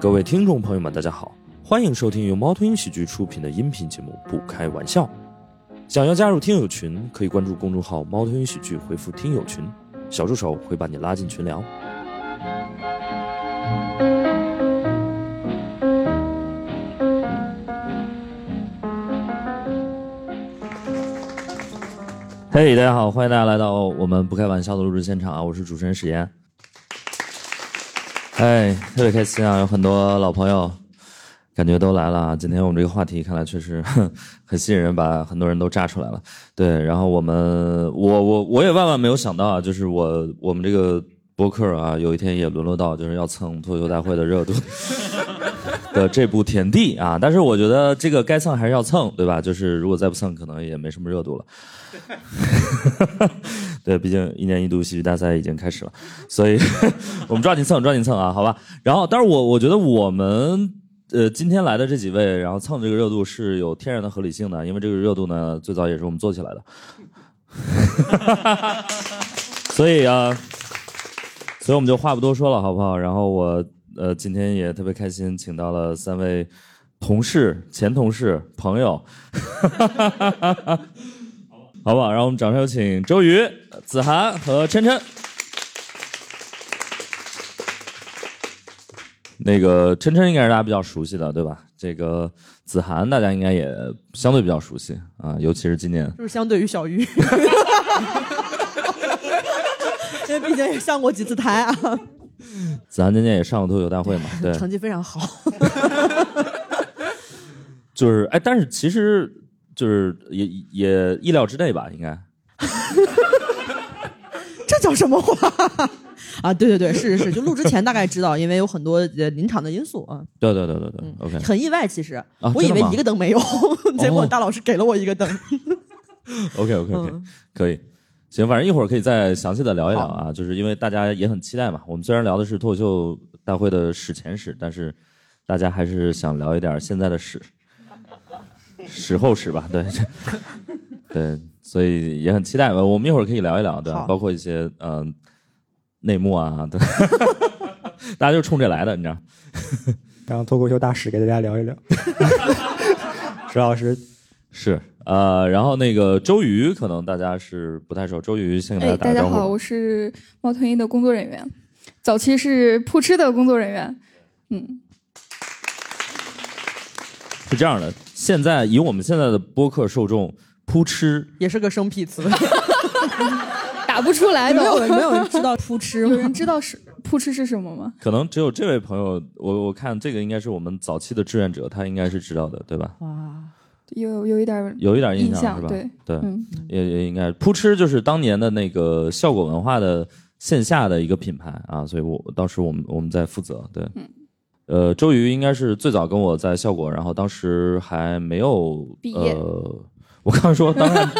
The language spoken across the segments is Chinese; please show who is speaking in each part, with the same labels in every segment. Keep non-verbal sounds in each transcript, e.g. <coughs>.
Speaker 1: 各位听众朋友们，大家好，欢迎收听由猫头鹰喜剧出品的音频节目《不开玩笑》。想要加入听友群，可以关注公众号“猫头鹰喜剧”，回复“听友群”，小助手会把你拉进群聊。嘿、大家好，欢迎大家来到我们不开玩笑的录制现场啊！我是主持人史岩。哎，特别开心啊！有很多老朋友，感觉都来了啊。今天我们这个话题看来确实哼很吸引人，把很多人都炸出来了。对，然后我们，我我我也万万没有想到啊，就是我我们这个播客啊，有一天也沦落到就是要蹭脱口秀大会的热度。 <laughs> 的这步田地啊，但是我觉得这个该蹭还是要蹭，对吧？就是如果再不蹭，可能也没什么热度了。 <laughs> 对，毕竟一年一度喜剧大赛已经开始了，所以 <laughs> 我们抓紧蹭，抓紧蹭啊，好吧。然后，但是我我觉得我们呃今天来的这几位，然后蹭这个热度是有天然的合理性的，因为这个热度呢最早也是我们做起来的， <laughs> 所以啊。所以我们就话不多说了，好不好？然后我呃，今天也特别开心，请到了三位同事、前同事、朋友， <laughs> 好不好？让我们掌声有请周瑜、子涵和琛琛。那个琛琛应该是大家比较熟悉的，对吧？这个子涵大家应该也相对比较熟悉啊，尤其是今年
Speaker 2: 就是相对于小鱼， <laughs> 因为毕竟也上过几次台啊，
Speaker 1: 子涵今年也上过脱口秀大会嘛，对，
Speaker 2: 成绩非常好。
Speaker 1: 就是哎，但是其实就是也也意料之内吧，应该。
Speaker 2: <laughs> 这叫什么话？啊，对对对，是是是，就录之前大概知道，因为有很多呃临场的因素啊，
Speaker 1: 对对对对对、o k
Speaker 2: 很意外。其实
Speaker 1: 啊
Speaker 2: 我以
Speaker 1: 真
Speaker 2: 为
Speaker 1: 的吗
Speaker 2: 一个灯没有， <laughs> 结果大老师给了我一个灯。
Speaker 1: OK OK OK，、
Speaker 2: 嗯
Speaker 1: 可以。行，反正一会儿可以再详细的聊一聊啊，就是因为大家也很期待嘛。我们虽然聊的是脱口秀大会的史前史，但是大家还是想聊一点现在的
Speaker 3: <laughs>
Speaker 1: 史，史后史吧，对，这对，所以也很期待吧。我们一会儿可以聊一聊，对吧，
Speaker 2: 好
Speaker 1: 包括一些嗯、呃内幕啊，对， <laughs> 大家就冲这来的，你知道。
Speaker 4: 让脱口秀大使给大家聊一 <laughs> 聊。石老师，
Speaker 1: 是，呃，然后那个周瑜，可能大家是不太熟，周瑜先给大家
Speaker 3: 哎，
Speaker 1: 打
Speaker 3: 大
Speaker 1: 个
Speaker 3: 家
Speaker 1: 招呼吧。
Speaker 3: 好，我是猫头鹰的工作人员，早期是扑哧的工作人员。嗯，
Speaker 1: 是这样的，现在以我们现在的播客受众，扑哧，
Speaker 2: 也是个生僻 <laughs> 词，
Speaker 3: 打不出来
Speaker 2: 哎没
Speaker 3: 的。
Speaker 2: 有人没有人知 <laughs> 道扑
Speaker 3: 有
Speaker 2: 哧吗？
Speaker 3: 人知道是扑哧是什么吗？
Speaker 1: 可能只有这位朋友，我我看这个应该是我们早期的志愿者，他应该是知道的，对吧？
Speaker 2: 哇，
Speaker 3: 有有一点儿
Speaker 1: 有一点印
Speaker 3: 印
Speaker 1: 象
Speaker 3: 象，
Speaker 1: 是吧？
Speaker 3: 对，
Speaker 1: 对，
Speaker 3: 嗯，
Speaker 1: 也也应该扑哧就是当年的那个效果文化的线下的一个品牌啊，所以我当时我们我们在负责，对，
Speaker 3: 嗯
Speaker 1: 呃，周瑜应该是最早跟我在效果，然后当时还没有
Speaker 3: 毕业
Speaker 1: 呃，我刚说当然。 <laughs>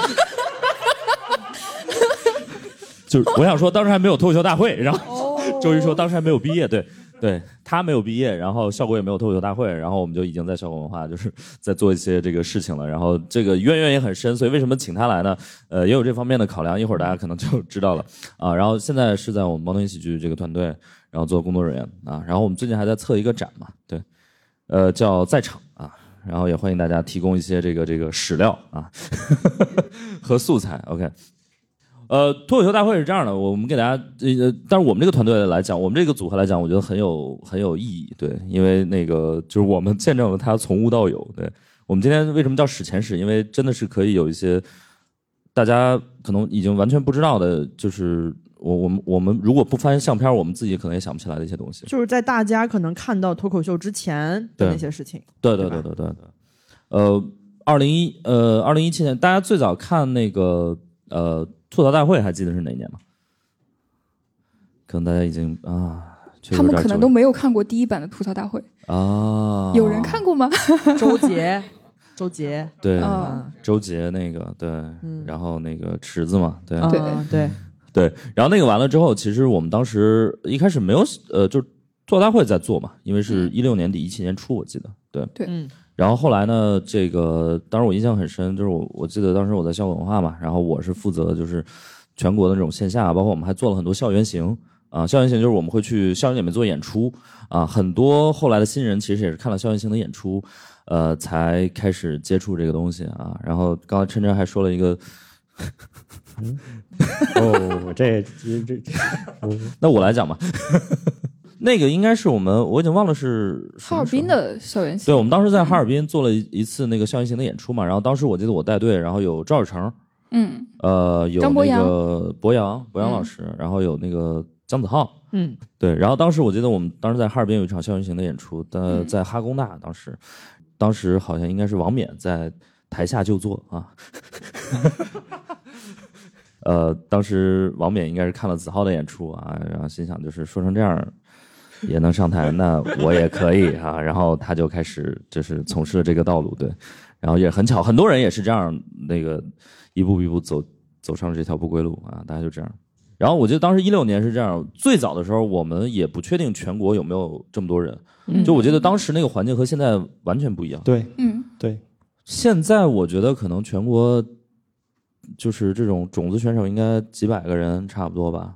Speaker 1: 就是我想说，当时还没有脱口秀大会，然后
Speaker 3: 哦
Speaker 1: <laughs> 周瑜说当时还没有毕业，对对，他没有毕业，然后效果也没有脱口秀大会，然后我们就已经在效果文化就是在做一些这个事情了，然后这个渊源也很深，所以为什么请他来呢？呃，也有这方面的考量，一会儿大家可能就知道了啊。然后现在是在我们猫头鹰喜剧这个团队，然后做工作人员啊，然后我们最近还在测一个展嘛，对，呃，叫在场啊。然后也欢迎大家提供一些这个这个史料啊 <laughs> 和素材，OK。呃，脱口秀大会是这样的，我们给大家，呃，但是我们这个团队来讲，我们这个组合来讲，我觉得很有很有意义，对，因为那个就是我们见证了它从无到有，对我们今天为什么叫史前史，因为真的是可以有一些大家可能已经完全不知道的，就是我我们我们如果不翻相片，我们自己可能也想不起来的一些东西。
Speaker 2: 就是在大家可能看到脱口秀之前的
Speaker 1: 对
Speaker 2: 那些事情，
Speaker 1: 对对对对对对。呃，二零一呃二零一七年，大家最早看那个呃吐槽大会，还记得是哪年吗？可能大家已经啊，确实
Speaker 3: 他
Speaker 1: 有
Speaker 3: 们
Speaker 1: 点
Speaker 3: 可能
Speaker 1: 久
Speaker 3: 都没有看过第一版的吐槽大会，
Speaker 1: 远啊，
Speaker 3: 有人看过吗？
Speaker 2: 周杰，周杰，
Speaker 1: 对、
Speaker 3: 啊，嗯
Speaker 1: 周杰那个对，然后那个池子嘛，对、
Speaker 2: 啊
Speaker 3: 对
Speaker 2: 对，
Speaker 1: 对，然后那个完了之后，其实我们当时一开始没有呃，就是做大会在做嘛，因为
Speaker 3: 嗯
Speaker 1: 是一六年底一七年初，我记得对
Speaker 3: 对
Speaker 2: 嗯。
Speaker 1: 然后后来呢，这个当时我印象很深，就是我我记得当时我在校文化嘛，然后我是负责就是全国的那种线下，包括我们还做了很多校园行啊，校园行就是我们会去校园里面做演出啊，很多后来的新人其实也是看了校园行的演出，呃，才开始接触这个东西啊。然后刚才琛琛还说了一个，
Speaker 4: 哦，这这这，嗯
Speaker 1: 那我来讲吧， <laughs> 那个应该是我们我已经忘了是什
Speaker 3: 哈
Speaker 1: 么
Speaker 3: 尔
Speaker 1: 时候
Speaker 3: 滨的校园戏
Speaker 1: 对，我们当时在哈尔滨做了一一次那个校园行的演出嘛，然后当时我记得我带队，然后有赵小成，
Speaker 3: 嗯，
Speaker 1: 呃，有
Speaker 3: 张博
Speaker 1: 那
Speaker 3: 洋
Speaker 1: 个博洋，博洋老
Speaker 3: 嗯
Speaker 1: 师，然后有那个姜子浩，
Speaker 2: 嗯，
Speaker 1: 对，然后当时我记得我们当时在哈尔滨有一场校园行的演出，呃，
Speaker 3: 嗯
Speaker 1: 在哈工大，当时，当时好像应该是王冕在台下就坐啊， <laughs> 呃，当时王冕应该是看了子浩的演出啊，然后心想就是说成这样也能上台，那我也可以啊，然后他就开始就是从事了这个道路，对，然后也很巧，很多人也是这样那个一步一步走走上这条不归路啊，大家就这样。然后我记得当时一六年是这样，最早的时候我们也不确定全国有没有这么多人，
Speaker 2: 嗯
Speaker 1: 就我觉得当时那个环境和现在完全不一样。
Speaker 4: <laughs> 对
Speaker 3: 嗯
Speaker 4: 对，
Speaker 1: 现在我觉得可能全国就是这种种子选手应该几百个人差不多吧。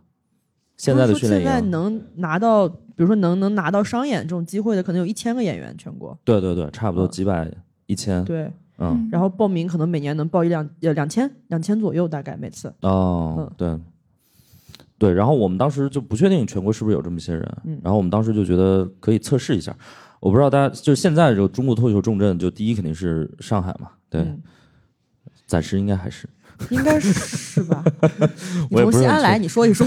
Speaker 1: 现在的
Speaker 2: 不是
Speaker 1: 训
Speaker 2: 哦说
Speaker 1: 练
Speaker 2: 现在
Speaker 1: 营，
Speaker 2: 能拿到，比如说能能拿到商演这种机会的，可能有一千个演员全国。
Speaker 1: 对对对，差不多
Speaker 2: 嗯
Speaker 1: 几百、一千，
Speaker 2: 对，
Speaker 1: 嗯，
Speaker 2: 然后报名可能每年能报一两呃两千两千左右，大概每次。
Speaker 1: 哦，对，对，然后我们当时就不确定全国是不是有这么些人，
Speaker 2: 嗯
Speaker 1: 然后我们当时就觉得可以测试一下。我不知道大家就是现在就中国脱口秀重镇，就第一肯定是上海嘛，对，
Speaker 2: 嗯
Speaker 1: 暂时应该还是。
Speaker 2: 应该是是
Speaker 1: <laughs>
Speaker 2: 吧？你
Speaker 1: 我也
Speaker 2: 从
Speaker 1: 不是
Speaker 2: 西
Speaker 1: 很
Speaker 2: 安
Speaker 1: 确
Speaker 2: 来，你说一说。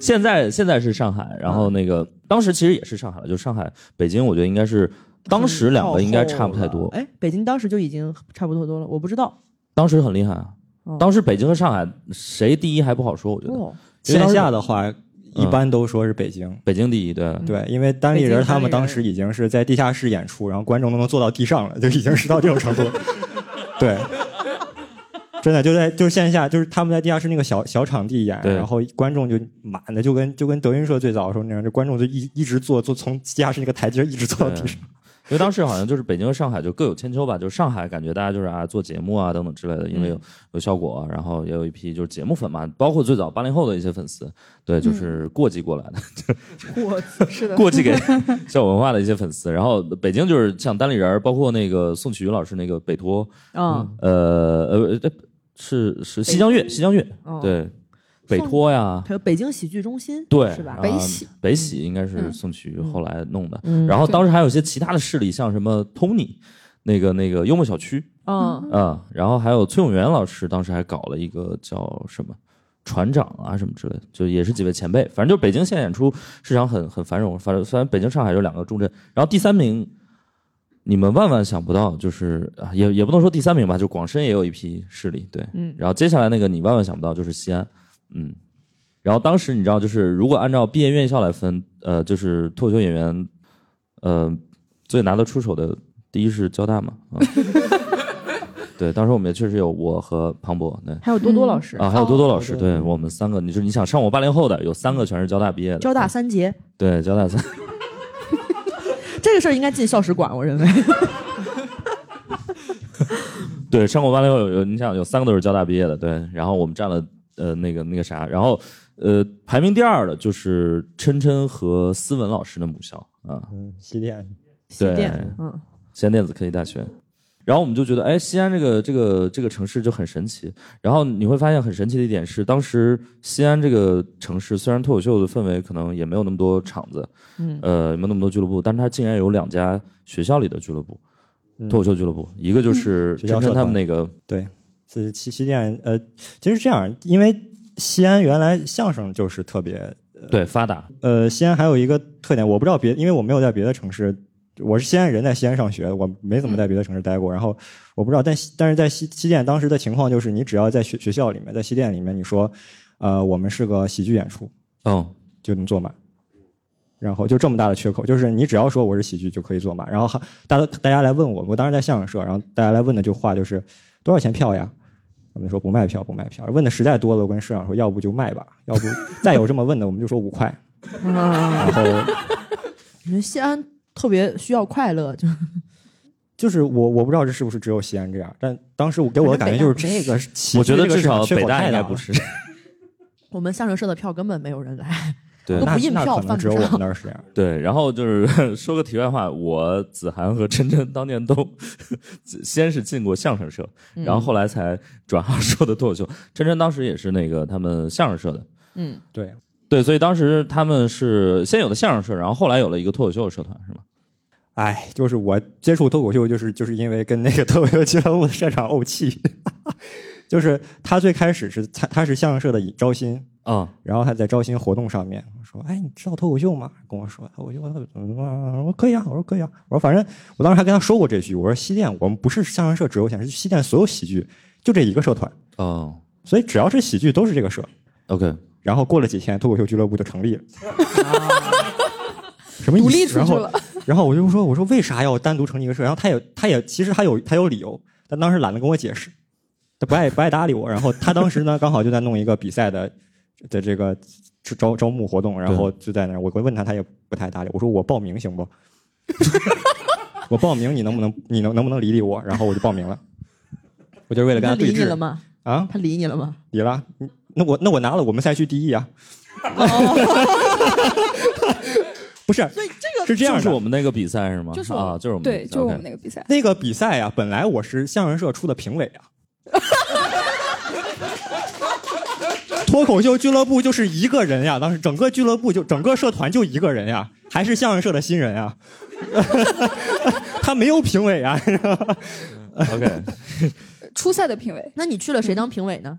Speaker 1: 现在现在是上海，然后
Speaker 2: 嗯
Speaker 1: 那个、当时其实也是上海了，就上海、北京，我觉得应该是当时两个应该差
Speaker 2: <laughs>
Speaker 1: 不太多。
Speaker 2: 哎，北京当时就已经差不多多了，我不知道。
Speaker 1: 当时很厉害啊，
Speaker 2: 哦
Speaker 1: 当时北京和上海谁第一还不好说，我觉得、
Speaker 2: 哦，
Speaker 4: 线下的话一般都说是北京。
Speaker 1: 北京第一，对。
Speaker 2: 嗯
Speaker 4: 对，因为单立人他们当时已经是在地下室演出，然后观众都能坐到地上了，就 <laughs> 已经是到这种 <laughs> 程度了。对，真的就在就线下，就是他们在地下室那个小小场地演，
Speaker 1: 对
Speaker 4: 然后观众就满的，就跟就跟德云社最早的时候那样，就观众就一一直坐坐从地下室那个台阶一直坐到地上。
Speaker 1: 因为当时好像就是北京和上海就各有千秋吧，就是上海感觉大家就是啊做节目啊等等之类的，因为有、
Speaker 2: 嗯
Speaker 1: 有效果啊、然后也有一批就是节目粉嘛，包括最早八零后的一些粉丝，对，
Speaker 2: 嗯
Speaker 1: 就是过继过来的，
Speaker 2: 我 <laughs>
Speaker 3: 是的，
Speaker 1: 过继给校文化的一些粉丝。然后北京就是像单立人儿，包括那个宋启云老师那个北托，
Speaker 2: 嗯，
Speaker 1: 呃呃呃是是西江月西江月，嗯
Speaker 2: 哦，
Speaker 1: 对，北托呀，
Speaker 2: 还有北京喜剧中心，
Speaker 1: 对，
Speaker 2: 是吧？
Speaker 1: 啊
Speaker 3: 北喜
Speaker 1: 北喜应该是
Speaker 3: 嗯
Speaker 1: 宋曲后来弄的。
Speaker 2: 嗯
Speaker 1: 然后当时还有一些其他的势力，像什么 Tony，那个那个幽默小区
Speaker 2: 嗯，
Speaker 1: 啊、然后还有崔永元老师，当时还搞了一个叫什么船长啊什么之类的，就也是几位前辈，反正就是北京现在演出市场很很繁荣，反正虽然北京、上海有两个重镇，然后第三名。你们万万想不到，就是啊也也不能说第三名吧，就广深也有一批势力，对，
Speaker 2: 嗯
Speaker 1: 然后接下来那个你万万想不到就是西安，嗯，然后当时你知道，就是如果按照毕业院校来分，呃，就是脱口秀演员，呃，最拿得出手的第一是交大嘛，啊对，当时我们也确实有我和庞博，对，
Speaker 2: 还有多多老师，
Speaker 1: 啊，还有多多老师，
Speaker 4: 哦
Speaker 1: 对我们三个，你就是你想上我八零后的，有三个全是交大毕业的，
Speaker 2: 交大三杰，
Speaker 1: 对交大三， <laughs>
Speaker 2: 这个事儿应该进校史馆，我认为。 <laughs>
Speaker 1: 对，上过八零后有有，你想有三个都是交大毕业的，对，然后我们占了呃那个那个啥，然后呃排名第二的就是琛琛和思文老师的母校啊，
Speaker 4: 嗯，西电
Speaker 2: 西
Speaker 1: 对
Speaker 2: 电，嗯，
Speaker 1: 西安电子科技大学。然后我们就觉得，哎，西安这个这个这个城市就很神奇。然后你会发现很神奇的一点是，当时西安这个城市虽然脱口秀的氛围可能也没有那么多场子，
Speaker 2: 嗯
Speaker 1: 呃，也没有那么多俱乐部，但是它竟然有两家学校里的俱乐部，
Speaker 4: 嗯
Speaker 1: 脱口秀俱乐部，一个就是
Speaker 4: 学校
Speaker 1: 琛
Speaker 4: 社
Speaker 1: 琛他们
Speaker 4: 团
Speaker 1: 那个，
Speaker 4: 对，是西西电呃，其实这样，因为西安原来相声就是特别
Speaker 1: 对发达，
Speaker 4: 呃，西安还有一个特点，我不知道别，因为我没有在别的城市，我是西安人，在西安上学，我没怎么在别的城市待过。然后我不知道，但西但是在西西电当时的情况就是，你只要在学学校里面，在西电里面，你说，呃，我们是个喜剧演出，
Speaker 1: 嗯，
Speaker 4: 就能坐满。然后就这么大的缺口，就是你只要说我是喜剧就可以坐满。然后还大家大家来问我，我当时在相声社，然后大家来问的就话就是多少钱票呀？我们就说不卖票，不卖票。问的实在多了，我跟社长说，要不就卖吧，要
Speaker 1: <laughs>
Speaker 4: 不再有这么问的，我们就说五块。
Speaker 2: 啊，
Speaker 4: 然后
Speaker 2: 我觉得西安特别需要快乐，就
Speaker 4: 就是我我不知道这是不是只有西安这样，但当时我给我的感觉就是这个喜剧
Speaker 1: 我觉得
Speaker 4: 这个
Speaker 1: 至
Speaker 4: 市场
Speaker 1: 少
Speaker 4: 缺
Speaker 1: 北
Speaker 4: 口
Speaker 1: 大
Speaker 4: 太
Speaker 1: 应该
Speaker 4: 大
Speaker 1: 不
Speaker 4: 了
Speaker 1: 是，
Speaker 2: 我们相声社的票根本没有人来，
Speaker 1: 对
Speaker 2: 都
Speaker 4: 那
Speaker 2: 不印
Speaker 4: 那
Speaker 2: 票
Speaker 4: 可能
Speaker 2: 犯
Speaker 4: 只有
Speaker 2: 不
Speaker 4: 我
Speaker 2: 上
Speaker 4: 们那儿是这样。
Speaker 1: 对，然后就是 <laughs> 说个题外话，我子涵和晨晨当年都 <laughs> 先是进过相声社，
Speaker 2: 嗯
Speaker 1: 然后后来才转行说的脱口秀。 <laughs> 晨晨当时也是那个他们相声社的，
Speaker 2: 嗯，
Speaker 4: 对，
Speaker 1: 对，所以当时他们是先有的相声社，然后后来有了一个脱口秀社团，是吗？
Speaker 4: 哎，就是我接触脱口秀，就是就是因为跟那个脱 <laughs> 口秀俱乐部的社长怄气， <laughs> 就是他最开始是他他是相声社的招新，
Speaker 3: 哦
Speaker 1: 啊、
Speaker 4: 然后他在招新活动上面我说：“哎，你知道脱口秀吗？”跟我说脱口秀怎么怎么怎么，我说可以啊，我说可以啊，我说反正我当时还跟他说过这句，我说西电我们不是相声社只有相声，是西电所有喜剧就这一个社团，
Speaker 1: 哦
Speaker 4: 所以只要是喜剧都是这个社。
Speaker 1: ，OK，
Speaker 4: 然后过了几天，脱口秀俱乐部就成立
Speaker 3: <laughs>
Speaker 4: 了，什么意思
Speaker 3: 独立出去
Speaker 4: 然
Speaker 3: 了
Speaker 4: 后然后我就说：“我说为啥要单独成立一个社？”然后他也他也其实他有他有理由，但当时懒得跟我解释，他
Speaker 3: <laughs>
Speaker 4: 不爱不爱搭理我。然后他当时呢刚好就在弄一个比赛的的这个招招募活动，然后就在那儿我问他，他也不太搭理我。我说：“我报名行不？” <laughs> 我报名，你能不能你能能不能理理我？然后我就报名了，我就是为了跟
Speaker 2: 他
Speaker 4: 对
Speaker 2: 理你了
Speaker 4: 峙
Speaker 2: 吗？
Speaker 4: 啊。
Speaker 2: 他理你了吗？
Speaker 4: 理了，那我那我拿了我们赛区第一啊！
Speaker 1: 哦
Speaker 4: <laughs> 不是，
Speaker 2: 所以这个
Speaker 4: 是这样
Speaker 1: 就是
Speaker 4: 的，
Speaker 1: 我们那个比赛是吗？
Speaker 3: 就是我
Speaker 1: 啊，就是我们
Speaker 3: 对，就是我们
Speaker 1: 那
Speaker 3: 那个比赛。
Speaker 4: 那个比赛啊，本来我是相声社出的评委
Speaker 1: <laughs>
Speaker 4: 啊。脱口秀俱乐部就是一个人呀，当时整个俱乐部就整个社团就一个人呀，还是相声社的新人呀， <laughs> 他没有评委啊。
Speaker 1: 个
Speaker 3: <laughs>
Speaker 1: OK
Speaker 3: 初赛的评委，
Speaker 2: 那你去了谁当评委呢？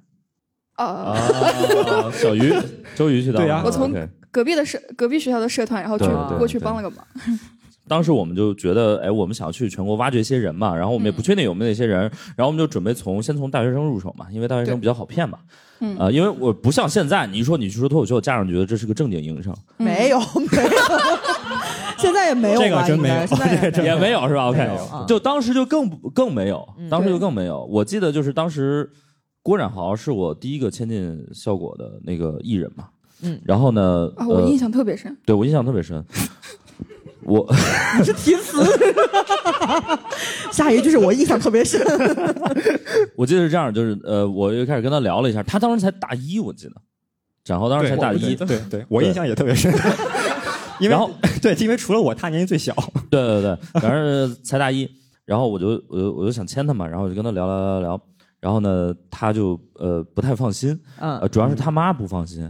Speaker 3: 呃，
Speaker 1: 啊，小鱼周瑜去当
Speaker 4: 对呀
Speaker 1: 了
Speaker 3: 我从
Speaker 1: OK
Speaker 3: 隔壁的社，隔壁学校的社团，然后去
Speaker 2: 啊
Speaker 1: 对对
Speaker 3: 过去
Speaker 1: 对啊
Speaker 3: 帮了个忙。
Speaker 1: 当时我们就觉得，哎，我们想去全国挖掘一些人嘛，然后我们也不
Speaker 3: 嗯
Speaker 1: 确定有没有那些人，然后我们就准备从先从大学生入手嘛，因为大学生
Speaker 3: 对
Speaker 1: 比较好骗嘛。
Speaker 3: 嗯
Speaker 1: 呃，因为我不像现在，你一说你去说脱口秀，家长觉得这是个正经营生，
Speaker 3: 嗯
Speaker 2: 没有，没 <laughs> 有，现在也没有吧？
Speaker 4: 这个真没有
Speaker 2: 应该现在
Speaker 4: 这个
Speaker 1: <laughs>
Speaker 4: 真
Speaker 1: 也没
Speaker 2: 有。
Speaker 1: 有是吧？OK，
Speaker 4: 没有
Speaker 2: 啊
Speaker 1: 就当时就更不更没有
Speaker 2: 嗯，
Speaker 1: 当时就
Speaker 3: 对
Speaker 1: 更没有。我记得就是当时郭展豪是我第一个签进效果的那个艺人嘛，
Speaker 2: 嗯
Speaker 1: 然后呢，
Speaker 3: 啊，我
Speaker 1: 呃
Speaker 3: 印象特别深。
Speaker 1: 对我印象特别深，我 <laughs>
Speaker 2: 你是提词。 <laughs> 下一句是我印象特别深，
Speaker 1: 我记得是这样，就是呃，我又开始跟他聊了一下，他当时才大一，我记得，展豪当时才大一，
Speaker 4: 对对，我印象也特别深，因为
Speaker 1: 然后
Speaker 4: 对，因为除了我，他年纪最小。
Speaker 1: 对对对，反正才大一，然后我就我就我就想签他嘛，然后我就跟他聊聊聊聊，然后呢，他就呃不太放心，呃，
Speaker 2: <laughs> 嗯，
Speaker 1: 主要是他妈不放心。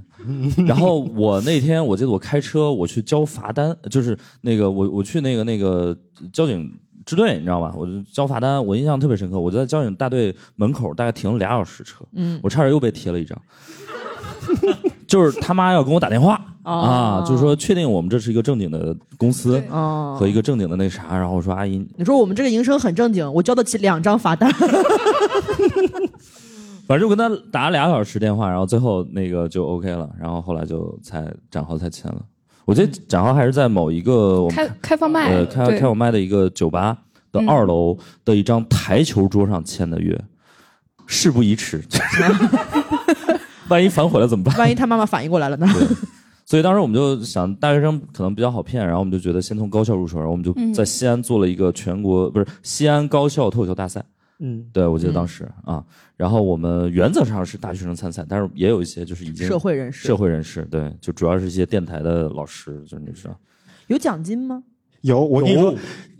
Speaker 1: 然后我那天我记得我开车我去交罚单，就是那个我我去那个那个交警支队，你知道吧？我就交罚单，我印象特别深刻，我就在交警大队门口大概停了俩小时车，
Speaker 2: 嗯
Speaker 1: 我差点又被贴了一张。 <laughs> 就是他妈要跟我打电话、
Speaker 2: 哦
Speaker 1: 啊，就是说确定我们这是一个正经的公司
Speaker 3: 对
Speaker 2: 哦
Speaker 1: 和一个正经的那啥，然后我说阿姨，
Speaker 2: 你说我们这个营生很正经，我交得起两张罚单。
Speaker 1: 反正就跟他打了俩小时电话，然后最后那个就 OK 了，然后后来就才展豪才签了。我觉得展豪还是在某一个我们
Speaker 3: 开开放麦，
Speaker 1: 呃开
Speaker 3: 对
Speaker 1: 开我麦的一个酒吧的
Speaker 3: 嗯
Speaker 1: 二楼的一张台球桌上签的约。事不宜迟，万一反悔了怎么办？
Speaker 2: 万一他妈妈反应过来了呢？
Speaker 1: 所以当时我们就想，大学生可能比较好骗，然后我们就觉得先从高校入手，然后我们就
Speaker 3: 嗯
Speaker 1: 在西安做了一个全国、不是西安高校脱口秀大赛。
Speaker 4: 嗯，
Speaker 1: 对，我记得当时、啊，然后我们原则上是大学生参赛，但是也有一些就是已经
Speaker 2: 社会人士
Speaker 1: 社会人士，对，就主要是一些电台的老师，就是你知道。
Speaker 2: 有奖金吗？
Speaker 4: 有我跟你说，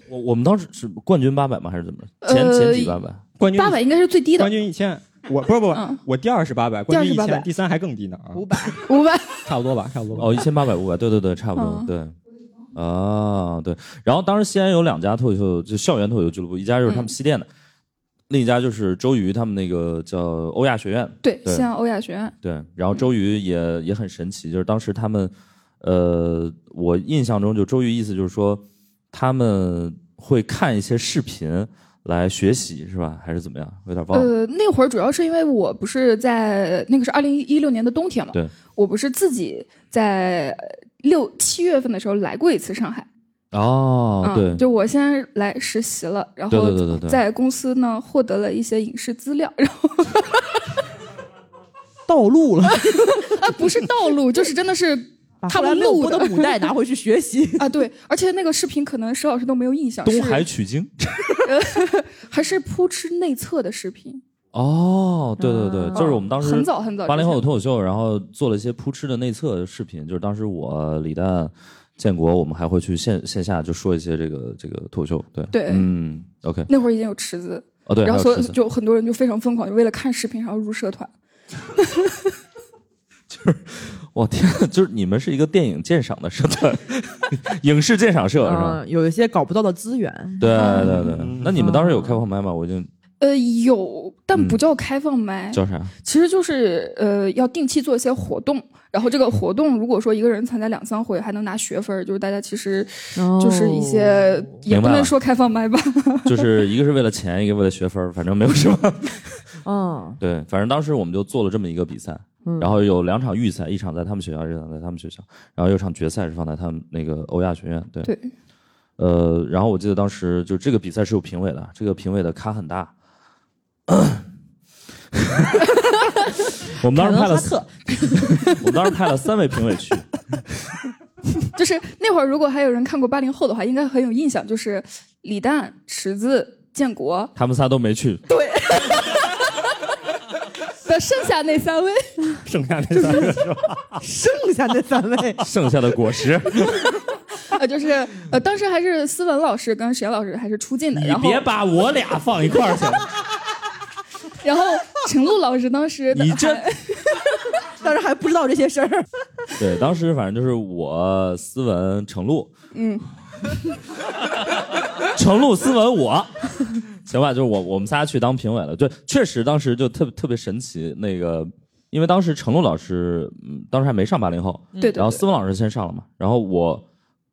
Speaker 1: 我我们当时是冠军八百吗？还是怎么着？前、
Speaker 3: 呃
Speaker 1: 前几八百？
Speaker 4: 冠军
Speaker 3: 八百应该是最低的
Speaker 4: 冠，军一千，我不是不是、
Speaker 3: 嗯
Speaker 4: 我第二是八百，
Speaker 3: 第
Speaker 4: 冠
Speaker 3: 二
Speaker 4: 军
Speaker 3: 是
Speaker 4: 一
Speaker 3: 800
Speaker 4: 千，第三还更低呢啊，
Speaker 2: 五百，
Speaker 3: 五百。
Speaker 4: 差不多吧，差不多吧。
Speaker 1: 哦，一千八百五百，对对对，差不多，
Speaker 3: 呃嗯
Speaker 1: 对。啊，对。然后当时西安有两家脱口秀，就校园脱口秀俱乐部，一家就是他
Speaker 3: 嗯
Speaker 1: 们西电的，另一家就是周瑜他们那个叫欧亚学院，
Speaker 3: 对，
Speaker 1: 对
Speaker 3: 西安欧亚学院，
Speaker 1: 对，然
Speaker 3: 嗯
Speaker 1: 后周瑜也也很神奇，就是当时他们，呃，我印象中就周瑜意思就是说，他们会看一些视频来学习是吧？还是怎么样？有点忘了。
Speaker 3: 呃，那会儿主要是因为我不是在那个是二零一六年的冬天嘛，
Speaker 1: 对，
Speaker 3: 我不是自己在呃六七月份的时候来过一次上海，
Speaker 1: 哦，
Speaker 3: 嗯
Speaker 1: 对，
Speaker 3: 就我先来实习了，然
Speaker 1: 对
Speaker 3: 后
Speaker 1: 对对对对，
Speaker 3: 在公司呢获得了一些影视资料，然后
Speaker 2: 道路了，
Speaker 3: 啊不是道路，就是真的是
Speaker 2: <laughs> 把
Speaker 3: 他
Speaker 2: 后来
Speaker 3: 们
Speaker 2: 没有
Speaker 3: 录。
Speaker 2: 播的母带拿回去
Speaker 1: <laughs>
Speaker 2: 学习
Speaker 3: 啊对，而且那个视频可能石老师都没有印象，
Speaker 1: 东海
Speaker 3: 是
Speaker 1: 取经。
Speaker 3: 还是扑哧内测的视频，
Speaker 1: 哦，对对对，
Speaker 2: 嗯
Speaker 1: 就是我们当时
Speaker 3: 很早很早之前
Speaker 1: 八零后的脱口秀，然后做了一些扑哧的内测视频，就是当时我李诞、建国，我们还会去线线下就说一些这个这个脱口秀，对
Speaker 3: 对
Speaker 1: 嗯，OK，
Speaker 3: 那会儿已经有池子，
Speaker 1: 哦对，
Speaker 3: 然后
Speaker 1: 还
Speaker 3: 所
Speaker 1: 有
Speaker 3: 有
Speaker 1: 池子
Speaker 3: 就很多人就非常疯狂，就为了看视频然后入社团。
Speaker 1: 我天，就是你们是一个电影鉴赏的社
Speaker 2: <laughs>
Speaker 1: 团，影视鉴赏社是吧？
Speaker 2: 嗯，有一些搞不到的资源，
Speaker 1: 对对对，那你们当时有开放麦吗？我已经
Speaker 3: 呃，有，但不
Speaker 1: 嗯
Speaker 3: 叫开放麦，
Speaker 1: 叫啥？
Speaker 2: 嗯
Speaker 3: 其实就是呃要定期做一些活动，然后这个活动如果说一个人参加两三回还能拿学分儿，就是大家其实
Speaker 2: 哦
Speaker 3: 就是一些、也
Speaker 1: 哦明白
Speaker 3: 不
Speaker 1: 了
Speaker 3: 能说开放麦吧，
Speaker 1: <laughs> 就是一个是为了钱，一个为了学分儿，反正没有什么。
Speaker 2: <laughs> 哦，
Speaker 1: 对，反正当时我们就做了这么一个比赛，
Speaker 2: 嗯
Speaker 1: 然后有两场预赛，一场在他们学校，一场在他们学校，然后有场决赛是放在他们那个欧亚学院。对，
Speaker 3: 对，
Speaker 1: 呃，然后我记得当时就这个比赛是有评委的，这个评委的咖很
Speaker 2: <laughs>
Speaker 1: 大。我们当时派了
Speaker 2: 凯文哈，特，
Speaker 1: 我们当时派了三位评委去，
Speaker 3: 就是那会儿如果还有人看过八零后的话，应该很有印象，就是李诞、池子、建 <laughs> 国，
Speaker 1: 他们仨都没去，
Speaker 3: 的剩下那三位，
Speaker 4: 剩下那三个是吧？
Speaker 2: 剩下那三 <laughs> 位
Speaker 1: 剩下的果实，
Speaker 3: 呃，就是呃，当时还是思文老师跟史岩老师还是出镜的，然后
Speaker 1: 把我俩放一块儿去，
Speaker 3: <laughs> 然后陈露老师当时的
Speaker 1: 你这
Speaker 3: 还
Speaker 2: 当然还不知道这些事儿，
Speaker 1: 对，当时反正就是我、思文、程璐，
Speaker 3: 嗯，
Speaker 1: 程璐、思文我，行吧，就是我我们仨去当评委了。对，确实当时就特别特别神奇，那个因为当时程璐老师，嗯，当时还没上八零后，
Speaker 3: 对对
Speaker 1: 然后
Speaker 3: 对
Speaker 1: 思文老师先上了嘛，然后我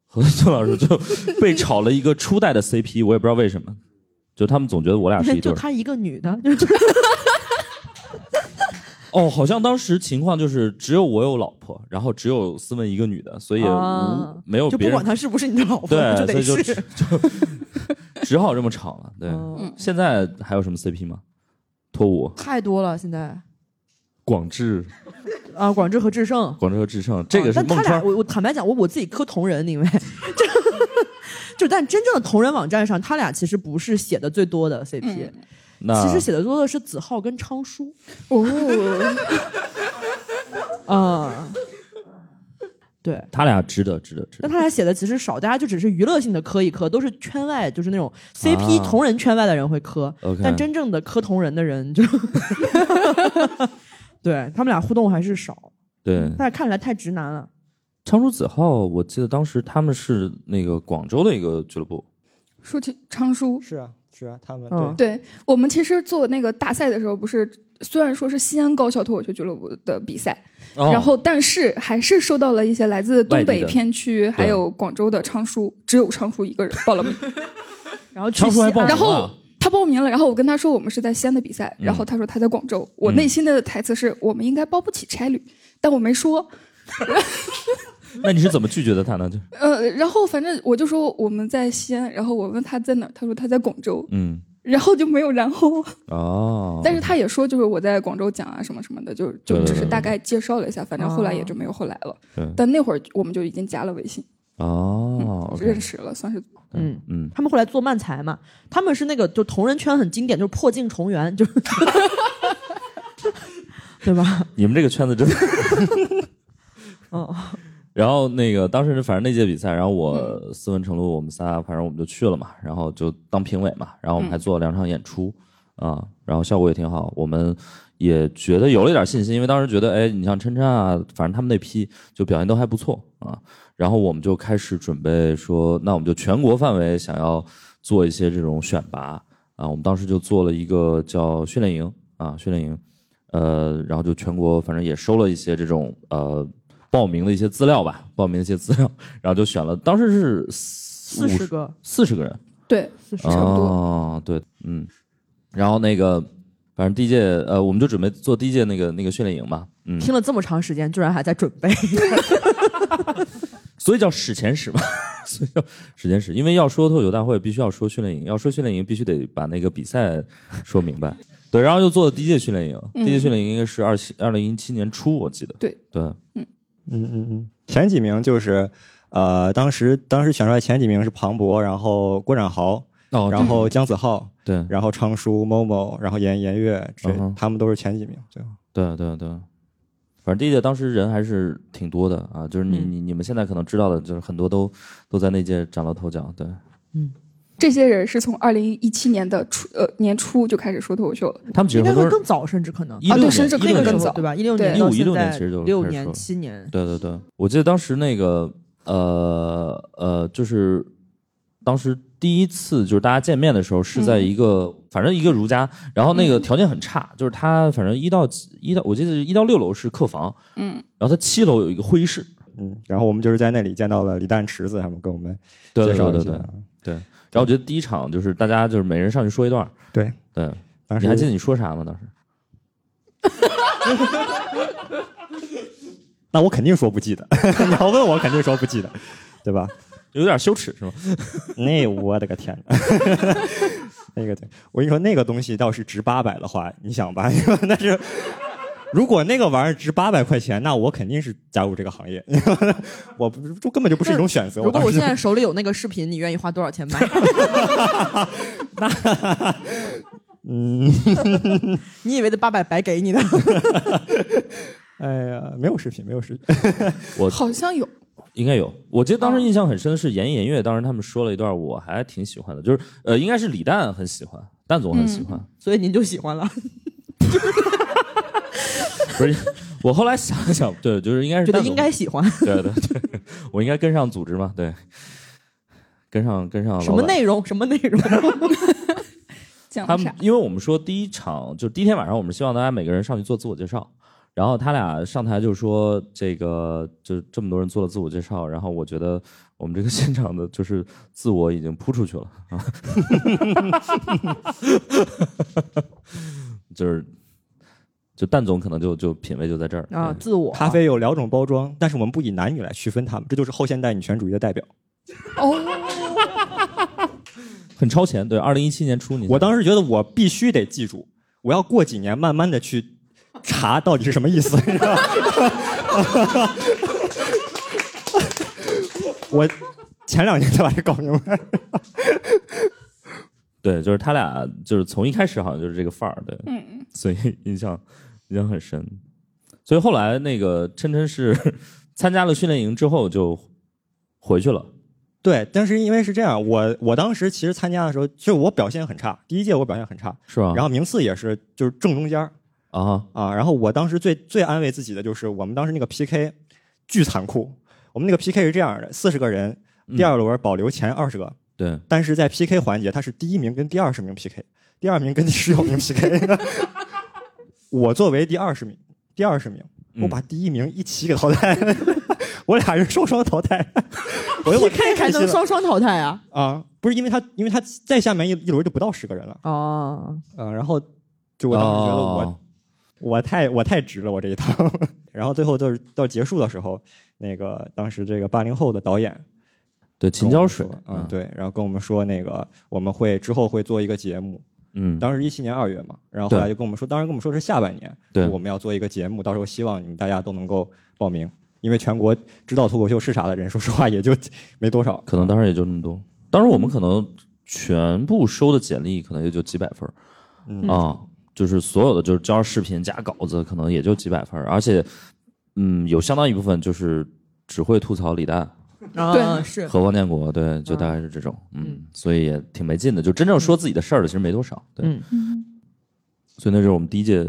Speaker 1: 和孙老师就被炒了一个初代的 CP，我也不知道为什么，就他们总觉得我俩是一对
Speaker 2: 就
Speaker 1: 儿。
Speaker 2: 她一个女的，就是
Speaker 1: 哦，好像当时情况就是只有我有老婆，然后只有思文一个女的，所以无、
Speaker 2: 啊
Speaker 1: 没有
Speaker 2: 就
Speaker 1: 别
Speaker 2: 不
Speaker 1: 人
Speaker 2: 管她是不是你的老婆，
Speaker 1: 对，所
Speaker 2: 就得
Speaker 1: 以就是只。就 <laughs> 只好这么吵了。对，
Speaker 2: 嗯
Speaker 1: 现在还有什么 CP 吗？脱舞、
Speaker 2: 太多了，现在
Speaker 1: 广智、
Speaker 2: 啊，广智和智胜，
Speaker 1: 广智和智胜，这个是
Speaker 2: 啊
Speaker 1: 孟
Speaker 2: 但他俩，
Speaker 1: 川。
Speaker 2: 我我坦白讲，我我自己磕同人，因为这就 <laughs> 但真正的同人网站上，他俩其实不是写的最多的 CP，、
Speaker 1: 那
Speaker 2: 其实写的多的是子浩跟昌叔 <laughs>
Speaker 3: 哦，
Speaker 2: 啊、对。
Speaker 1: 他俩值得，值得，值
Speaker 2: 但
Speaker 1: 得。
Speaker 2: 他俩写的其实少，大家就只是娱乐性的磕一磕，都是圈外，就是那种 CP
Speaker 1: 啊
Speaker 2: 同人圈外的人会磕，
Speaker 1: OK
Speaker 2: 但真正的磕同人的人
Speaker 1: <laughs>
Speaker 2: 就，对他们俩互动还是少，
Speaker 1: 对，
Speaker 2: 他俩看起来太直男了。
Speaker 1: 长舒子浩，我记得当时他们是那个广州的一个俱乐部。
Speaker 3: 说起昌叔，
Speaker 4: 是啊，是啊，他们
Speaker 2: 嗯
Speaker 4: 对
Speaker 3: 对我们其实做那个大赛的时候，不是虽然说是西安高校脱口秀俱乐部的比赛，
Speaker 1: 哦
Speaker 3: 然后但是还是受到了一些来自东
Speaker 1: 外地
Speaker 3: 北
Speaker 1: 的
Speaker 3: 片区还有广州的昌叔，只有昌叔一个人报
Speaker 1: <laughs>
Speaker 3: 了名，
Speaker 2: 然后去
Speaker 1: 昌叔
Speaker 2: 西
Speaker 1: 还
Speaker 2: 安，
Speaker 1: 报名
Speaker 3: 然后
Speaker 1: 了。
Speaker 3: 他报名了，然后我跟他说我们是在西安的比赛，
Speaker 1: 嗯
Speaker 3: 然后他说他在广州。我
Speaker 1: 嗯
Speaker 3: 内心的台词是我们应该包不起差旅，但我没说。
Speaker 1: 那你是怎么拒绝的他呢？就
Speaker 3: 呃，然后反正我就说我们在西安，然后我问他在哪儿，他说他在广州，
Speaker 1: 嗯，
Speaker 3: 然后就没有然后。
Speaker 1: 哦，
Speaker 3: 但是他也说就是我在广州讲啊什么什么的，就
Speaker 1: 对
Speaker 3: 就
Speaker 1: 对
Speaker 3: 只是
Speaker 1: 对嗯
Speaker 3: 大概介绍了一下，反正后来也
Speaker 2: 哦
Speaker 3: 就没有后来了。
Speaker 1: 对
Speaker 3: 但那会儿我们就已经加了微信，
Speaker 1: 哦，OK，
Speaker 3: 认识了，算是
Speaker 2: 嗯，
Speaker 1: 嗯，
Speaker 2: 他们后来做漫才嘛，他们是那个就同人圈很经典，就是破镜重圆，就是，对吧？
Speaker 1: 你们这个圈子真的
Speaker 2: 嗯，
Speaker 1: 然后那个当时反正那届比赛，然后我斯文程璐我们仨，反正我们就去了嘛，然后就当评委嘛，然后我们还做了两场演出啊、然后效果也挺好，我们也觉得有了一点信心，因为当时觉得，哎，你像琛琛啊，反正他们那批就表现都还不错啊，然后我们就开始准备说，那我们就全国范围想要做一些这种选拔啊，我们当时就做了一个叫训练营啊，训练营，呃，然后就全国反正也收了一些这种呃报名的一些资料吧，报名的一些资料，然后就选了，当时是四
Speaker 2: 四十个，
Speaker 1: 四十个人，
Speaker 3: 对，
Speaker 2: 四十
Speaker 3: 差不多
Speaker 1: 哦，对，嗯，然后那个反正第一届呃，我们就准备做第一届那个那个训练营嘛，嗯，
Speaker 2: 听了这么长时间，居然还在准备，
Speaker 1: 所以叫史前史嘛， <laughs> 所以叫史前史，因为要说脱口秀大会，必须要说训练营，要说训练营，必须得把那个比赛说明白。对，然后就做了第一届训练营，第一届训练营应该是二七二零一七年初，我记得。
Speaker 3: 嗯对
Speaker 1: 对，
Speaker 4: 嗯嗯嗯，前几名就是呃，当时当时选出来前几名是庞博，然后郭展豪，
Speaker 1: 哦
Speaker 4: 然后姜子浩，
Speaker 1: 对
Speaker 4: 然后昌叔、Momo，然后严严月，这
Speaker 1: 嗯哼
Speaker 4: 他们都是前几名。最后
Speaker 1: 对对对，反正第一届当时人还是挺多的啊，就是你
Speaker 3: 嗯
Speaker 1: 你你们现在可能知道的，就是很多都都在那届崭露头角。对，
Speaker 3: 这些人是从二零一七年的初呃年初就开始说脱口秀了。
Speaker 1: 他们其实
Speaker 2: 应该
Speaker 1: 很多
Speaker 2: 会
Speaker 1: 人
Speaker 2: 更早，甚至可能
Speaker 1: 16
Speaker 3: 啊对
Speaker 1: 年
Speaker 3: 甚至
Speaker 1: 16
Speaker 3: 可以
Speaker 1: 年
Speaker 3: 更
Speaker 1: 的时
Speaker 3: 早
Speaker 1: 候
Speaker 2: 对吧？一六
Speaker 3: 对
Speaker 2: 年到
Speaker 1: 15 16
Speaker 2: 现
Speaker 1: 年
Speaker 2: 在
Speaker 1: 其实就
Speaker 2: 六
Speaker 1: 开始
Speaker 2: 年
Speaker 1: 说
Speaker 2: 七年，
Speaker 1: 对对对，我记得当时那个呃呃，就是当时第一次就是大家见面的时候是
Speaker 3: 嗯
Speaker 1: 在一个、反正一个如家，然后那个条件很差，就是他反正一到一到我记得是一到六楼是客房，
Speaker 3: 嗯，
Speaker 1: 然后他七楼有一个会议室，
Speaker 4: 嗯，然后我们就是在那里见到了李诞、池子他们，跟我们
Speaker 1: 对
Speaker 4: 介
Speaker 1: 对
Speaker 4: 绍
Speaker 1: 对
Speaker 4: 了
Speaker 1: 对
Speaker 4: 一下啊
Speaker 1: 对。对。然后我觉得第一场就是大家就是每人上去说一段，
Speaker 4: 对，
Speaker 1: 对，
Speaker 4: 当
Speaker 1: 你还记
Speaker 4: 时
Speaker 1: 得你说啥吗？当时
Speaker 4: 那我肯定说不记得， <laughs> 你要问我肯定说不记得，对吧？
Speaker 1: 有点羞耻是吗？
Speaker 4: 那我的个天啊呐， <laughs> 那个对我跟你说，那个东西要是值八百的话，你想吧， <laughs> 那是如果那个玩意儿值八百块钱，那我肯定是加入这个行业， <laughs> 我不就根本就不是一种选择。
Speaker 2: 如果
Speaker 4: 当
Speaker 2: 我
Speaker 4: 时
Speaker 2: 现在手里有那个视频，你愿意花多少钱买？
Speaker 4: 嗯，
Speaker 2: 你以为的八百白给你的？
Speaker 4: 哎呀，没有视频，没有视频，
Speaker 3: 好像有，
Speaker 1: 应该有。我记得
Speaker 2: 哦
Speaker 1: 当时印象很深的是言言月，当时他们说了一段，我还挺喜欢的，就是呃，应该是李诞很喜欢，蛋总很喜欢。
Speaker 2: 所以您就喜欢了，
Speaker 1: 不是，我后来想了想，对，就是应该是
Speaker 2: 觉得
Speaker 1: 蛋总
Speaker 2: 应该喜欢。
Speaker 1: 对对对，我应该跟上组织嘛，对，跟上跟上老
Speaker 2: 什么
Speaker 1: 板
Speaker 2: 内容？什么内容？
Speaker 3: 讲
Speaker 1: 他
Speaker 3: 了
Speaker 1: 们
Speaker 3: 啥？
Speaker 1: 因为我们说第一场就第一天晚上，我们希望大家每个人上去做自我介绍，然后他俩上台就说这个就这么多人做了自我介绍，然后我觉得我们这个现场的就是自我已经扑出去了啊， <laughs> 就是就蛋总可能就就品味就在这儿
Speaker 2: 啊，
Speaker 1: 对
Speaker 2: 自我
Speaker 4: 咖啡有两种包装，但是我们不以男女来区分它们，这就是后现代女权主义的代表。
Speaker 3: 哦，
Speaker 1: 很超前，对，二零一七年初你
Speaker 4: 我当时觉得我必须得记住，我要过几年慢慢的去查到底是什么意思。你知道吗 <laughs> 我前两年才把这搞明白。
Speaker 1: 对，就是他俩就是从一开始好像就是这个范儿，对，
Speaker 3: 嗯，
Speaker 1: 所以 <laughs> 印象印象很深。所以后来那个琛琛是 <laughs> 参加了训练营之后就回去了，
Speaker 4: 对，但是因为是这样，我我当时其实参加的时候，就我表现很差，第一届我表现很差，
Speaker 1: 是吧？
Speaker 4: 然后名次也是就是正中间儿
Speaker 1: 后啊，
Speaker 4: 啊。然后我当时最最安慰自己的就是，我们当时那个 PK 巨残酷，我们那个 PK 是这样的：四十个人，第二轮保留前二十个，
Speaker 1: 对，
Speaker 4: 但是在 PK 环节，他是第一名跟第二十名 PK，第二名跟第十九名
Speaker 1: <laughs>
Speaker 4: PK。我作为第二十名，第二十名，
Speaker 1: 嗯
Speaker 4: 我把第一名一起给淘汰， <laughs> 我俩人双双淘汰，我就我太
Speaker 2: ，PK 还
Speaker 4: 开心
Speaker 2: 能
Speaker 4: 了
Speaker 2: 双双淘汰啊？
Speaker 4: 啊！不是因为他，因为他再下面一一轮就不到十个人了，
Speaker 2: 哦，
Speaker 4: 嗯、然后就我当时觉得我、
Speaker 1: 哦
Speaker 4: 我太我太值了，我这一趟。 <laughs> 然后最后就是到结束的时候，那个当时这个八零后的导演
Speaker 1: 对秦
Speaker 4: 跟我
Speaker 1: 椒
Speaker 4: 们
Speaker 1: 水
Speaker 4: 说，嗯，，对，然后跟我们说那个我们会之后会做一个节目，
Speaker 1: 嗯，
Speaker 4: 当时一七年二月嘛，然后后来就跟我们说，当时跟我们说是下半年，
Speaker 1: 对
Speaker 4: 我们要做一个节目，到时候希望你们大家都能够报名，因为全国知道脱口秀是啥的人，说实话也就 <laughs> 没多少。
Speaker 1: 可能当时也就那么多。当时我们可能全部收的简历可能也就几百分儿、
Speaker 4: 嗯
Speaker 1: 啊，就是所有的就是交视频加稿子，可能也就几百分儿，而且嗯，有相当一部分就是只会吐槽李诞。
Speaker 2: 啊，是
Speaker 1: 和汪建国，对，就大概是这种，嗯，所以也挺没劲的。就真正说自己的事儿的，其实没多少，对，
Speaker 2: 嗯
Speaker 1: 所以那是我们第一届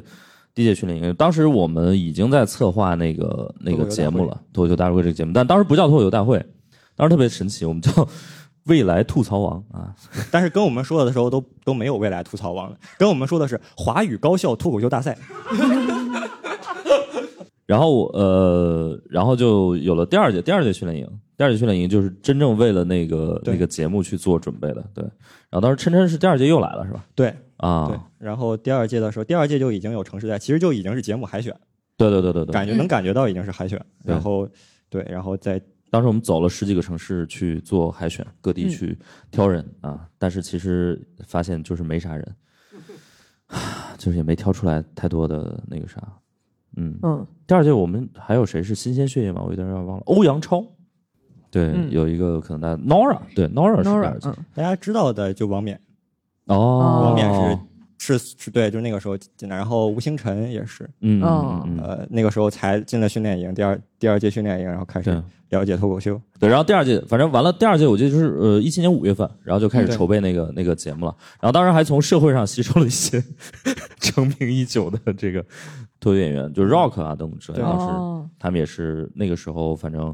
Speaker 1: 第一届训练营。当时我们已经在策划那个那个节目了，脱口秀大会这个节目，但当时不叫脱口秀大会，当时特别神奇，我们叫未来吐槽王啊，
Speaker 4: 但是跟我们说的时候都都没有未来吐槽王了，跟我们说的是华语高校脱口秀大赛，
Speaker 1: 然后我呃，然后就有了第二届第二届训练营，第二届训练营就是真正为了那个
Speaker 4: 对
Speaker 1: 那个节目去做准备的，对。然后当时琛琛是第二届又来了，是吧？
Speaker 4: 对
Speaker 1: 啊，
Speaker 4: 对。然后第二届的时候，第二届就已经有城市在，其实就已经是节目海选，
Speaker 1: 对对对对对
Speaker 4: 感觉能感觉到已经是海选。
Speaker 1: 对
Speaker 4: 然后对，然后在
Speaker 1: 当时我们走了十几个城市去做海选，各地去挑人、啊，但是其实发现就是没啥人，唉就是也没挑出来太多的那个啥。嗯，
Speaker 2: 嗯，
Speaker 1: 第二届我们还有谁是新鲜血液吗？我有点忘了，欧阳超对，有一个可能大家 Nora，对 Nora 是
Speaker 2: 嗯 Nora，
Speaker 1: 哪儿去
Speaker 2: 嗯
Speaker 4: 大家知道的就王冕，
Speaker 1: 哦，
Speaker 4: 王冕是是是对，就是那个时候进的，然后吴星辰也是，
Speaker 1: 嗯，嗯
Speaker 2: 哦
Speaker 1: 嗯嗯
Speaker 4: 呃，那个时候才进了训练营，第二第二届训练营，然后开
Speaker 1: 对
Speaker 4: 始了解脱口秀。
Speaker 1: 对，然后第二届，反正完了，第二届我记得就是呃一七年五月份，然后就开始
Speaker 4: 嗯对
Speaker 1: 筹备那个那个节目了。然后当时还从社会上吸收了一些 <laughs> 成名已久的这个脱口演员，就 Rock 啊等等之类的。
Speaker 4: 嗯对
Speaker 1: 当时、
Speaker 2: 哦
Speaker 1: 他们也是那个时候，反正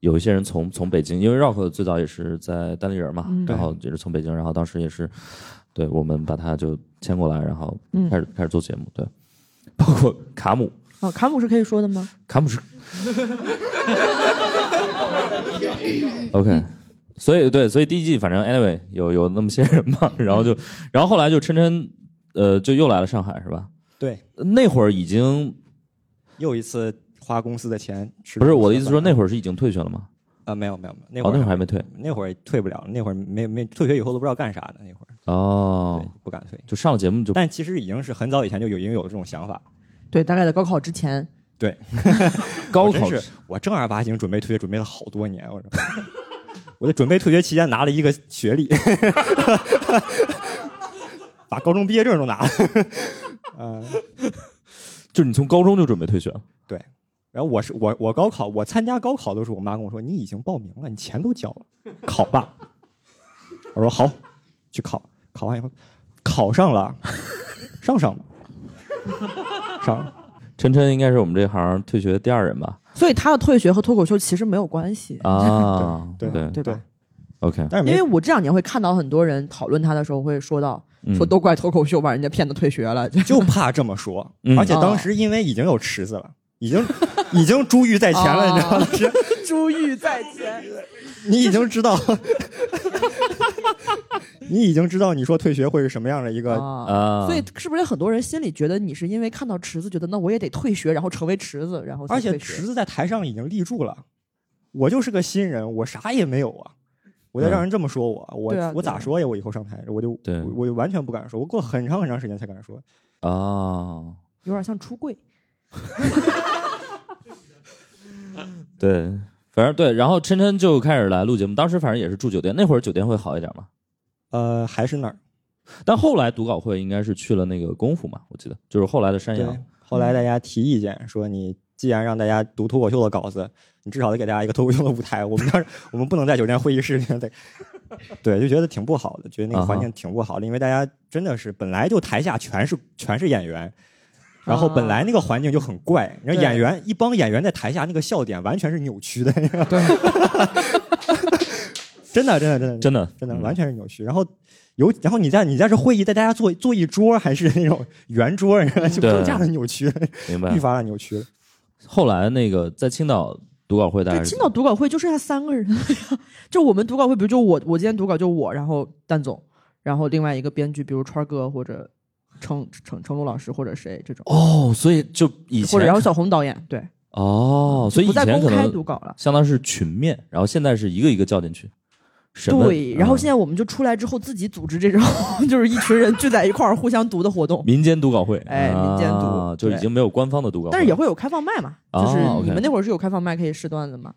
Speaker 1: 有一些人从从北京，因为 Rock 最早也是在单立人嘛，然后也是从北京，然后当时也是对我们把他就签过来，然后开始、开始做节目，对，包括卡姆，
Speaker 2: 哦，卡姆是可以说的吗？
Speaker 1: 卡姆是。OK，所以对，所以第一季反正 anyway 有有那么些人嘛， <laughs> 然后就，然后后来就琛琛，呃，就又来了上海是吧？
Speaker 4: 对，
Speaker 1: 那会儿已经
Speaker 4: 又一次花公司的钱吃
Speaker 1: 不
Speaker 4: 公司饭。
Speaker 1: 是我的意思，说那会儿是已经退学了吗？
Speaker 4: 啊，没有没有没有，那
Speaker 1: 哦，那会
Speaker 4: 会
Speaker 1: 儿
Speaker 4: 儿
Speaker 1: 还没退
Speaker 4: 那会儿退不了，那会儿没没退学以后都不知道干啥的，那会儿
Speaker 1: 哦
Speaker 4: 对，不敢退。
Speaker 1: 就上了节目就
Speaker 4: 但其实已经是很早以前就有已经有这种想法，
Speaker 2: 对，大概在高考之前。
Speaker 4: 对，
Speaker 1: 高
Speaker 4: 我真
Speaker 1: 考
Speaker 4: 是我正儿八经准备退学，准备了好多年，我说， <laughs> 我就准备退学期间拿了一个学历， <laughs> 把高中毕业证都拿了。
Speaker 1: 就是你从高中就准备退学了，
Speaker 4: 对，然后我是我我高考我参加高考都是我妈跟我说你已经报名了，你钱都交了，考吧。我说好，去考。考完以后，考上了，上上吧，上了
Speaker 1: 琛琛应该是我们这行退学的第二人吧？
Speaker 2: 所以他的退学和脱口秀其实没有关系，
Speaker 1: 啊，
Speaker 4: 对
Speaker 1: 对
Speaker 2: 对吧？
Speaker 1: ，OK，
Speaker 4: 但是
Speaker 2: 因
Speaker 4: 没
Speaker 2: 为我这两年会看到很多人讨论他的时候会说到，说都怪脱口秀把人家骗的退学了，就 <laughs>
Speaker 4: 就怕这么说，
Speaker 1: 嗯
Speaker 4: 而且
Speaker 2: 哦
Speaker 4: 当时因为已经有池子了。已经已经珠玉在前了，你知
Speaker 2: 哦
Speaker 4: 道吗？是
Speaker 2: 珠玉在前。
Speaker 4: 你已经知道， <laughs> 你已经知道你说退学会是什么样的一个
Speaker 2: 啊，
Speaker 1: 啊，
Speaker 2: 所以是不是有很多人心里觉得你是因为看到池子，觉得那我也得退学，然后成为池子，然后才
Speaker 4: 而且
Speaker 2: 退学
Speaker 4: 池子在台上已经立住了，我就是个新人，我啥也没有啊！我再让人这么说我，我、
Speaker 2: 对啊
Speaker 4: 我
Speaker 2: 对啊
Speaker 4: 咋说呀？我以后上台，我就
Speaker 1: 对
Speaker 4: 我我就完全不敢说，我过了很长很长时间才敢说。
Speaker 1: 啊，
Speaker 2: 有点像出柜。
Speaker 1: 对，反正对，然后琛琛就开始来录节目，当时反正也是住酒店，那会儿酒店会好一点嘛。
Speaker 4: 呃，还是那儿，
Speaker 1: 但后来读稿会应该是去了那个功夫嘛，我记得就是后来的山
Speaker 4: 对
Speaker 1: 羊。。
Speaker 4: 后来大家提意见说，你既然让大家读脱口秀的稿子，你至少得给大家一个脱口秀的舞台。我们当时我们不能在酒店会议室里面得，对，就觉得挺不好的，觉得那个环境挺不好的，因为大家真的是本来就台下全是全是演员，然后本来那个环境就很怪，然后
Speaker 2: 对
Speaker 4: 演员一帮演员在台下那个笑点完全是扭曲的， <laughs> 真的真的真的
Speaker 1: 真的
Speaker 4: 真的
Speaker 1: 嗯
Speaker 4: 完全是扭曲。然后有，然后你在你在这会议，带大家坐坐一桌还是那种 <laughs> 圆桌，然后就
Speaker 1: 对
Speaker 4: 更加的扭曲，
Speaker 1: 明白
Speaker 4: <laughs> 愈。发的扭曲了。
Speaker 1: 后来那个在青岛读稿会，大
Speaker 2: 对，
Speaker 1: 哎家是
Speaker 2: 青岛读稿会就剩下三个人， <laughs> 就我们读稿会，比如就我，我今天读稿就我，然后蛋总，然后另外一个编剧，比如川儿哥或者程程程璐老师或者谁这种，
Speaker 1: 哦，所以就以
Speaker 2: 或者然后
Speaker 1: 前
Speaker 2: 小红导演，对，
Speaker 1: 哦，所以以
Speaker 2: 不再
Speaker 1: 前
Speaker 2: 公
Speaker 1: 可
Speaker 2: 开读
Speaker 1: 能
Speaker 2: 稿了。
Speaker 1: 相当是群面，然后现在是一个一个叫进去。审问
Speaker 2: 对，然后
Speaker 1: 嗯
Speaker 2: 现在我们就出来之后自己组织这种， <laughs> 就是一群人聚在一块儿互相读的活动。
Speaker 1: 民间读稿会，
Speaker 2: 哎民间读
Speaker 1: 啊就已
Speaker 2: 对
Speaker 1: 经没有官方的读稿会了，
Speaker 2: 但是也会有开放麦嘛，就是
Speaker 1: 哦，OK
Speaker 2: 你们那会儿是有开放麦可以试段子嘛，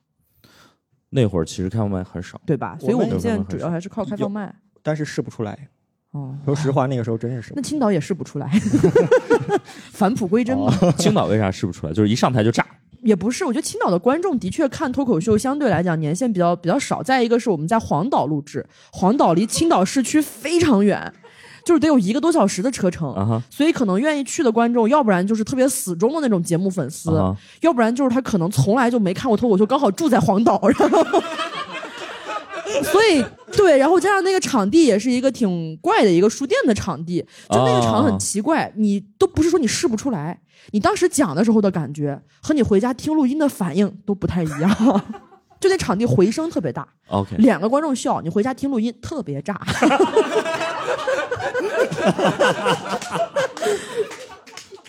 Speaker 1: 那会儿其实开放麦很少，
Speaker 2: 对吧？
Speaker 4: 我
Speaker 2: 所以我
Speaker 4: 们
Speaker 2: 们现在
Speaker 1: 有开放麦
Speaker 2: 主要还是靠开放麦。
Speaker 4: 但是试不出来。
Speaker 2: 哦，
Speaker 4: 说实话，那个时候真是试不
Speaker 2: 那青岛也试不
Speaker 1: <laughs>
Speaker 2: 出来，返璞归真嘛。
Speaker 1: 青岛为啥试不出来？就是一上台就炸，
Speaker 2: 也不是，我觉得青岛的观众的确看脱口秀相对来讲年限比较比较少。再一个是我们在黄岛录制，黄岛离青岛市区非常远，就是得有一个多小时的车程。
Speaker 1: 啊 <laughs> 哈，
Speaker 2: 所以可能愿意去的观众，要不然就是特别死忠的那种节目粉丝，
Speaker 1: 啊哈
Speaker 2: 要不然就是他可能从来就没看过脱口秀，刚好住在黄岛，然后， <laughs> 所以对，然后加上那个场地也是一个挺怪的一个书店的场地，就那个场很奇怪，你都不是说你试不出来，你当时讲的时候的感觉和你回家听录音的反应都不太一样， <laughs> 就那场地回声特别大，
Speaker 1: ，OK，
Speaker 2: 两个观众笑，你回家听录音特别炸。 <laughs>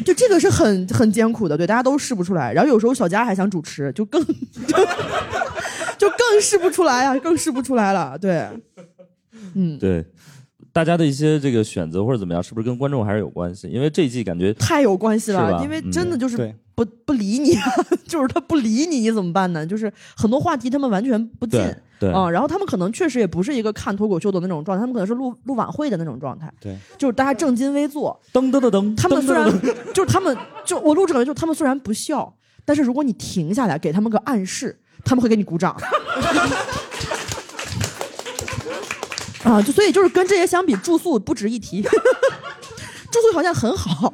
Speaker 2: 就这个是很很艰苦的，对，大家都试不出来。然后有时候小佳还想主持，就更 <laughs> 就就更试不出来啊，更试不出来了。对，嗯，
Speaker 1: 对，大家的一些这个选择或者怎么样，是不是跟观众还是有关系？因为这一季感觉
Speaker 2: 太有关系
Speaker 1: 是
Speaker 2: 了
Speaker 1: 吧，
Speaker 2: 因为真的
Speaker 1: 嗯
Speaker 2: 就是
Speaker 4: 对
Speaker 2: 不、不理你，啊 <laughs> 就是他不理你，你怎么办呢？就是很多话题他们完全不进，
Speaker 1: 对对
Speaker 2: 嗯，然后他们可能确实也不是一个看脱口秀的那种状态，他们可能是录录晚会的那种状态，
Speaker 4: 对，
Speaker 2: 就是大家正襟危坐。
Speaker 1: 噔噔噔噔，
Speaker 2: 他们
Speaker 1: 噔
Speaker 2: 虽然
Speaker 1: 噔噔噔
Speaker 2: 就是他们就我录制了，就是他们虽然不笑，但是如果你停下来给他们个暗示，他们会给你鼓掌。 <laughs> 啊，就所以就是跟这些相比，住宿不值一提。 <laughs> 住宿条件很好，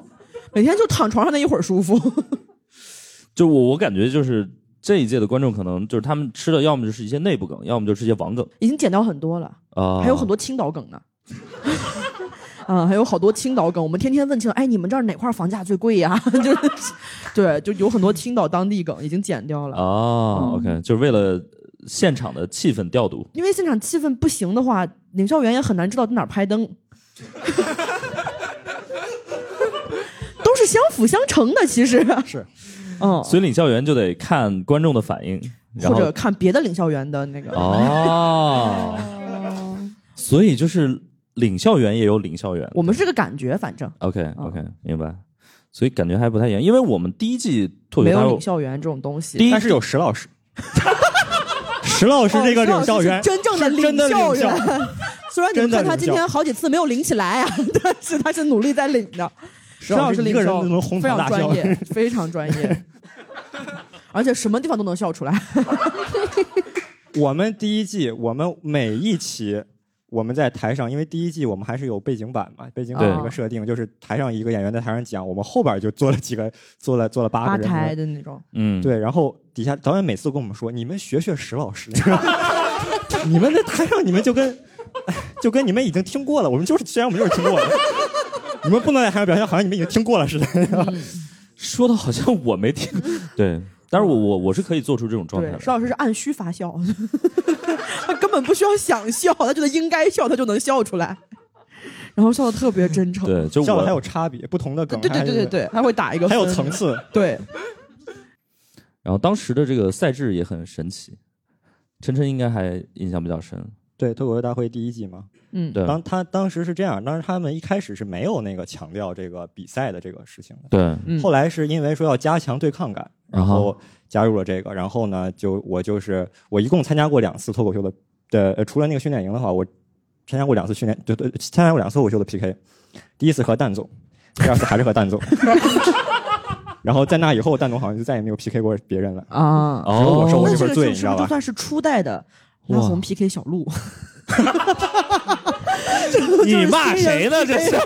Speaker 2: 每天就躺床上那一会儿舒服。 <laughs>
Speaker 1: 就我我感觉就是这一届的观众可能就是他们吃的要么就是一些内部梗，要么就是一些网梗
Speaker 2: 已经剪掉很多了，
Speaker 1: 啊，
Speaker 2: 还有很多青岛梗呢。 <laughs> 啊，还有好多青岛梗，我们天天问青岛，哎，你们这儿哪块儿房价最贵呀、 <laughs> 就是，对，就有很多青岛当地梗已经剪掉了。
Speaker 1: 啊
Speaker 2: 嗯
Speaker 1: ，OK，就是为了现场的气氛调度。
Speaker 2: 因为现场气氛不行的话，领笑员也很难知道在哪儿拍灯，都是相辅相成的。其实
Speaker 4: 是，
Speaker 2: 嗯，
Speaker 1: 所以领笑员就得看观众的反
Speaker 2: <laughs>
Speaker 1: 应，然
Speaker 2: 或者
Speaker 1: 后
Speaker 2: 看别的领笑员的那个，
Speaker 1: 哦，所以就是领笑员也有领笑员
Speaker 2: 我们是个感觉，反正
Speaker 4: 嗯
Speaker 1: ，OK OK，明白。所以感觉还不太一样，因为我们第一季脱口
Speaker 2: 没
Speaker 1: 秀大
Speaker 2: 有
Speaker 1: 会
Speaker 2: 领，笑员这种东西。
Speaker 1: 第一
Speaker 4: 但是有石老师， <laughs> 石老师这个领笑员
Speaker 2: 哦石老师是真正的
Speaker 4: 是真
Speaker 2: 领
Speaker 4: 的领
Speaker 2: 笑
Speaker 4: 笑 <laughs>
Speaker 2: 员。 <laughs> 虽然你们
Speaker 4: 真的
Speaker 2: 看他
Speaker 4: 领
Speaker 2: 今
Speaker 4: 笑
Speaker 2: 天好几次没有领起来啊，但是他是努力在领的。
Speaker 4: 石
Speaker 2: 师
Speaker 4: 老啊师一
Speaker 2: 领
Speaker 4: 个人
Speaker 2: 笑
Speaker 4: 就能哄
Speaker 2: 非
Speaker 4: 堂
Speaker 2: 常
Speaker 4: 大笑
Speaker 2: 专。
Speaker 4: <laughs>
Speaker 2: 业，非常专业，而且什么地方都能笑出来。
Speaker 4: 我们第一季，我们每一期。我们在台上，因为第一季我们还是有背景板嘛，背景板
Speaker 1: 对
Speaker 4: 有一个设定就是台上一个演员在台上讲，我们后边就做了几个，做了做了八
Speaker 2: 吧
Speaker 4: 个人
Speaker 2: 台的那种，
Speaker 1: 嗯，
Speaker 4: 对，然后底下导演每次跟我们说：“你们学学石老师， <laughs> 你们在台上你们就跟就跟你们已经听过了，我们就是虽然我们就是听过了，你们不能在台上表现好像你们已经听过了似的。
Speaker 2: 嗯
Speaker 4: <laughs>
Speaker 1: 说的好像我没听，对，但是我我我是可以做出这种状态
Speaker 2: 对，
Speaker 1: 的
Speaker 2: 石。老师是按需发笑， <laughs> 他根本不需要想笑，他觉得应该笑，他就能笑出来，然后笑的特别真诚。
Speaker 1: 对，就
Speaker 4: 笑的还有
Speaker 1: 我
Speaker 4: 差别，不同的梗，
Speaker 2: 对对对对，对，还会打一个
Speaker 4: 还有
Speaker 2: 分
Speaker 4: 层次。
Speaker 2: 对，
Speaker 1: 然后当时的这个赛制也很神奇，晨晨应该还印象比较深。
Speaker 4: 对，脱口秀大会第一季嘛，
Speaker 2: 嗯，
Speaker 1: 对
Speaker 4: 当他当时是这样，当时他们一开始是没有那个强调这个比赛的这个事情的，
Speaker 1: 对，
Speaker 2: 嗯
Speaker 4: 后来是因为说要加强对抗感，然后加入了这个。然后呢，就我就是我一共参加过两次脱口秀的，的、呃、除了那个训练营的话，我参加过两次训练，对对，参加过两次脱口秀的 PK，第一次和蛋总，第二次还是和蛋总。 <laughs> 然后在那以后，蛋总好像就再也没有 PK 过别人了。
Speaker 2: 啊，
Speaker 1: 哦
Speaker 4: 只有我受过
Speaker 2: 那
Speaker 4: 这
Speaker 2: 这
Speaker 4: 份
Speaker 2: 个
Speaker 4: 罪，
Speaker 2: 就
Speaker 4: 你知
Speaker 2: 是
Speaker 4: 道
Speaker 2: 不是就
Speaker 4: 吧？
Speaker 2: 算是初代的拉
Speaker 1: 哇
Speaker 2: 红 PK 小
Speaker 4: <laughs>
Speaker 2: 鹿？ <laughs>
Speaker 1: 你骂
Speaker 4: 啊
Speaker 1: 谁呢？这是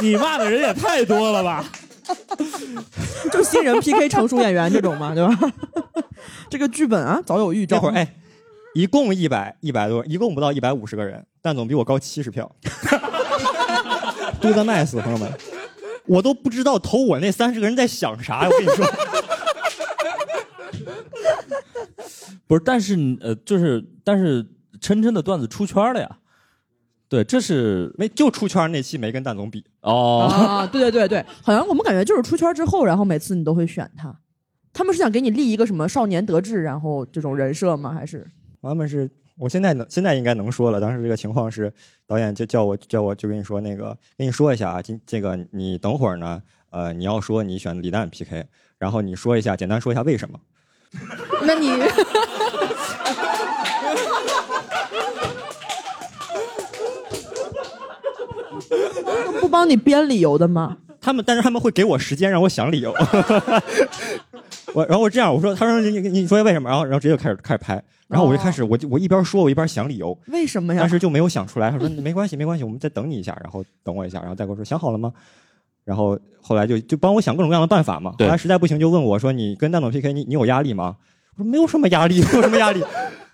Speaker 1: 你骂的人也太多了吧？
Speaker 2: 就新人 PK 成熟演员这种嘛，对吧？ <laughs> 这个剧本啊，早有预兆。
Speaker 4: <laughs> 那会儿哎，一共一百一百多，一共不到一百五十个人，蛋总比我高七十票。Do the math，朋友们，我都不知道投我那三十个人在想啥呀！我跟你说， <laughs>
Speaker 1: 不是，但是你呃，就是但是晨晨的段子出圈了呀。对，这是
Speaker 4: 没就出圈那期没跟蛋总比，
Speaker 1: 哦，
Speaker 2: 啊，对对对对，好像我们感觉就是出圈之后，然后每次你都会选他。他们是想给你立一个什么少年得志，然后这种人设吗？还是
Speaker 4: 他们是我现在能现在应该能说了。当时这个情况是导演就叫我叫我就跟你说那个跟你说一下啊，今这个你等会儿呢，呃，你要说你选李诞 PK，然后你说一下，简单说一下为什么。
Speaker 3: 那你
Speaker 2: 不帮你编理由的吗？
Speaker 4: 他们，但是他们会给我时间让我想理由。 <laughs> 我然后我这样我说，他说你你你说为什么？然后然后直接就开始开始拍，然后我就开始我就我一边说我一边想理由，
Speaker 2: 为什哎么呀？
Speaker 4: 但是就没有想出来。他说没关系没关系，我们再等你一下，然后等我一下，然后再跟我说想好了吗？然后后来就就帮我想各种各样的办法嘛。后
Speaker 1: 对
Speaker 4: 来实在不行就问我说你跟蛋总 PK 你你有压力吗？我说没有什么压力， <laughs> 没有什么压力。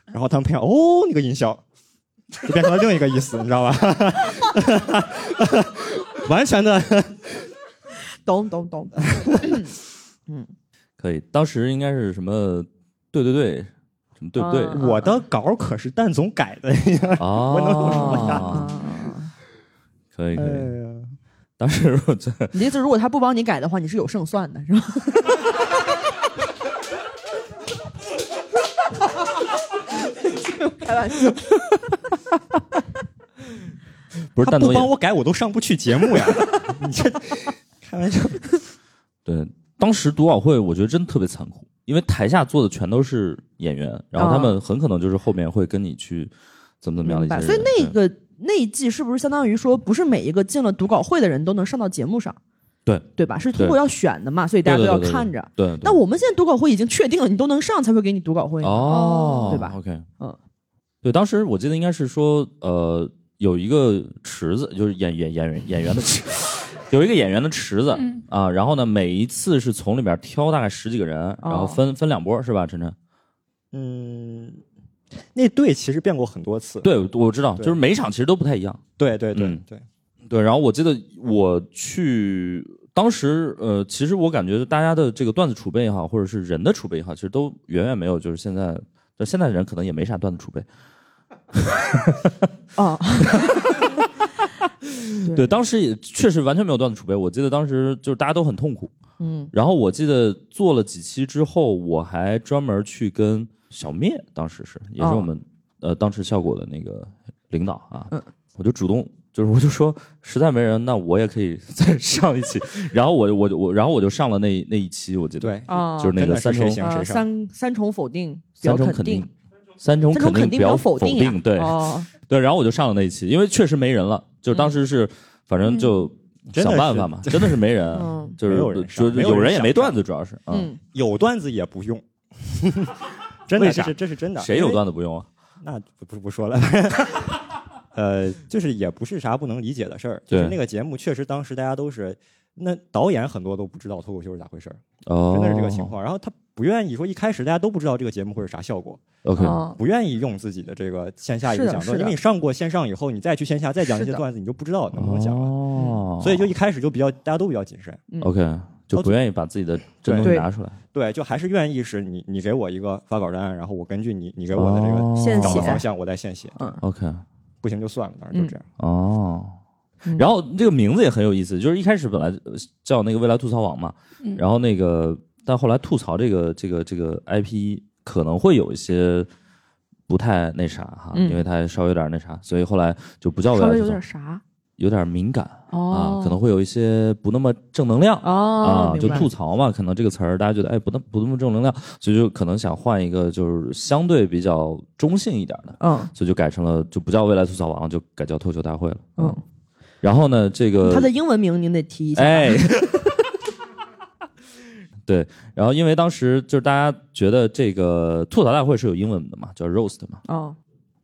Speaker 4: 然后他们配上哦那个音效，就变成了另一个意思，你知道吧？ <laughs> 完全的。
Speaker 2: 懂懂
Speaker 4: <laughs>
Speaker 2: 懂，嗯
Speaker 1: 可以。当时应该是什么？对对对，什么对不对？
Speaker 2: 啊
Speaker 4: 我的稿可是蛋总改的呀。我能说什么
Speaker 1: 哦，
Speaker 4: <laughs>
Speaker 2: 啊
Speaker 1: 可以
Speaker 4: 哎
Speaker 1: 可以。
Speaker 4: 呀
Speaker 1: 当时我觉得
Speaker 2: 你的意思，如果 <laughs> 他不帮你改的话，你是有胜算的，
Speaker 4: <laughs>
Speaker 2: 是吧？ <laughs> 开玩笑，
Speaker 1: 不是
Speaker 4: 他
Speaker 1: 蛋
Speaker 4: 不
Speaker 1: 总也
Speaker 4: 帮我改，我都上不去节目 <laughs> 呀。你这开玩笑，
Speaker 1: 对，当时读稿会，我觉得真特别残酷，因为台下坐的全都是演员，然后他们很可能就是后面会跟你去怎么怎么样的
Speaker 2: 啊明
Speaker 1: 一些人。
Speaker 2: 白。所以那
Speaker 1: 对
Speaker 2: 个那一季是不是相当于说，不是每一个进了读稿会的人都能上到节目上？
Speaker 1: 对
Speaker 2: 对吧？是通过
Speaker 1: 对
Speaker 2: 要选的嘛，所以大家都
Speaker 1: 对对
Speaker 2: 要
Speaker 1: 对对
Speaker 2: 看着。
Speaker 1: 对，对
Speaker 2: 那我们现在读稿会已经确定了，你都能上才会给你读稿会呢。
Speaker 1: 哦，
Speaker 2: 对吧
Speaker 1: ？OK，
Speaker 2: 嗯，
Speaker 1: 对，当时我记得应该是说，呃，有一个池子，就是演演演员演员的池， <laughs>
Speaker 2: 嗯
Speaker 1: 有一个演员的池子、
Speaker 3: 嗯
Speaker 1: 啊，然后呢，每一次是从里边挑大概十几个人，然后
Speaker 2: 哦
Speaker 1: 分、分两波是吧？晨晨，
Speaker 4: 嗯，那队其实变过很多次。
Speaker 1: 对，我知道，
Speaker 4: 对
Speaker 1: 就是每一场其实都不太一样。
Speaker 4: 对对对
Speaker 1: 嗯
Speaker 4: 对，
Speaker 1: 对，然后我记得我去当时，呃，其实我感觉大家的这个段子储备也好，或者是人的储备也好，其实都远远没有就是现在，就现在人可能也没啥段子储备。 <laughs>
Speaker 2: 哦，
Speaker 1: 对，当时也确实完全没有段子储备。我记得当时就是大家都很痛苦。
Speaker 2: 嗯，
Speaker 1: 然后我记得做了几期之后，我还专门去跟小灭，当时是也是
Speaker 2: 哦
Speaker 1: 我们、呃当时效果的那个领导啊，
Speaker 2: 嗯
Speaker 1: 我就主动就是我就说实在没人，那我也可以 <laughs> 再上一期。然后我我我然后我就上了那那一期，我记得
Speaker 4: 对
Speaker 2: 哦
Speaker 1: 就是那
Speaker 4: 真
Speaker 1: 个
Speaker 4: 的是
Speaker 1: 三重
Speaker 4: 谁行
Speaker 2: 呃
Speaker 4: 谁上？
Speaker 2: 三三重否定，
Speaker 1: 三
Speaker 2: 表
Speaker 1: 重
Speaker 2: 肯
Speaker 1: 定，。三重
Speaker 2: 三重肯
Speaker 1: 定
Speaker 2: 定表
Speaker 1: 否
Speaker 2: 定呀，
Speaker 1: 对、
Speaker 2: 哦，
Speaker 1: 对，然后我就上了那一期，因为确实没人了，就是
Speaker 2: 嗯
Speaker 1: 当时是、反正就
Speaker 4: 真的
Speaker 1: 想
Speaker 4: 是
Speaker 1: 办法嘛，真的是没人，
Speaker 2: 嗯
Speaker 1: 就是
Speaker 4: 没有人上
Speaker 1: 就是
Speaker 4: 没有人
Speaker 1: 有人也没
Speaker 4: 想
Speaker 1: 段子，主要是，
Speaker 2: 嗯，
Speaker 4: 有段子也不 <laughs> 用，真的
Speaker 1: 为啥
Speaker 4: 这是这是真的。
Speaker 1: 谁有段子不用啊？
Speaker 4: 那不不不说了。 <laughs> 呃，就是也不是啥不能理解的事儿，就是
Speaker 1: 对
Speaker 4: 那个节目确实当时大家都是，那导演很多都不知道脱口秀是咋回事儿，
Speaker 1: 哦
Speaker 4: 真的是这个情。况。然后他不愿意说一开始大家都不知道这个节目会是啥效果，
Speaker 1: OK，
Speaker 2: 哦
Speaker 4: 不愿意用自己的这个线下一
Speaker 2: 是
Speaker 4: 个
Speaker 2: 的
Speaker 4: 讲
Speaker 2: 是
Speaker 4: 段，
Speaker 2: 的
Speaker 4: 因为你上过线上以后，你再去线下再讲一
Speaker 2: 是
Speaker 4: 些
Speaker 2: 的
Speaker 4: 段子，你就不知道能不能讲了。
Speaker 1: 哦
Speaker 4: 所以就一开始就比较大家都比较谨慎，
Speaker 1: OK，就不愿意把自己的真东西
Speaker 2: 对
Speaker 1: 拿出来。
Speaker 4: 对，就还是愿意是你你给我一个发稿单，然后我根据你你给我的这个
Speaker 1: 哦
Speaker 2: 现
Speaker 4: 找
Speaker 2: 写嗯
Speaker 4: 的方向，我再现写，
Speaker 1: OK，
Speaker 4: 不行就算了，当然就这样。
Speaker 1: 哦。然后这个名字也很有意思，就是一开始本来呃叫那个未来吐槽网嘛，
Speaker 3: 嗯
Speaker 1: 然后那个但后来吐槽这个这个这个 IP 可能会有一些不太那啥哈，
Speaker 2: 嗯
Speaker 1: 因为它稍微有点那啥，所以后来就不叫未
Speaker 2: 稍
Speaker 1: 来
Speaker 2: 微
Speaker 1: 吐
Speaker 2: 有
Speaker 1: 槽
Speaker 2: 点，啥
Speaker 1: 有点敏感啊
Speaker 2: 哦，，
Speaker 1: 可能会有一些不那么正能量
Speaker 2: 哦
Speaker 1: 啊，
Speaker 2: 明
Speaker 1: 就
Speaker 2: 白
Speaker 1: 吐槽嘛，可能这个词儿大家觉得哎不那不那么正能量，所以就可能想换一个就是相对比较中性一点的，
Speaker 2: 嗯
Speaker 1: 所以就改成了就不叫未来吐槽王，就改叫脱球大会了。
Speaker 2: 嗯，
Speaker 1: 然后呢，这个
Speaker 2: 它的英文名您得提一下，
Speaker 1: 哎， <laughs> 对，然后因为当时就是大家觉得这个吐槽大会是有英文的嘛，叫 roast 嘛，
Speaker 2: 哦，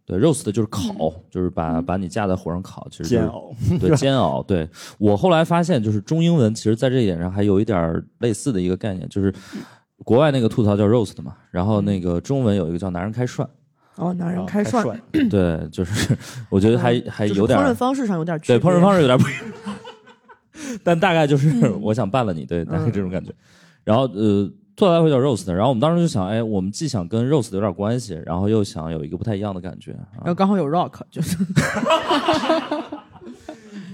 Speaker 1: 对，roast 就是烤，
Speaker 2: 嗯
Speaker 1: 就是把把你架在火上烤，其实就是
Speaker 4: 煎熬，
Speaker 1: 对，煎熬。对我后来发现，就是中英文其实在这一点上还有一点儿类似的一个概念，就是国外那个吐槽叫 roast 嘛，然后那个中文有一个叫拿人开
Speaker 2: <clears throat>
Speaker 1: 涮，
Speaker 2: 哦，男人
Speaker 4: 啊
Speaker 2: 开涮，
Speaker 4: 涮
Speaker 1: 对，就是 <laughs> 我觉得还还
Speaker 2: 嗯就是
Speaker 1: 有点
Speaker 2: 烹
Speaker 1: 儿
Speaker 2: 饪方式上有点区
Speaker 1: 对
Speaker 2: 别，
Speaker 1: 烹饪方式有点不一样， <laughs> 但大概就是 <laughs>
Speaker 2: 嗯
Speaker 1: 我想办了你，对，大概这种感觉。然后呃。吐槽大会叫 roast，然后我们当时就想，哎，我们既想跟 roast 有点关系，然后又想有一个不太一样的感觉，啊
Speaker 2: 然后刚好有 rock，就是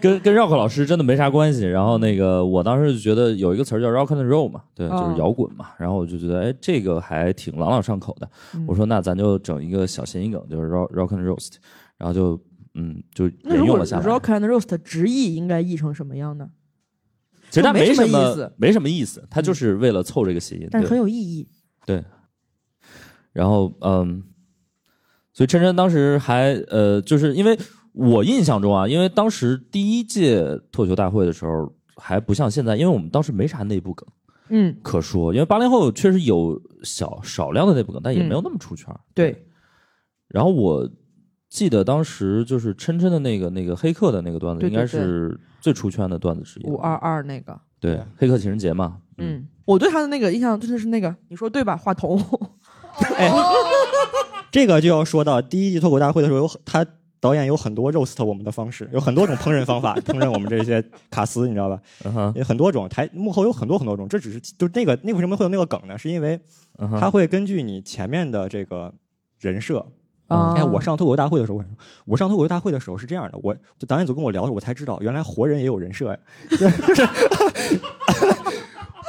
Speaker 1: 跟跟绕口老师真的没啥关系。然后那个，我当时就觉得有一个词儿叫 rock and roll 嘛，对，
Speaker 2: 哦
Speaker 1: 就是摇滚嘛。然后我就觉得，哎，这个还挺朗朗上口的。
Speaker 2: 嗯
Speaker 1: 我说，那咱就整一个小谐音梗，就是 rock rock and roast。然后就嗯，就
Speaker 2: 那
Speaker 1: 沿
Speaker 2: 如
Speaker 1: 用
Speaker 2: 果
Speaker 1: 了下来
Speaker 2: rock。and roast 直译应该译成什么样呢？
Speaker 1: 其实它
Speaker 2: 就没
Speaker 1: 什
Speaker 2: 什么意
Speaker 1: 么
Speaker 2: 思嗯
Speaker 1: 没什么意思，它就是为了凑这个谐音。
Speaker 2: 但是很
Speaker 1: 对，
Speaker 2: 有意义，
Speaker 1: 然后嗯，所以琛琛当时还呃，就是因为我印象中啊，因为当时第一届脱球大会的时候还不像现在，因为我们当时没啥内部梗。
Speaker 2: 嗯，
Speaker 1: 可说，因为八零后确实有小少量的内部梗，但也没有那么出圈。
Speaker 2: 嗯对，
Speaker 1: 然后我记得当时就是琛琛的那个那个黑客的那个段子，
Speaker 2: 对
Speaker 1: 应
Speaker 2: 对
Speaker 1: 该是最出圈的段子之一。
Speaker 2: 五二二那个，
Speaker 1: 对，黑客情人节嘛。嗯，
Speaker 2: 嗯，我对他的那个印象真的是那个，你说对吧？话
Speaker 4: <laughs>
Speaker 2: 筒，
Speaker 4: 这个就要说到第一季脱口大会的时候，有很他导演有很多 roast 我们的方式，有很多种烹饪方法烹饪我们这些卡司，你知道吧？
Speaker 1: 嗯哼，
Speaker 4: 有很多种台幕后有很多很多种，这只是就那个那为什么会有那个梗呢？是因为
Speaker 1: 嗯
Speaker 4: 他
Speaker 1: 哼，
Speaker 4: 会根据你前面的这个人设。
Speaker 2: 啊
Speaker 1: 嗯
Speaker 4: 哎，我上脱口秀大会的时候，我我上脱口秀大会的时候是这样的，我就导演组跟我聊的时候，我才知道原来活人也有人设 <laughs> 呀。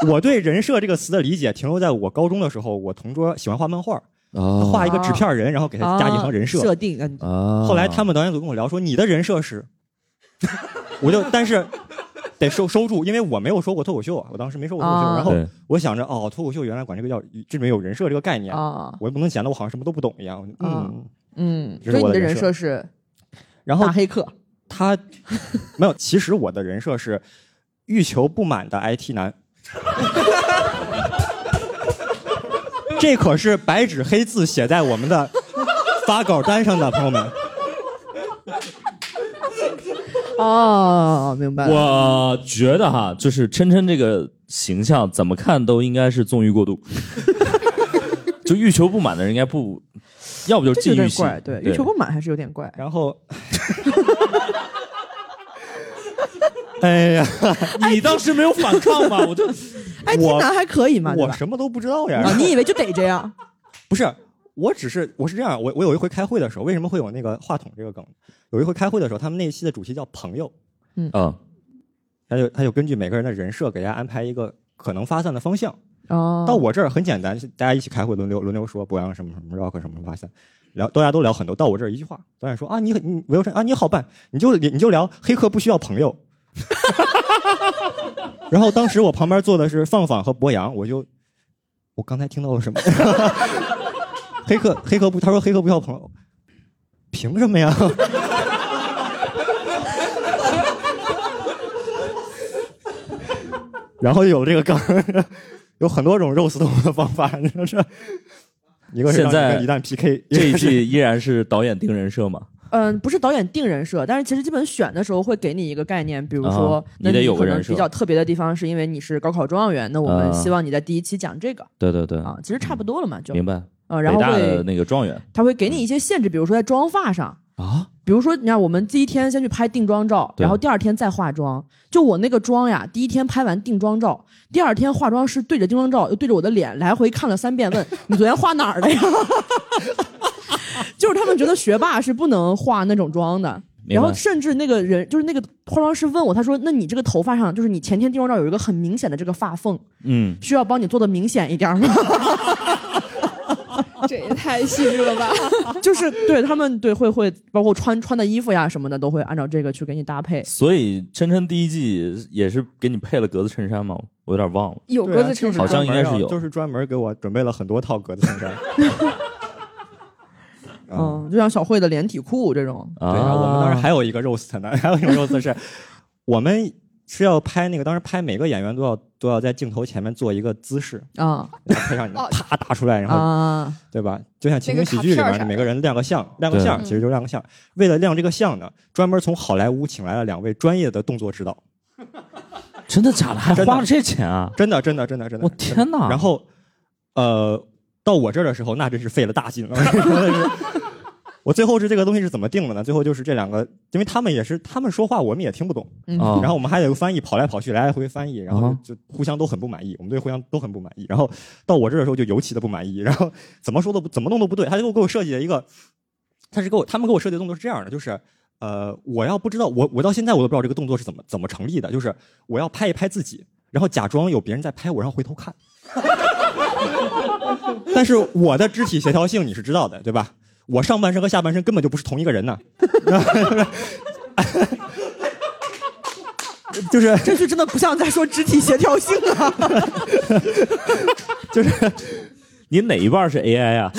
Speaker 4: 我对人设这个词的理解停留在我高中的时候，我同桌喜欢画漫画，他
Speaker 1: 哦
Speaker 4: 画一个纸片人，然后给他加一
Speaker 2: 啊
Speaker 4: 行人设，
Speaker 2: 设定，嗯
Speaker 1: 啊，
Speaker 4: 后来他们导演组跟我聊说，你的人设是， <laughs> 我就但是得收收住，因为我没有说过脱口秀，我当时没说过脱口秀。
Speaker 2: 啊
Speaker 4: 然后
Speaker 1: 对
Speaker 4: 我想着，哦，脱口秀原来管这个叫这里面有人设这个概念，
Speaker 2: 啊，
Speaker 4: 我又不能显得我好像什么都不懂一样。我就嗯，
Speaker 2: 啊嗯，
Speaker 4: 这
Speaker 2: 所
Speaker 4: 是
Speaker 2: 以
Speaker 4: 我
Speaker 2: 你的
Speaker 4: 的人
Speaker 2: 人设
Speaker 4: 设
Speaker 2: 是
Speaker 4: 然后
Speaker 2: 大黑客，
Speaker 4: 他 <laughs> 没有，其实我的人设是欲求不满的 IT 男。 <laughs> 这可是白纸黑字写在我们的发稿单上的，朋友们。
Speaker 2: 哦，明
Speaker 1: 嗯
Speaker 2: 白了，
Speaker 1: 我觉得哈，就是琛琛这个形象，怎么看都应该是纵欲过 <laughs> 度，就欲求不满的人应该不，要不就是禁
Speaker 2: 这有
Speaker 1: 欲
Speaker 2: 点
Speaker 1: 系
Speaker 2: 怪，，对，欲求不满还是有点怪。
Speaker 4: 然后，哎呀，
Speaker 1: 你当时没有反抗吗？我 <laughs> 就
Speaker 2: 哎，听男还可以嘛，对
Speaker 4: 我
Speaker 2: 吧？
Speaker 4: 什么都不知道呀。
Speaker 2: 啊，你以为就得这
Speaker 4: <laughs>
Speaker 2: 样？
Speaker 4: 不是，我只是我是这样，我我有一回开会的时候，为什么会有那个话筒这个梗？有一回开会的时候，他们那一期的主题叫朋友，
Speaker 1: 嗯
Speaker 4: 他就他就根据每个人的人设给大家安排一个可能发散的方向。
Speaker 2: 哦，
Speaker 4: 到我这儿很简单，大家一起开会轮流轮流说博洋什么什么 rock 什么什么发散，聊大家都聊很多。到我这儿一句话，导演说啊你很你我又说啊你好办，你就你就聊黑客不需要朋友。 <laughs> 然后当时我旁边坐的是放放和博洋，我就我刚才听到了什么？黑客黑客不他说黑客不需要朋友，凭什么呀？ <laughs> 然后就有了这个梗，有很多种肉丝桶的方法，你说这一个是让
Speaker 1: 现在
Speaker 4: 你跟一旦 PK，
Speaker 1: 这一
Speaker 4: 个是
Speaker 1: 季依然是导演定人设嘛？
Speaker 2: 嗯，不是导演定人设，但是其实基本选的时候会给你一个概念，比如说
Speaker 1: 啊，
Speaker 2: 那
Speaker 1: 你得有个
Speaker 2: 可能
Speaker 1: 人设
Speaker 2: 比较特别的地方，是因为你是高考状元，那我们
Speaker 1: 啊
Speaker 2: 希望你在第一期讲这个
Speaker 1: 对对对，
Speaker 2: 啊，其实差不多了嘛，就
Speaker 1: 明白。
Speaker 2: 啊，然
Speaker 1: 北
Speaker 2: 后
Speaker 1: 大的
Speaker 2: 会
Speaker 1: 那个状元
Speaker 2: 他会给你一些限制，比如说在妆发上。
Speaker 1: 嗯啊，
Speaker 2: 比如说，你看，我们第一天先去拍定妆照，
Speaker 1: 对
Speaker 2: 然后第二天再化妆。就我那个妆呀，第一天拍完定妆照，第二天化妆师对着定妆照又对着我的脸来回看了三遍，问
Speaker 1: <laughs>
Speaker 2: 你昨天画哪儿了呀？ <laughs> 就是他们觉得学霸是不能化那种妆的。
Speaker 1: 明
Speaker 2: 然
Speaker 1: 白
Speaker 2: 后甚至那个人就是那个化妆师问我，他说：“那你这个头发上，就是你前天定妆照有一个很明显的这个发缝，
Speaker 1: 嗯，
Speaker 2: 需要帮你做的明显一点吗？”
Speaker 3: 这也太细致了
Speaker 1: <laughs>
Speaker 3: 吧！
Speaker 1: 啊
Speaker 2: <laughs> 就是对他们对会会包括穿穿的衣服呀什么的，都会按照这个去给你搭配。
Speaker 1: 所以琛琛第一季也是给你配了格子衬衫吗？我有点忘了。
Speaker 3: 有
Speaker 4: 对
Speaker 3: 鸽
Speaker 4: 啊就
Speaker 3: 子衬
Speaker 4: 是
Speaker 3: 衫，
Speaker 1: 好像应该是
Speaker 4: 专门
Speaker 1: 有
Speaker 4: 就是专门给我准备了很多套格子衬衫。啊，
Speaker 2: 嗯，就像小慧的连体裤这种，
Speaker 1: 啊，
Speaker 4: <laughs> 对啊，我们当时还有一个 roast 呢， <laughs> 还有一个 roast 是，我们是要拍那个，当时拍每个演员都要都要在镜头前面做一个姿势，
Speaker 2: 啊
Speaker 4: 然后配上你
Speaker 3: 哦
Speaker 4: 啪打出来，然后、
Speaker 2: 啊，
Speaker 4: 对吧？就像情景喜
Speaker 3: 那个卡
Speaker 4: 剧
Speaker 3: 片
Speaker 4: 里
Speaker 3: 儿
Speaker 4: 面
Speaker 3: 啥的
Speaker 4: 每个人亮个相，亮个相，
Speaker 3: 对
Speaker 4: 其实就亮个相。为了亮这个相呢，专门从好莱坞请来了两位专业的动作指导，
Speaker 1: 真的假的？还
Speaker 4: 真的
Speaker 1: 花了这钱啊？
Speaker 4: 真的，真的，真的，真的，
Speaker 1: 我
Speaker 4: 真的
Speaker 1: 天哪
Speaker 4: 然后，呃，到我这儿的时候，那真是费了大劲了。 <laughs> 真的是我最后是这个东西是怎么定的呢？最后就是这两个，因为他们也是他们说话，我们也听不懂。
Speaker 2: 嗯
Speaker 1: 啊
Speaker 4: 然后我们还有个翻译跑来跑去，来来回回翻译，然后
Speaker 1: 啊
Speaker 4: 就互相都很不满意，我们对互相都很不满意。然后到我这儿的时候就尤其的不满意，然后怎么说都不怎么弄都不对，他就给我设计了一个，他是给我他们给我设计的动作是这样的，就是呃，我要不知道我我到现在我都不知道这个动作是怎么怎么成立的，就是我要拍一拍自己，然后假装有别人在拍我，然后回头看。 <laughs> 但是我的肢体协调性你是知道的，对吧？我上半身和下半身根本就不是同一个人呐，就是
Speaker 2: 这句真的不像在说肢体协调性啊，
Speaker 4: 就是
Speaker 1: 你哪一半是 AI 啊？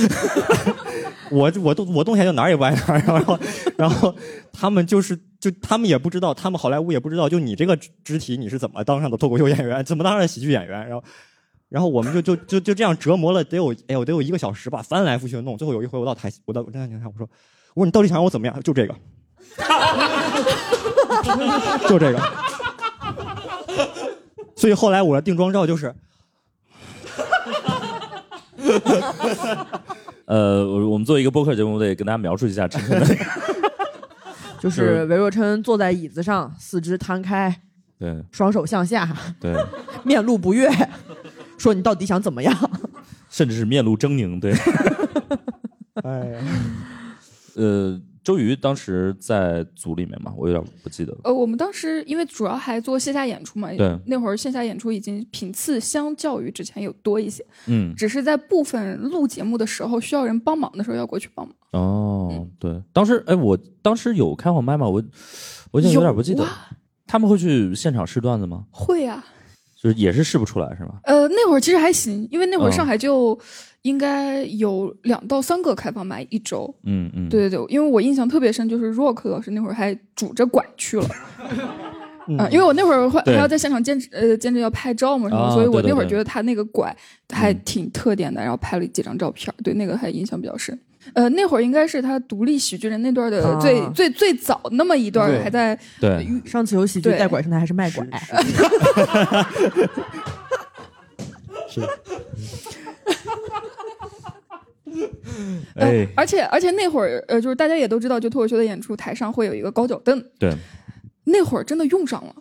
Speaker 4: 我我动我动起来就哪儿也不挨哪儿，然后然后他们就是就他们也不知道，他们好莱坞也不知道，就你这个肢肢体你是怎么当上的脱口秀演员，怎么当上的喜剧演员，然后然后我们就就就就这样折磨了得有哎呦得有一个小时吧，翻来覆去的弄，最后有一回我到台我到我站台上我说我说你到底想让我怎么样？就这个，就这个，所以后来我的定妆照就是
Speaker 1: 呃，我我们做一个播客节目，我得跟大家描述一下琛琛的。
Speaker 2: 就是韦若琛坐在椅子上，四肢摊开，
Speaker 1: <laughs>
Speaker 2: <laughs>
Speaker 1: 对
Speaker 2: 双手向下，
Speaker 1: 对，
Speaker 2: 面露不悦，说你到底想怎么样？
Speaker 1: 甚至是面露狰狞。对，
Speaker 4: 哎呀。
Speaker 1: 呃，周瑜当时在组里面嘛，我有点不记得了。
Speaker 3: 呃，我们当时因为主要还做线下演出嘛，
Speaker 1: 对
Speaker 3: 那会儿线下演出已经频次相较于之前有多一些，
Speaker 1: 嗯，
Speaker 3: 只是在部分录节目的时候需要人帮忙的时候要过去帮忙。
Speaker 1: 哦，对，当时哎，我当时有开黄麦吗？我我已经有点不记得
Speaker 3: 有啊
Speaker 1: 了。他们会去现场试段子吗？
Speaker 3: 会啊，
Speaker 1: 就是也是试不出来是吗？
Speaker 3: 呃，那会儿其实还行，因为那会儿
Speaker 1: 嗯
Speaker 3: 上海就应该有两到三个开放麦一周。
Speaker 1: 嗯嗯，
Speaker 3: 对对对，因为我印象特别深，就是 Rock 老师那会儿还拄着拐去了，
Speaker 4: 嗯
Speaker 3: 啊，因为我那会儿会还
Speaker 1: 对
Speaker 3: 要在现场坚持呃坚持要拍照嘛什么，
Speaker 1: 啊
Speaker 3: 所以我
Speaker 1: 对对
Speaker 3: 那会儿
Speaker 1: 对嗯
Speaker 3: 觉得他那个拐还挺特点的，然后拍了几张照片儿，对那个还印象比较深。呃，那会儿应该是他独立喜剧人那段的
Speaker 2: 啊
Speaker 3: 最、最最早那么一段
Speaker 4: 对
Speaker 3: 还在
Speaker 1: 对，
Speaker 2: 上次有喜剧
Speaker 3: 对
Speaker 2: 带拐，上台还是卖拐，
Speaker 4: 是
Speaker 1: 哎，
Speaker 3: 呃而且而且那会儿，呃，就是大家也都知道，就脱口秀的演出台上会有一个高脚凳，
Speaker 1: 对，
Speaker 3: 那会儿真的用上了。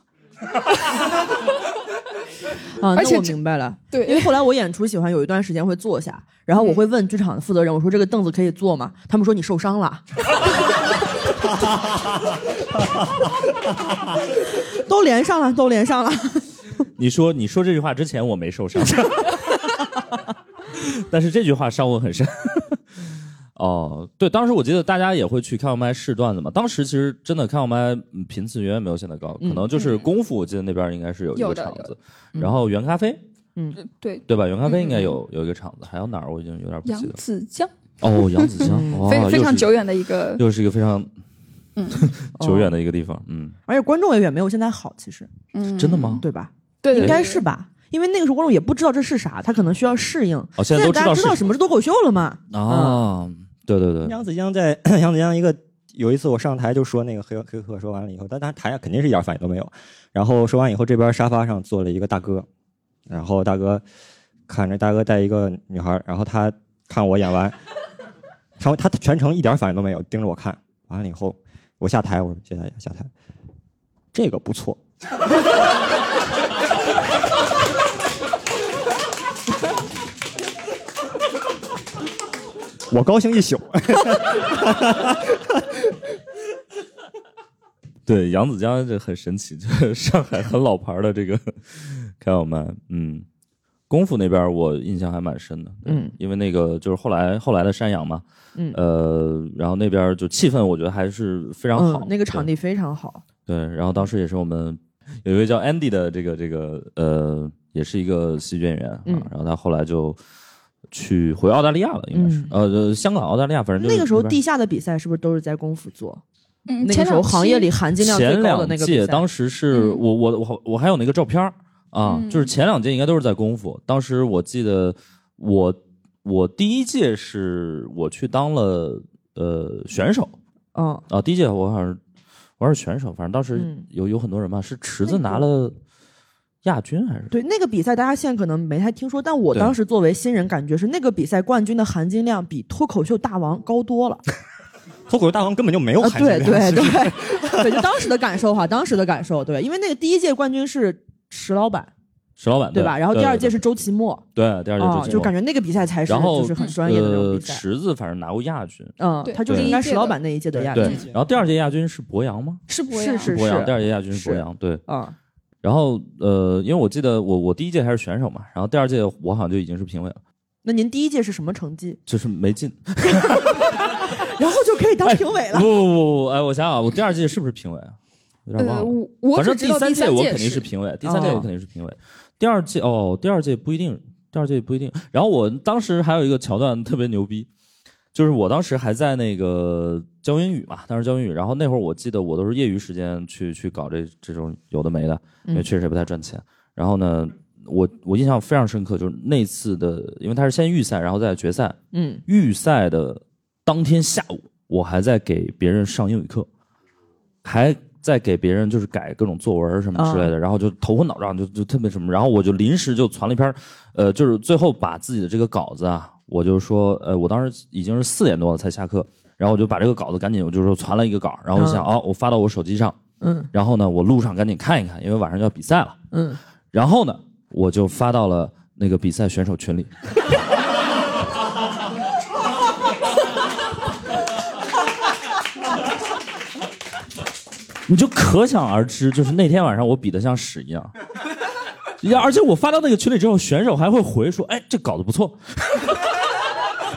Speaker 2: 啊，
Speaker 3: 而且
Speaker 2: 那我
Speaker 3: 这
Speaker 2: 明白了。
Speaker 3: 对
Speaker 2: 因为后来我演出喜欢有一段时间会坐下，然
Speaker 3: 嗯
Speaker 2: 后我会问剧场的负责人，我说这个凳子可以坐吗？他们说你受伤了， <laughs> 都连上了，都连上了。
Speaker 1: 你说你说这句话之前我没受
Speaker 3: <laughs>
Speaker 1: 伤，但是这句话伤我很深。哦，对，当时我记得大家也会去开放麦试段子嘛。当时其实真的开放麦嗯频次远远没有现在高，可能就是功夫，我记得那边应该是有一
Speaker 3: 有
Speaker 1: 个
Speaker 3: 的
Speaker 1: 场
Speaker 3: 嗯有
Speaker 1: 子，然后原咖啡
Speaker 3: 呃对，
Speaker 1: 对吧？原咖啡应该有有一个场子，还有哪儿我已经有点不
Speaker 3: 扬
Speaker 1: 记得。了。
Speaker 3: 嗯子江，
Speaker 1: 哦，杨子江，哇
Speaker 3: 非非
Speaker 1: 又
Speaker 3: 常
Speaker 1: 是
Speaker 3: 久远的嗯一个，
Speaker 1: 又是一个非常 <laughs> 久远的一个地方，嗯，
Speaker 2: 而且观众也远没有现在好，其实
Speaker 3: 嗯，
Speaker 1: 真的吗？
Speaker 2: 对吧？
Speaker 3: 对，对
Speaker 2: 应该
Speaker 3: 对
Speaker 2: 是吧？因为那个时候观众也不知道这是啥，他可能需要适应。
Speaker 1: 哦，现在
Speaker 2: 在
Speaker 1: 都知
Speaker 2: 大家
Speaker 1: 道
Speaker 2: 知
Speaker 1: 是
Speaker 2: 道什么是脱口秀了嘛？
Speaker 3: 嗯
Speaker 1: 啊，对对对，
Speaker 4: 杨子江在 <coughs> 杨子江一个有一次我上台就说那个黑黑客说完了以后，但他台下肯定是一点反应都没有。然后说完以后，这边沙发上坐了一个大哥，然后大哥看着大哥带一个女孩，然后他看我演完，他他全程一点反应都没有，盯着我看。完了以后，我下台，我说谢谢大家下台，这个不错。 <laughs> 我高兴一宿。
Speaker 1: 对，扬子江这很神奇， <laughs> 就是上海很老牌儿的这个 <laughs> 开放麦，嗯，功夫那边儿我印象还蛮深的，对
Speaker 2: 嗯，
Speaker 1: 因为那个就是后来后来的山羊嘛，
Speaker 2: 嗯
Speaker 1: 呃，然后那边儿就气氛我觉得还是非常好，
Speaker 2: 嗯，那个场地非常好。
Speaker 1: 对对，然后当时也是我们有一位叫 Andy 的这个这个呃，也是一个喜剧演员，啊
Speaker 2: 嗯
Speaker 1: 然后他后来就去回澳大利亚了，应该是、呃香港、澳大利亚，反正就是
Speaker 2: 嗯那个时候
Speaker 1: 边儿
Speaker 2: 地下的比赛是不是都是在功夫做？
Speaker 3: 嗯，
Speaker 2: 那
Speaker 3: 前
Speaker 2: 个时候
Speaker 3: 两期
Speaker 2: 行业里含金量最
Speaker 1: 前
Speaker 2: 高的
Speaker 1: 两
Speaker 2: 那个比
Speaker 1: 届
Speaker 2: 赛。
Speaker 1: 当时是
Speaker 3: 嗯
Speaker 1: 我我我好我还有那个照片儿啊，
Speaker 3: 嗯
Speaker 1: 就是前两届应该都是在功夫。当时我记得我我第一届是我去当了呃选手
Speaker 2: 嗯，
Speaker 1: 啊，第一届我好像是我好像是选手，反正当时
Speaker 2: 嗯
Speaker 1: 有有很多人嘛，是池子
Speaker 2: 那个
Speaker 1: 拿了亚军还是
Speaker 2: 对，那个比赛大家现在可能没太听说，但我
Speaker 1: 对
Speaker 2: 当时作为新人，感觉是那个比赛冠军的含金量比脱口秀大王高多了。
Speaker 4: 脱口秀大王根本就没有
Speaker 2: 啊，
Speaker 4: 含金
Speaker 2: 对
Speaker 4: 量。
Speaker 2: 对
Speaker 4: 是吧
Speaker 2: 对 <laughs> 对，就当时的感受哈，当时的感受，对，因为那个第一届冠军是石老板，
Speaker 1: 石老板
Speaker 2: 对吧？然后第二届
Speaker 1: 是
Speaker 2: 是周奇墨，
Speaker 1: 对第二届
Speaker 2: 啊，
Speaker 1: 是
Speaker 2: 就感觉那个比赛才是
Speaker 1: 然后
Speaker 2: 就是很专业的那种
Speaker 1: 呃
Speaker 2: 比赛。
Speaker 1: 池子反正拿过亚军，
Speaker 2: 嗯
Speaker 3: 对，
Speaker 2: 他就是
Speaker 1: 对
Speaker 2: 应该石老板那一届的亚军
Speaker 1: 对
Speaker 4: 嗯，
Speaker 1: 然后第二届亚军是博洋吗？
Speaker 3: 是啊博洋
Speaker 2: 是
Speaker 1: 博洋，第二届亚军是博
Speaker 2: 是
Speaker 1: 洋，对。
Speaker 2: 啊，
Speaker 1: 然后呃，因为我记得我我第一届还是选手嘛，然后第二届我好像就已经是评委了，
Speaker 2: 那您第一届是什么成绩？ <laughs>
Speaker 1: 就是没进。
Speaker 2: 然后就可以当评委
Speaker 1: <laughs> 不不
Speaker 2: 了。
Speaker 1: 不，不，哎，我想想啊，我第二届是不是评委啊？有点
Speaker 3: 呃，
Speaker 1: 忘了。
Speaker 3: 我我
Speaker 1: 反
Speaker 3: 只
Speaker 1: 正
Speaker 3: 知
Speaker 1: 第
Speaker 3: 道
Speaker 1: 三
Speaker 3: 第
Speaker 1: 届
Speaker 3: 三
Speaker 1: 我
Speaker 3: 届
Speaker 1: 肯定是评委，第三届
Speaker 2: 哦
Speaker 1: 我肯定是评委。第二届哦，第二届不一定，第二届不一定。然后我当时还有一个桥段特别牛逼，就是我当时还在那个教英语嘛，当时教英语，然后那会儿我记得我都是业余时间去去搞这这种有的没的，因为
Speaker 2: 嗯
Speaker 1: 确实也不太赚钱。然后呢，我我印象非常深刻，就是那次的，因为他是先预赛，然后再决赛。
Speaker 2: 嗯，
Speaker 1: 预赛的当天下午，我还在给别人上英语课，还在给别人就是改各种作文什么之
Speaker 2: 嗯
Speaker 1: 类的，然后就头昏脑胀，就就特别什么。然后我就临时就传了一篇，呃，就是最后把自己的这个稿子啊，我就说，呃，我当时已经是四点多了才下课，然后我就把这个稿子赶紧我就说传了一个稿，然后我想，哦，我发到我手机上，
Speaker 2: 嗯
Speaker 1: 然后呢，我路上赶紧看一看，因为晚上就要比赛了。
Speaker 2: 嗯，
Speaker 1: 然后呢，我就发到了那个比赛选手群里。 <laughs> 你就可想而知，就是那天晚上我比的像屎一样。要而且我发到那个群里之后，选手还会回说：“哎，这搞得不错。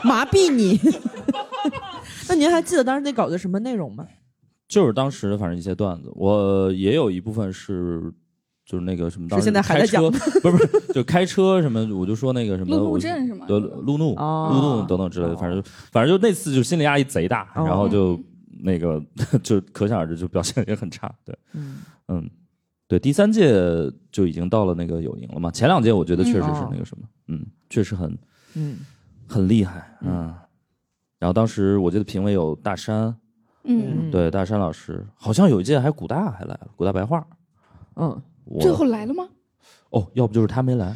Speaker 2: 麻痹你。 <laughs> 那您还记得当时那稿子什么内容吗？”
Speaker 1: 就是当时反正一些段子，我也有一部分是就是那个什么，当时
Speaker 2: 是现在还
Speaker 1: 开
Speaker 2: 在
Speaker 1: 车
Speaker 2: 讲
Speaker 1: <laughs> 不是不是，就开车什么，我就说那个什么
Speaker 3: 路怒
Speaker 1: 我
Speaker 3: 症是吗
Speaker 1: 对，路怒、
Speaker 2: 哦
Speaker 1: 路怒等等之类的，反正就反正就那次就心理压力贼大，
Speaker 2: 哦
Speaker 1: 然后就
Speaker 3: 嗯
Speaker 1: 那个就可想而知，就表现也很差，对。
Speaker 2: 嗯，
Speaker 1: 嗯，对，第三届就已经到了那个有赢了嘛。前两届我觉得确实是
Speaker 2: 嗯
Speaker 1: 那个什么，嗯，确实很
Speaker 2: 嗯，
Speaker 1: 很厉害，嗯。然后当时我记得评委有大山，
Speaker 3: 嗯，
Speaker 1: 对大山老师，好像有一届还古大还来了，古大白话。
Speaker 2: 嗯，
Speaker 1: 我
Speaker 3: 最后来了吗？
Speaker 1: 哦，要不就是他没来，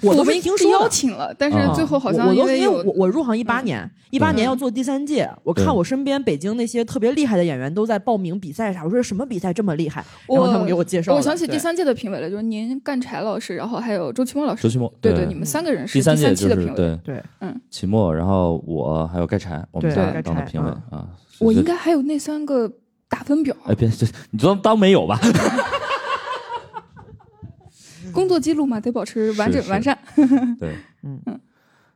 Speaker 2: 我都
Speaker 3: 们
Speaker 2: 没
Speaker 3: 一
Speaker 2: 听
Speaker 3: 直
Speaker 2: 说
Speaker 3: 邀
Speaker 2: 的嗯
Speaker 3: 请了，但是
Speaker 1: 啊
Speaker 3: 最后好像
Speaker 2: 我我都因
Speaker 3: 为
Speaker 2: 为
Speaker 3: 有嗯
Speaker 2: 我我入行一八年，一
Speaker 1: 嗯
Speaker 2: 八年要做第三届，我看我身边北京那些特别厉害的演员都在报名比赛啥，我说什么比赛这么厉害，然后他们给我介绍了，
Speaker 3: 我想起
Speaker 2: 对
Speaker 3: 第，三届的评委了，就是您、干柴老师，然后还有周奇墨老
Speaker 1: 周
Speaker 3: 师，
Speaker 1: 奇墨。
Speaker 3: <laughs> 对
Speaker 1: 对，
Speaker 3: 你们三个人是
Speaker 1: 第三届
Speaker 3: 期
Speaker 1: 就
Speaker 3: 的
Speaker 1: 是
Speaker 3: 评委。
Speaker 1: 对
Speaker 2: 对，
Speaker 3: 嗯，
Speaker 1: 齐墨，然后我还有盖柴，我们
Speaker 2: 对
Speaker 1: 仨
Speaker 2: 盖
Speaker 1: 当的
Speaker 2: 柴嗯
Speaker 1: 评委啊。
Speaker 3: 我
Speaker 1: 就
Speaker 3: 应该还有那三个打分表、
Speaker 1: 哎，别，这你当当没有吧？
Speaker 3: 工作记录嘛，得保持完整
Speaker 1: 是是
Speaker 3: 完善。
Speaker 1: 对，
Speaker 2: 嗯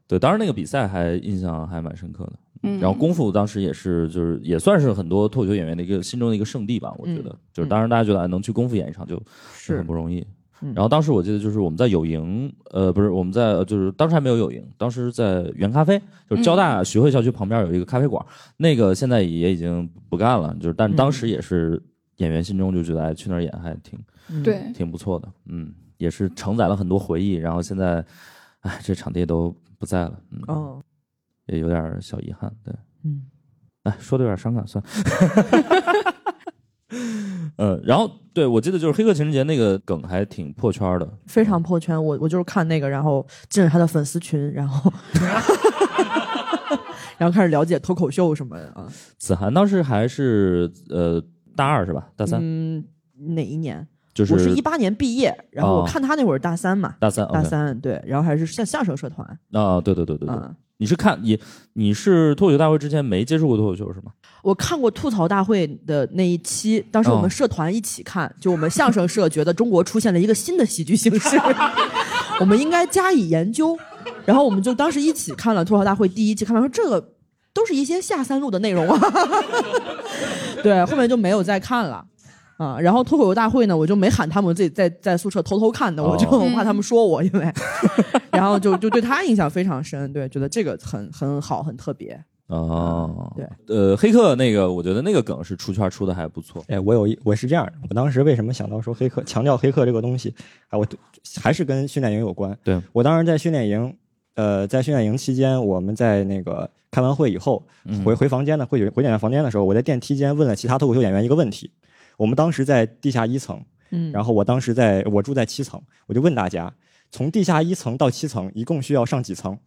Speaker 1: 对，当时那个比赛还印象还蛮深刻的。
Speaker 3: 嗯，
Speaker 1: 然后功夫当时也是，就是也算是很多脱口秀演员的一个心中的一个圣地吧，我觉
Speaker 3: 嗯
Speaker 1: 得。就是当时大家觉得啊能去功夫演一场就就是很不容易。
Speaker 2: 嗯
Speaker 1: 然后当时我记得就是我们在有营，呃，不是我们在呃就是当时还没有有营，当时在原咖啡，就是交大徐汇校区旁边有一个咖啡馆，那个现在也已经不干了，就是但当时也是演员心中就觉得哎去那儿演还挺
Speaker 3: 嗯对，
Speaker 1: 挺不错的，嗯，也是承载了很多回忆。然后现在，哎，这场地都不在了，嗯，
Speaker 2: 嗯
Speaker 1: 也有点小遗憾，对。
Speaker 2: 嗯
Speaker 1: 哎，说的有点伤感，算。 <laughs> 呃，然后对我记得就是《黑客情人节》那个梗还挺破圈的，
Speaker 2: 非常破圈，我我就是看那个，然后进了他的粉丝群，然
Speaker 3: <laughs>
Speaker 2: 后然后开始了解脱口秀什么的啊，
Speaker 1: 子涵当时还是呃大二是吧？大三、
Speaker 2: 嗯，哪一年？
Speaker 1: 就
Speaker 2: 我是一八年毕业，然后我
Speaker 1: 哦
Speaker 2: 看他那会儿大三嘛，
Speaker 1: 大三
Speaker 2: 大
Speaker 1: OK
Speaker 2: 三对，然后还是像相声社团，
Speaker 1: 啊，对对对对对，
Speaker 2: 嗯。
Speaker 1: 你是看你你是脱口秀大会之前没接触过脱口秀是吗？
Speaker 2: 我看过吐槽大会的那一期，当时我们
Speaker 1: 哦
Speaker 2: 社团一起看，就我们相声社觉得中国出现了一个新的喜剧形式， <laughs> 我们应该加以研究。然后我们就当时一起看了吐槽大会第一期，看完说这个都是一些下三路的内容啊， <laughs> 对，后面就没有再看了。啊，然后脱口秀大会呢，我就没喊他们，我自己在在宿舍偷偷看的，我就
Speaker 1: 哦
Speaker 2: <laughs> 怕他们说我，因
Speaker 1: <laughs>
Speaker 2: 为，然后就就对他印象非常深，对，觉得这个很很好，很特别，
Speaker 1: 哦，
Speaker 2: 嗯对，
Speaker 1: 呃，黑客那个我觉得那个梗是出圈出的还不错，
Speaker 4: 哎，我有一我是这样的，我当时为什么想到说黑客强调黑客这个东西啊？我还是跟训练营有关。
Speaker 1: 对
Speaker 4: 我当时在训练营，呃，在训练营期间，我们在那个开完会以后回回房间的回回演员房间的时候，我在电梯间问了其他脱口秀演员一个问题。我们当时在地下一层，
Speaker 2: 嗯，
Speaker 4: 然后我当时在我住在七层，我就问大家，从地下一层到七层一共需要上几层？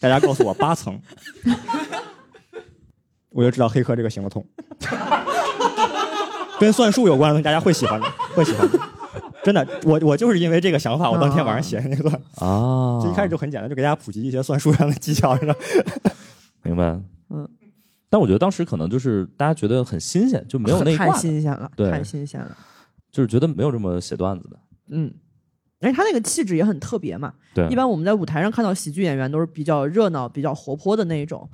Speaker 4: 大家告诉我八层， <laughs> 我就知道黑客这个行得通。 <laughs> 跟算术有关的东西，大家会喜欢的，会喜欢的。真的，我我就是因为这个想法，我当天晚上写的那个，
Speaker 2: 嗯
Speaker 1: 啊，
Speaker 4: 就一开始就很简单，就给大家普及一些算术上的技巧，然后
Speaker 1: 明白，
Speaker 2: 嗯。
Speaker 1: 但我觉得当时可能就是大家觉得很新鲜，就没有那一
Speaker 2: 太
Speaker 1: 挂的，
Speaker 2: 新鲜了，
Speaker 1: 对
Speaker 2: 太新鲜了。
Speaker 1: 就是觉得没有这么写段子的。
Speaker 2: 嗯，而且他那个气质也很特别嘛。
Speaker 1: 对，
Speaker 2: 一般我们在舞台上看到喜剧演员都是比较热闹、比较活泼的那一种，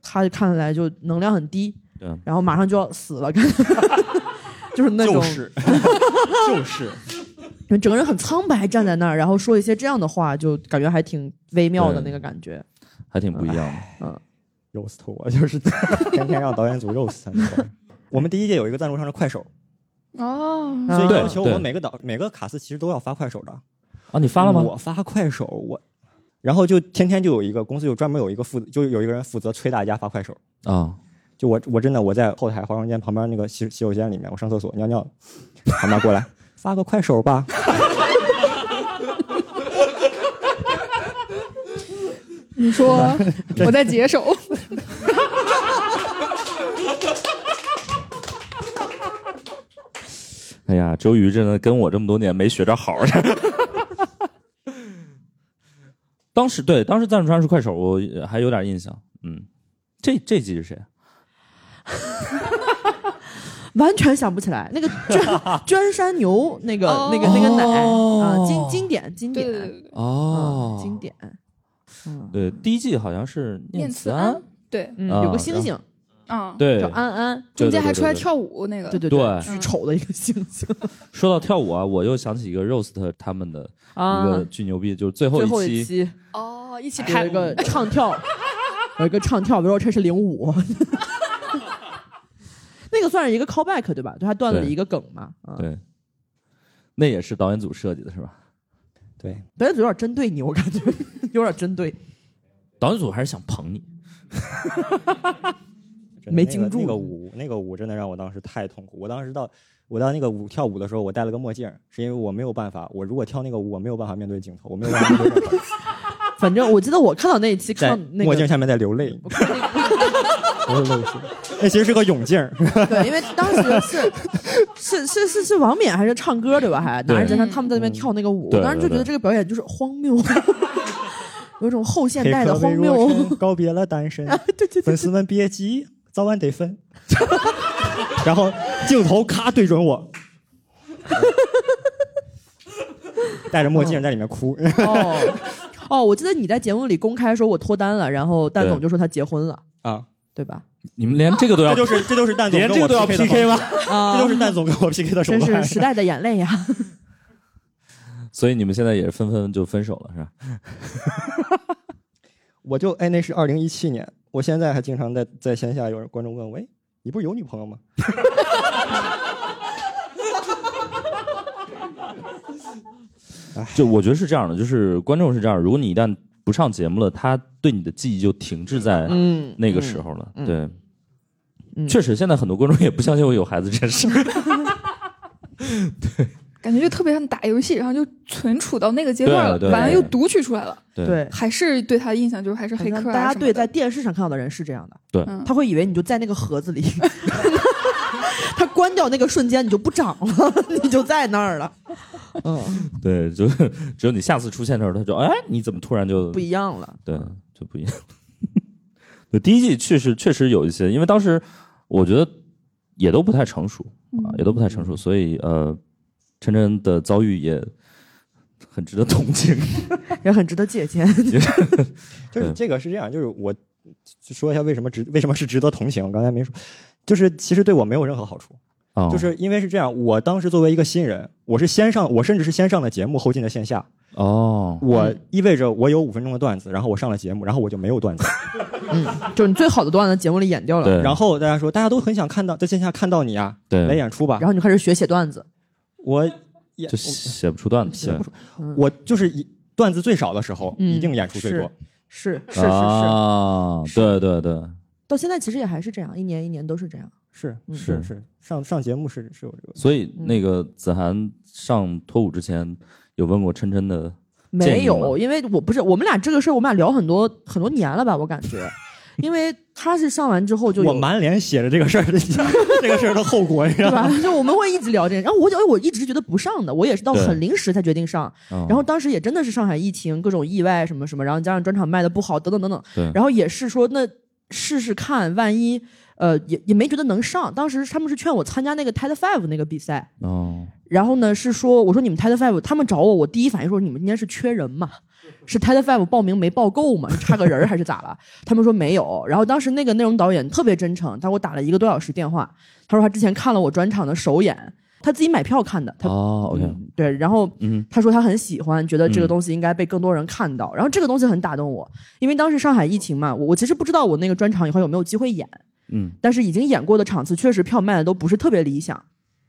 Speaker 2: 他看起来就能量很低，
Speaker 1: 对
Speaker 2: 然后马上就要死了，感觉 <laughs> 就是那种，
Speaker 1: <laughs>
Speaker 4: 就是
Speaker 2: 整个人很苍白站在那儿，然后说一些这样的话，就感觉还挺微妙的
Speaker 1: 对
Speaker 2: 那个感觉。
Speaker 1: 还挺不一样的。
Speaker 4: roast 我，就是天天让导演组 roast 他那会儿。我们第一届有一个赞助商是快手，
Speaker 3: 哦，
Speaker 4: 所以
Speaker 2: 对
Speaker 4: 要求我
Speaker 1: 啊对
Speaker 4: 们每个导每个卡司其实都要发快手的。
Speaker 1: 啊，你发了吗？
Speaker 4: 我发快手，我，然后就天天就有一个公司就专门有一个负，就有一个人负责催大家发快手。
Speaker 1: 啊，
Speaker 4: 就我我真的我在后台化妆间旁边那个洗洗手间里面，我上厕所尿尿，旁边过来 <laughs> 发个快手吧。
Speaker 3: 你说我在解手，
Speaker 1: 哎呀，周瑜真的跟我这么多年没学着好儿。 <laughs> 当时对，当时赞助商是快手，我呃还啊有点印象。嗯，这这季是谁？
Speaker 2: 完全想不起来那个娟娟山牛那个、那个那个奶啊，经经典经典
Speaker 1: 哦
Speaker 2: 嗯，经典，
Speaker 1: 对，第一季好像是
Speaker 3: 念
Speaker 1: 慈
Speaker 3: 慈
Speaker 1: 庵
Speaker 3: 庵，对，
Speaker 2: 嗯，
Speaker 1: 啊
Speaker 2: 有个星星
Speaker 3: 啊，
Speaker 1: 对
Speaker 2: 叫安安，
Speaker 1: 对
Speaker 3: 中间
Speaker 1: 对
Speaker 3: 还
Speaker 1: 对
Speaker 3: 出来
Speaker 1: 对
Speaker 3: 跳舞那个，
Speaker 2: 对对
Speaker 1: 对
Speaker 2: 巨丑的一嗯个星星
Speaker 1: 说到跳舞啊，我又想起一个 roast 他们的一个
Speaker 2: 啊，
Speaker 1: 巨牛逼，就是最后
Speaker 2: 最后
Speaker 1: 一
Speaker 2: 一
Speaker 1: 期，
Speaker 2: 期
Speaker 3: 哦，一起
Speaker 2: 有
Speaker 3: 拍
Speaker 2: 一个唱跳，有 <laughs> 一个唱跳，比如说这是零五。那个算是一个 callback 对吧？就他断了
Speaker 1: 对
Speaker 2: 一个梗嘛。啊，
Speaker 1: 对，那也是导演组设计的是吧？
Speaker 4: 对，
Speaker 2: 导演组有点针对你，我感觉有点针对。
Speaker 1: 导演组还是想捧你，
Speaker 4: 真的
Speaker 2: 没
Speaker 4: 那个
Speaker 2: 经住
Speaker 4: 那个舞，那个舞真的让我当时太痛苦。我当时到我到那个舞跳舞的时候，我戴了个墨镜，是因为我没有办法，我如果跳那个舞，我没有办法面对镜头，我没有办法面对
Speaker 2: <laughs>
Speaker 4: 镜头
Speaker 2: 反正我记得我看到那一期
Speaker 4: 在
Speaker 2: 看那
Speaker 4: 墨镜
Speaker 2: 个，
Speaker 4: 下面在流泪，我会泪水。那其实是个泳镜儿，
Speaker 2: 对，因为当时是是是是是王冕还是唱歌对吧？还拿着吉他，
Speaker 3: 对
Speaker 2: 他们在那边跳那个舞，
Speaker 1: 对
Speaker 2: 我当时就觉
Speaker 1: 对
Speaker 2: 得
Speaker 1: 对
Speaker 2: 这个表演就是荒谬， <laughs> 有种后现
Speaker 4: 黑
Speaker 2: 代的
Speaker 4: 客
Speaker 2: 荒
Speaker 4: 为弱
Speaker 2: 谬。啊
Speaker 4: 身，告别了
Speaker 2: <laughs>
Speaker 4: 单身，
Speaker 2: 对对对
Speaker 4: 粉丝们别急，早晚得分。 <laughs> 然后镜头咔对
Speaker 2: <laughs>
Speaker 4: 准我，戴着墨镜在里面哭。
Speaker 2: <laughs> 哦哦，我记得你在节目里公开说我脱单了，然后蛋总
Speaker 1: 对
Speaker 2: 就说他结婚了
Speaker 4: <laughs> 啊，
Speaker 2: 对吧？
Speaker 1: 你们连这个都要
Speaker 4: 这就是这就是蛋总
Speaker 1: 连
Speaker 4: 跟
Speaker 1: 这
Speaker 4: 我
Speaker 1: 个都要
Speaker 4: PK
Speaker 1: PK
Speaker 4: 的方
Speaker 1: 吗
Speaker 4: 式？
Speaker 2: 啊
Speaker 4: 这就是蛋总跟我 PK 的
Speaker 2: <laughs>
Speaker 4: 手
Speaker 2: 真是
Speaker 4: 段。
Speaker 2: 时代的眼泪呀！
Speaker 1: 所以你们现在也是纷纷就分手了是吧？
Speaker 4: 我就哎，那是二零一七年，我现在还经常在在线下有人观众问我，哎，你不是有女朋友吗？
Speaker 1: 就我觉得是这样的，就是观众是这样，如果你一旦不上节目了，他对你的记忆就停滞在
Speaker 2: 嗯，
Speaker 1: 那个时候了。
Speaker 2: 嗯
Speaker 1: 对，
Speaker 2: 嗯
Speaker 1: 确实现在很多观众也不相信我有孩子这件事。
Speaker 2: <laughs>
Speaker 3: 感觉就特别像打游戏，然后就存储到那个阶段了，
Speaker 1: 对对
Speaker 3: 完了又读取出来了，
Speaker 1: <laughs> 对
Speaker 2: 对，
Speaker 3: 还是对他的印象就是还是黑
Speaker 2: 好像
Speaker 3: 客啊
Speaker 2: 大家
Speaker 3: 什么
Speaker 2: 对
Speaker 3: 的
Speaker 2: 在电视上看到的人是这样的，
Speaker 1: 对
Speaker 3: 嗯
Speaker 2: 他会以为你就在那个盒子里， <laughs> 他关掉那个瞬间你就不长了，你就在那儿了，嗯，
Speaker 1: 对，就只有你下次出现的时候，他就哎，你怎么突然就
Speaker 2: 不一样了，
Speaker 1: 对，就不一样。对，第一季确实确实有一些，因为当时我觉得也都不太成熟啊，也都不太
Speaker 2: 嗯
Speaker 1: 成熟，所以呃，晨晨的遭遇也很值得同
Speaker 2: <laughs>
Speaker 1: 情。
Speaker 2: 也很值得借鉴。
Speaker 4: 就是
Speaker 1: 嗯
Speaker 4: 这个是这样，就是我说一下为什么值为什么是值得同情，我刚才没说，就是其实对我没有任何好处，
Speaker 1: 啊，
Speaker 4: 就是因为是这样，我当时作为一个新人，我是先上，我甚至是先上的节目，后进的线下，
Speaker 1: 哦，
Speaker 4: 我意味着我有五分钟的段子，然后我上了节目，然后我就没有段子，
Speaker 2: 就是你最好的段子节目里演掉了，
Speaker 1: 对，
Speaker 4: 然后大家说大家都很想看到在线下看到你啊，
Speaker 1: 对
Speaker 4: 来演出吧
Speaker 2: 然，后你就开始学写段子，
Speaker 4: 我也
Speaker 1: 就写不出段子，
Speaker 4: 写不出，我就是一段子最少的时候，
Speaker 2: 嗯
Speaker 4: 一定演出最多，
Speaker 2: 是是是是，
Speaker 1: 啊，对对对，
Speaker 2: 到现在其实也还是这样，一年一年都是这样。
Speaker 4: 是
Speaker 2: 嗯
Speaker 4: 是是，上上节目是是有这个。
Speaker 1: 所以那个子涵上脱舞之前有问过琛琛的，建
Speaker 2: 没
Speaker 1: 议吗
Speaker 2: 有，因为我不是我们俩这个事儿，我们俩聊很多很多年了吧，我感
Speaker 1: <laughs>
Speaker 2: 觉，因为他是上完之后就有
Speaker 4: 我满脸写着这个事儿， <laughs> 这个事儿的后果，你知道
Speaker 2: 对
Speaker 4: 吗？
Speaker 2: 吧？ <laughs> 就我们会一直聊这个，然后我就哎我一直觉得不上的，我也是到
Speaker 1: 对
Speaker 2: 很临时才决定上，
Speaker 1: 嗯
Speaker 2: 然后当时也真的是上海疫情各种意外什么什么，然后加上专场卖的不好等等等等
Speaker 1: 对，
Speaker 2: 然后也是说那试试看，万一呃也也没觉得能上，当时他们是劝我参加那个 TED Five 那个比赛，
Speaker 1: 哦，
Speaker 2: 然后呢是说，我说你们 TED Five，他们找我，我第一反应说你们应该是缺人嘛，是 TED Five 报名没报够嘛，是差个人儿还是咋了？他们说没有。然后当时那个内容导演特别真诚，他给我打了一个多小时电话，他说他之前看了我专场的首演，他自己买票看的，他、
Speaker 1: 哦，OK，
Speaker 2: 嗯对，然后
Speaker 1: 嗯
Speaker 2: 他说他很喜欢，觉得
Speaker 1: 嗯
Speaker 2: 这个东西应该被更多人看到。然后这个东西很打动我，因为当时上海疫情嘛，我我其实不知道我那个专场以后有没有机会演。
Speaker 1: 嗯，
Speaker 2: 但是已经演过的场次确实票卖的都不是特别理想。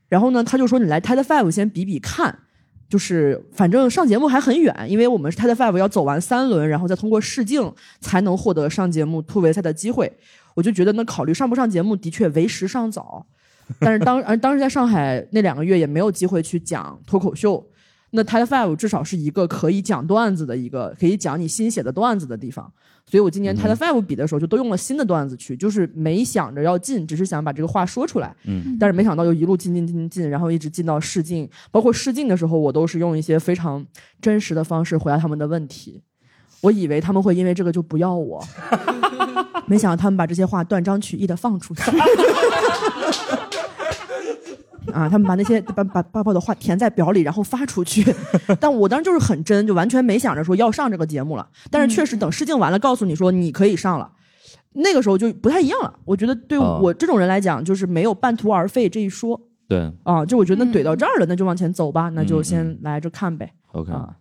Speaker 2: 然后呢，他就说你来 TED Five 先比比看，就是反正上节目还很远，因为我们是 TED Five 要走完三轮，然后再通过试镜才能获得上节目突围赛的机会。我就觉得那考虑上不上节目的确为时尚早，但是当 <laughs> 而当时在上海那两个月也没有机会去讲脱口秀。那 TED Five 至少是一个可以讲段子的一个可以讲你新写的段子的地方，所以我今年 TED Five 比的时候就都用了新的段子去，就是没想着要进，只是想把这个话说出来。
Speaker 1: 嗯，
Speaker 2: 但是没想到就一路进进进进进，然后一直进到试镜，包括试镜的时候，我都是用一些非常真实的方式回答他们的问题。我以为他们会因为这个就不要我，没想到他们把这些话断章取义的放出去。 <laughs> 啊，他们把那些把把爸爸的话填在表里，然后发出去。但我当时就是很真，就完全没想着说要上这个节目了。但是确实等试镜完了，告诉你说你可以上了，那个时候就不太一样了。我觉得对
Speaker 1: 哦
Speaker 2: 我这种人来讲，就是没有半途而废这一说
Speaker 1: 对
Speaker 2: 啊。就我觉得那怼到这儿了，那就往前走吧，那就
Speaker 1: 嗯
Speaker 2: 先来这看呗。
Speaker 1: ，OK，
Speaker 2: 啊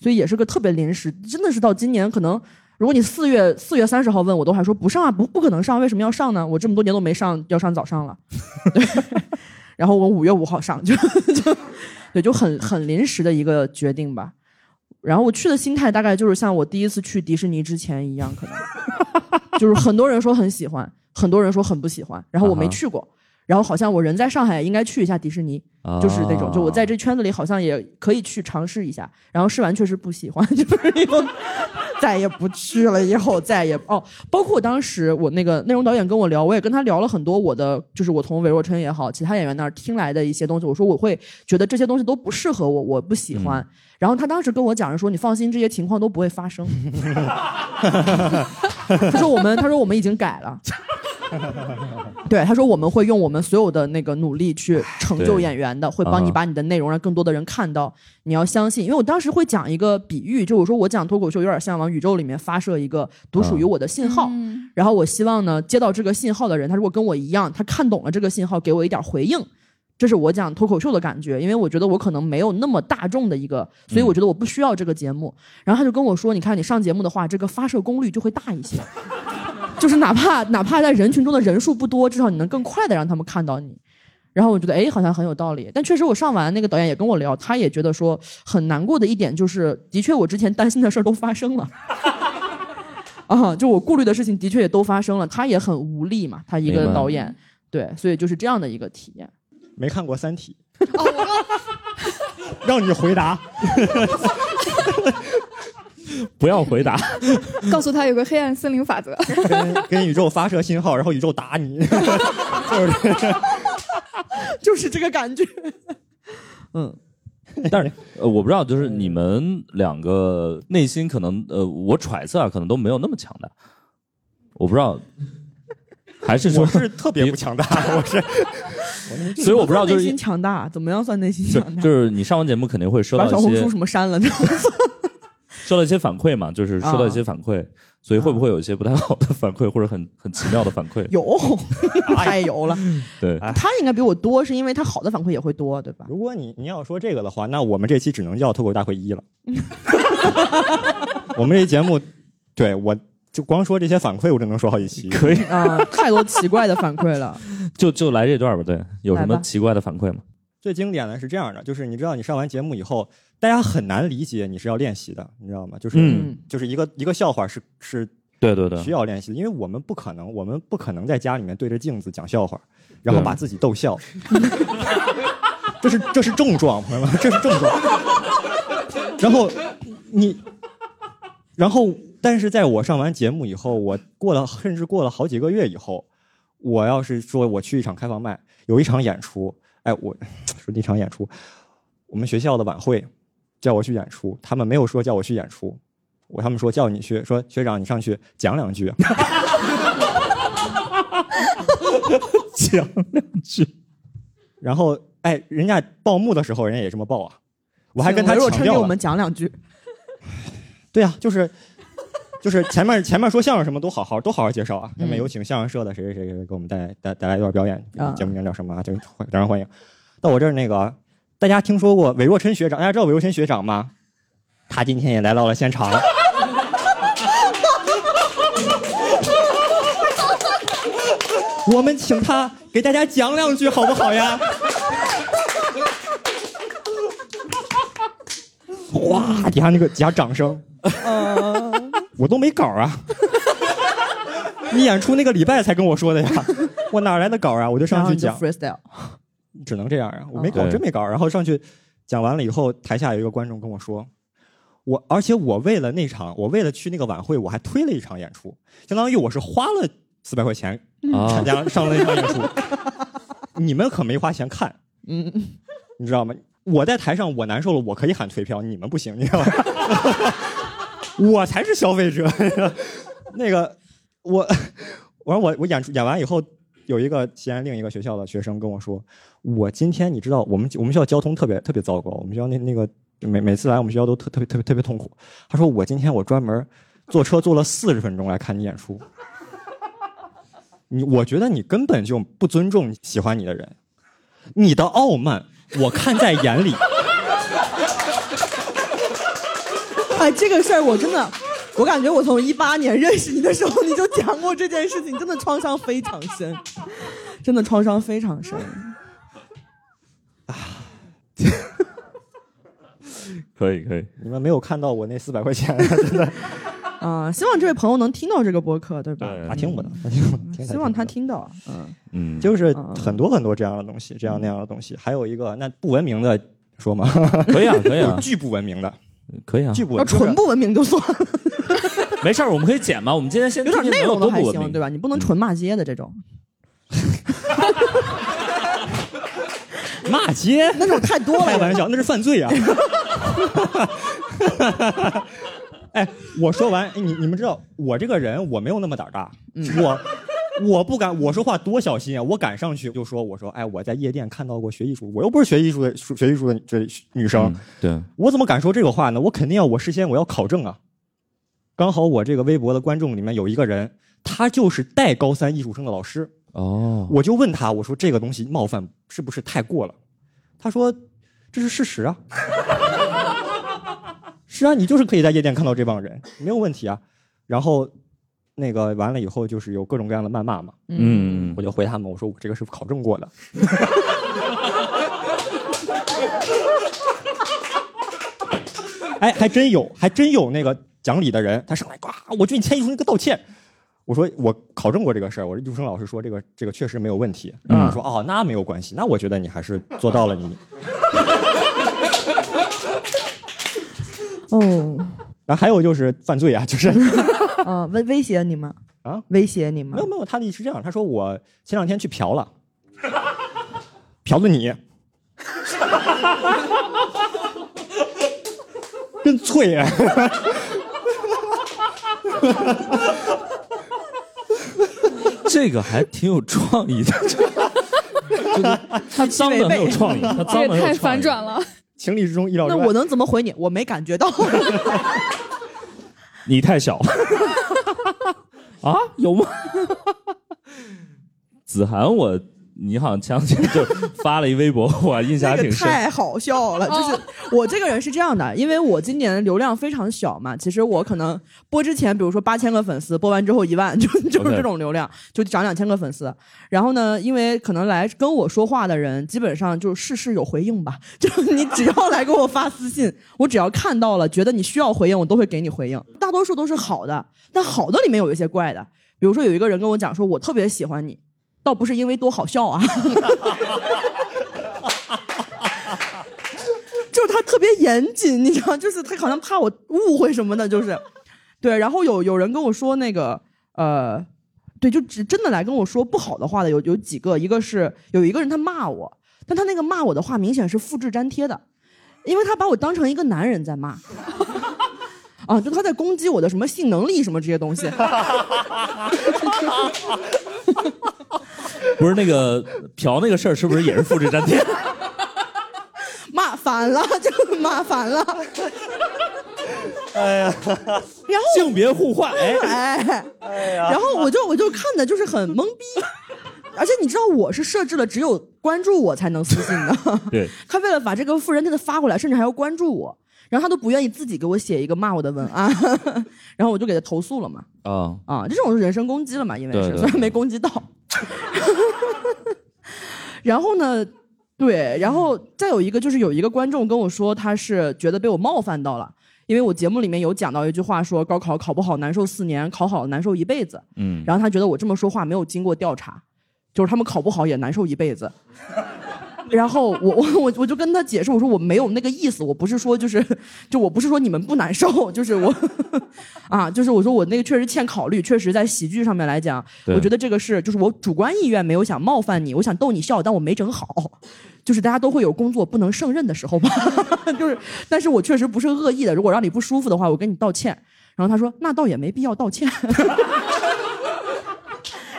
Speaker 2: 所以也是个特别临时，真的是到今年可能。如果你四月四月三十号问我，都还说不上啊，不不可能上，为什么要上呢？我这么多年都没上，要上早
Speaker 1: <laughs>
Speaker 2: 上了。对然后我五月五号上，就就对，就很很临时的一个决定吧。然后我去的心态大概就是像我第一次去迪士尼之前一样，可能
Speaker 1: <laughs>
Speaker 2: 就是很多人说很喜欢，很多人说很不喜欢，然后我
Speaker 1: 啊
Speaker 2: 没
Speaker 1: 哈
Speaker 2: 去过。然后好像我人在上海，应该去一下迪士尼，
Speaker 1: 啊
Speaker 2: 就是那种，就我在这圈子里好像也可以去尝试一下。然后试完确实不喜欢， <laughs> 就是那种再也不去了，以后再也哦。包括当时我那个内容导演跟我聊，我也跟他聊了很多我的，就是我从韦若琛也好，其他演员那儿听来的一些东西。我说我会觉得这些东西都不适合我，我不喜欢。然后他当时跟我讲着说，你放心，这些情况都不会发生。 <laughs> 他说我们，他说我们已经改了。 <laughs> 对，他说我们会用我们所有的那个努力去成就
Speaker 1: 对
Speaker 2: 演员的，会帮你
Speaker 1: 啊
Speaker 2: 把你的内容让更多的人看到。你要相信，因为我当时会讲一个比喻，就我说我讲脱口秀有点像往宇宙里面发射一个独属于我的信号，
Speaker 3: 嗯
Speaker 2: 然后我希望呢接到这个信号的人，他如果跟我一样，他看懂了这个信号，给我一点回应。这是我讲脱口秀的感觉，因为我觉得我可能没有那么大众的一个，所以
Speaker 1: 嗯
Speaker 2: 我觉得我不需要这个节目。然后他就跟我说：“你看，你上节目的话，这个发射功率就会大一些。” <laughs> 就是哪怕哪怕在人群中的人数不多，至少你能更快的让他们看到你。然后我觉得，哎，好像很有道理。但确实，我上完那个导演也跟我聊，他也觉得说很难过的一点就是，的确我之前担心的事儿都发生了。 <laughs> 啊，就我顾虑的事情的确也都发生了，他也很无力嘛，他一
Speaker 1: 明
Speaker 2: 个
Speaker 1: 白
Speaker 2: 导演，对，所以就是这样的一个体验。
Speaker 4: <laughs> 没看过《三体》。 <laughs> 让你回答，
Speaker 1: 不要
Speaker 4: <laughs>
Speaker 1: 回答，
Speaker 3: 告诉他有个黑暗森林法则。
Speaker 4: 跟跟宇宙发射信号，然后宇宙打你， <laughs> 就是
Speaker 2: 就是这个感觉。嗯，
Speaker 1: 但
Speaker 2: <laughs>
Speaker 1: 是呃，我不知道，就是你们两个内心可能呃，我揣测啊，可能都没有那么强大，我不知道，还是
Speaker 4: <laughs> 我
Speaker 1: 说，
Speaker 4: 是特别不强大， <laughs> 我是
Speaker 1: 所以我不知道，就
Speaker 2: 内
Speaker 1: 是
Speaker 2: 心强大，怎么样算内心强大？
Speaker 1: 就是你上完节目肯定会收
Speaker 2: 把
Speaker 1: 到
Speaker 2: 小
Speaker 1: 一
Speaker 2: 红
Speaker 1: 些
Speaker 2: 书什么删了，
Speaker 1: 收到一些反馈嘛，就是
Speaker 2: 啊
Speaker 1: 收到一些反馈，所以会不会有一些不太好的反馈，或者很很奇妙的反馈？
Speaker 2: 有太油了。
Speaker 1: 对，
Speaker 2: 他应该比我多，是因为他好的反馈也会多，
Speaker 4: <laughs>
Speaker 2: 对吧？
Speaker 4: 如果你你要说这个的话，那我们这期只能叫脱口大会 <laughs> 一了。我们这节目，对我就光说这些反馈，我只能说好几期。
Speaker 1: 可以，
Speaker 2: 啊、 <laughs> 太多奇怪的反馈了。
Speaker 1: 就就来这段吧。对，有什
Speaker 2: 来
Speaker 1: 么
Speaker 2: 吧
Speaker 1: 奇怪的反馈吗？
Speaker 4: 最经典的是这样的，就是你知道你上完节目以后，大家很难理解你是要练习的，你知道吗？就是、
Speaker 1: 嗯
Speaker 2: 嗯，
Speaker 4: 就是一个一个笑话是是
Speaker 1: 对对对
Speaker 4: 需，要练习的，因为我们不可能，我们不可能在家里面对着镜子讲笑话，然后
Speaker 1: 对
Speaker 4: 把自己逗笑。 <laughs> 这是这是症状，朋友们， <laughs> 这是症状。然后你，然后但是在我上完节目以后，我过了甚至过了好几个月以后，我要是说我去一场开放麦，有一场演出，哎，我 <laughs> 说那场演出，我们学校的晚会叫我去演出，他们没有说叫我去演出，我他们说叫你去，说学长你上去讲两句，啊
Speaker 1: 讲两句，
Speaker 4: 然后哎，人家报幕的时候人家也这么报啊，我
Speaker 2: 我
Speaker 4: 还跟他
Speaker 2: 若琛
Speaker 4: 强
Speaker 2: 给
Speaker 4: 调
Speaker 2: 我
Speaker 4: 了
Speaker 2: 们，讲两句。
Speaker 4: 对啊，就是就是前面前面说相声什么都好好都好好介绍啊，
Speaker 2: 嗯
Speaker 4: 下面有请相声社的谁谁谁谁给我们带带带来一段表演
Speaker 2: 啊，
Speaker 4: 节目名叫什么啊？就欢当然欢迎。到我这儿那个，大家听说过韦若琛学长，大家知道韦若琛学长吗？他今天也来到了现场。 <laughs> 我们请他给大家讲两句好不好呀？哗，底下那个底下掌声，我都没稿啊。你演出那个礼拜才跟我说的呀，我哪来的稿啊？我就
Speaker 2: 然
Speaker 4: 上
Speaker 2: 后
Speaker 4: 去
Speaker 2: 你就哦
Speaker 4: 讲，
Speaker 2: freestyle，
Speaker 4: 只能这样啊，我没稿，
Speaker 1: 对
Speaker 4: 真没稿。然后上去讲完了以后，台下有一个观众跟我说，我而且我为了那场，我为了去那个晚会，我还推了一场演出，相当于我是花了四百块钱
Speaker 1: 啊
Speaker 2: <laughs>
Speaker 4: 参，加上了那场演出。你们可没花钱看，
Speaker 2: 嗯，
Speaker 4: 你知道吗？我在台上我难受了，我可以喊退票，你们不行，你知道吗？ <laughs> 我才是消费者。那个我，我说我我演出演完以后，有一个西安另一个学校的学生跟我说，我今天你知道我们我们学校交通特别特别糟糕，我们学校那那个每每次来我们学校都特特别特别特别痛苦。他说我今天我专门坐车坐了四十分钟来看你演出。你我觉得你根本就不尊重喜欢你的人，你的傲慢我看在眼里。
Speaker 2: 哎，这个事儿我真的，我感觉我从一八年认识你的时候，你就讲过这件事情，真的创伤非常深，真的创伤非常深。
Speaker 1: 可以可以，
Speaker 4: <laughs> 你们没有看到我那四百块钱，真的
Speaker 2: 啊、希望这位朋友能听到这个播客，对吧？
Speaker 4: <laughs> 他听不到，他听不到，听
Speaker 2: 嗯希望他
Speaker 4: 听
Speaker 2: 听到。嗯，
Speaker 1: 嗯，
Speaker 4: 就是很多很多这样的东西，这样那样的东西。还有一个那不文明的说嘛，
Speaker 1: 可以啊可以
Speaker 4: 有
Speaker 2: <laughs>
Speaker 1: 啊
Speaker 4: <laughs> 巨不文明的，
Speaker 1: 可以啊，
Speaker 4: 巨不
Speaker 2: 要
Speaker 4: 文明
Speaker 2: 纯不文明就算了，
Speaker 1: 没事儿，我们可以剪嘛。我们今天先
Speaker 2: 有点
Speaker 1: 听听
Speaker 2: 内
Speaker 1: 能有
Speaker 2: 容的
Speaker 1: 多
Speaker 2: 还
Speaker 1: 不文
Speaker 2: 行，
Speaker 1: 明嗯
Speaker 2: 对吧？你不能纯骂街的这种，
Speaker 4: 骂街，
Speaker 2: 那种太多
Speaker 4: 开
Speaker 1: <laughs>
Speaker 2: 了。
Speaker 4: 玩笑，那是犯罪啊！哎，我说完，哎你你们知道，我这个人我没有那么胆儿大，我我不敢，我说话多小心啊！我敢上去就说，我说，哎，我在夜店看到过学艺术，我又不是学艺术的学艺术的这女生，
Speaker 1: 嗯对，
Speaker 4: 我怎么敢说这个话呢？我肯定要我事先我要考证啊。刚好我这个微博的观众里面有一个人，他就是带高三艺术生的老师，
Speaker 1: 哦，
Speaker 4: 我就问他，我说这个东西冒犯是不是太过了？他说这是事实啊。 <laughs> 是啊，你就是可以在夜店看到这帮人，没有问题啊。然后那个完了以后，就是有各种各样的谩骂嘛，
Speaker 1: 嗯，
Speaker 4: 我就回他们，我说我这个是考证过的。 <laughs> 哎，还真有，还真有那个讲理的人，他上来呱，我觉得你签艺术生跟道歉。我说我考证过这个事儿，我说艺术生老师说这个这个确实没有问题。
Speaker 1: 嗯
Speaker 4: 我说哦，那没有关系，那我觉得你还是做到了你。
Speaker 2: 哦，
Speaker 4: 然后还有就是犯罪啊，就是
Speaker 2: 啊，威威胁你们
Speaker 4: 啊
Speaker 2: 威胁你
Speaker 4: 没
Speaker 2: 们
Speaker 4: 有没有，他的意思是这样，他说我前两天去嫖了，嫖的你，真脆啊！ <laughs>
Speaker 1: 这个还挺有创意的，就是
Speaker 2: <laughs>
Speaker 1: 他脏的很有创意，他
Speaker 3: <laughs> 这
Speaker 1: 脏
Speaker 3: 也
Speaker 1: 的很有
Speaker 3: 太
Speaker 1: 创
Speaker 3: 反
Speaker 1: 意。
Speaker 3: 转了。
Speaker 4: 情理之中，意料之
Speaker 2: 那
Speaker 4: 外。
Speaker 2: 我能怎么回你？我没感觉到。
Speaker 1: 你太
Speaker 2: <laughs>
Speaker 1: 小啊？有 <laughs> 吗？子涵，我你好像前两天就发了一微博，我印象还
Speaker 2: 这
Speaker 1: 挺
Speaker 2: 个
Speaker 1: 深。
Speaker 2: 太好笑了，就是我这个人是这样的，因为我今年流量非常小嘛，其实我可能播之前，比如说八千个粉丝，播完之后一万，就 <laughs> 就是
Speaker 1: OK
Speaker 2: 这种流量，就涨两千个粉丝。然后呢，因为可能来跟我说话的人，基本上就是事事有回应吧， <laughs> 就你只要来给我发私信，我只要看到了，觉得你需要回应，我都会给你回应，大多数都是好的，但好的里面有一些怪的，比如说有一个人跟我讲说，我特别喜欢你。倒不是因为多好笑啊， <laughs> 就是他特别严谨，你知道，就是他好像怕我误会什么的，就是，对。然后有有人跟我说那个，呃，对，就只真的来跟我说不好的话的有有几个，一个是有一个人他骂我，但他那个骂我的话明显是复制粘贴的，因为他把我当成一个男人在骂。 <laughs> 啊，就他在攻击我的什么性能力什么这些东西， <laughs>
Speaker 1: 不是那个嫖那个事儿，是不是也是复制粘
Speaker 2: <laughs>
Speaker 1: 贴？
Speaker 2: 骂反了，就骂反了。
Speaker 1: 性别互换，哎，
Speaker 2: 哎，然后我就我就看的就是很懵逼，而且你知道我是设置了只有关注我才能私信的，
Speaker 1: 对，
Speaker 2: <laughs> 他为了把这个复制粘贴的发过来，甚至还要关注我，然后他都不愿意自己给我写一个骂我的文案， <laughs> 然后我就给他投诉了嘛，
Speaker 1: 啊，
Speaker 2: 啊，这种是人身攻击了嘛，因为
Speaker 1: 对
Speaker 2: 是
Speaker 1: 对
Speaker 2: 虽然没攻击到， <laughs> 然后呢，对，然后再有一个就是有一个观众跟我说，他是觉得被我冒犯到了，因为我节目里面有讲到一句话说，高考考不好难受四年，考好难受一辈子。
Speaker 1: 嗯，
Speaker 2: 然后他觉得我这么说话没有经过调查，就是他们考不好也难受一辈子。 <laughs> 然后我 <laughs> 我我我就跟他解释，我说我没有那个意思，我不是说就是就我不是说你们不难受，就是我啊，就是我说我那个确实欠考虑，确实在喜剧上面来讲，
Speaker 1: 对
Speaker 2: 我觉得这个是就是我主观意愿没有想冒犯你，我想逗你笑，但我没整好，就是大家都会有工作不能胜任的时候吧， <laughs> 就是但是我确实不是恶意的，如果让你不舒服的话，我跟你道歉。然后他说 <laughs> 那倒也没必要道歉。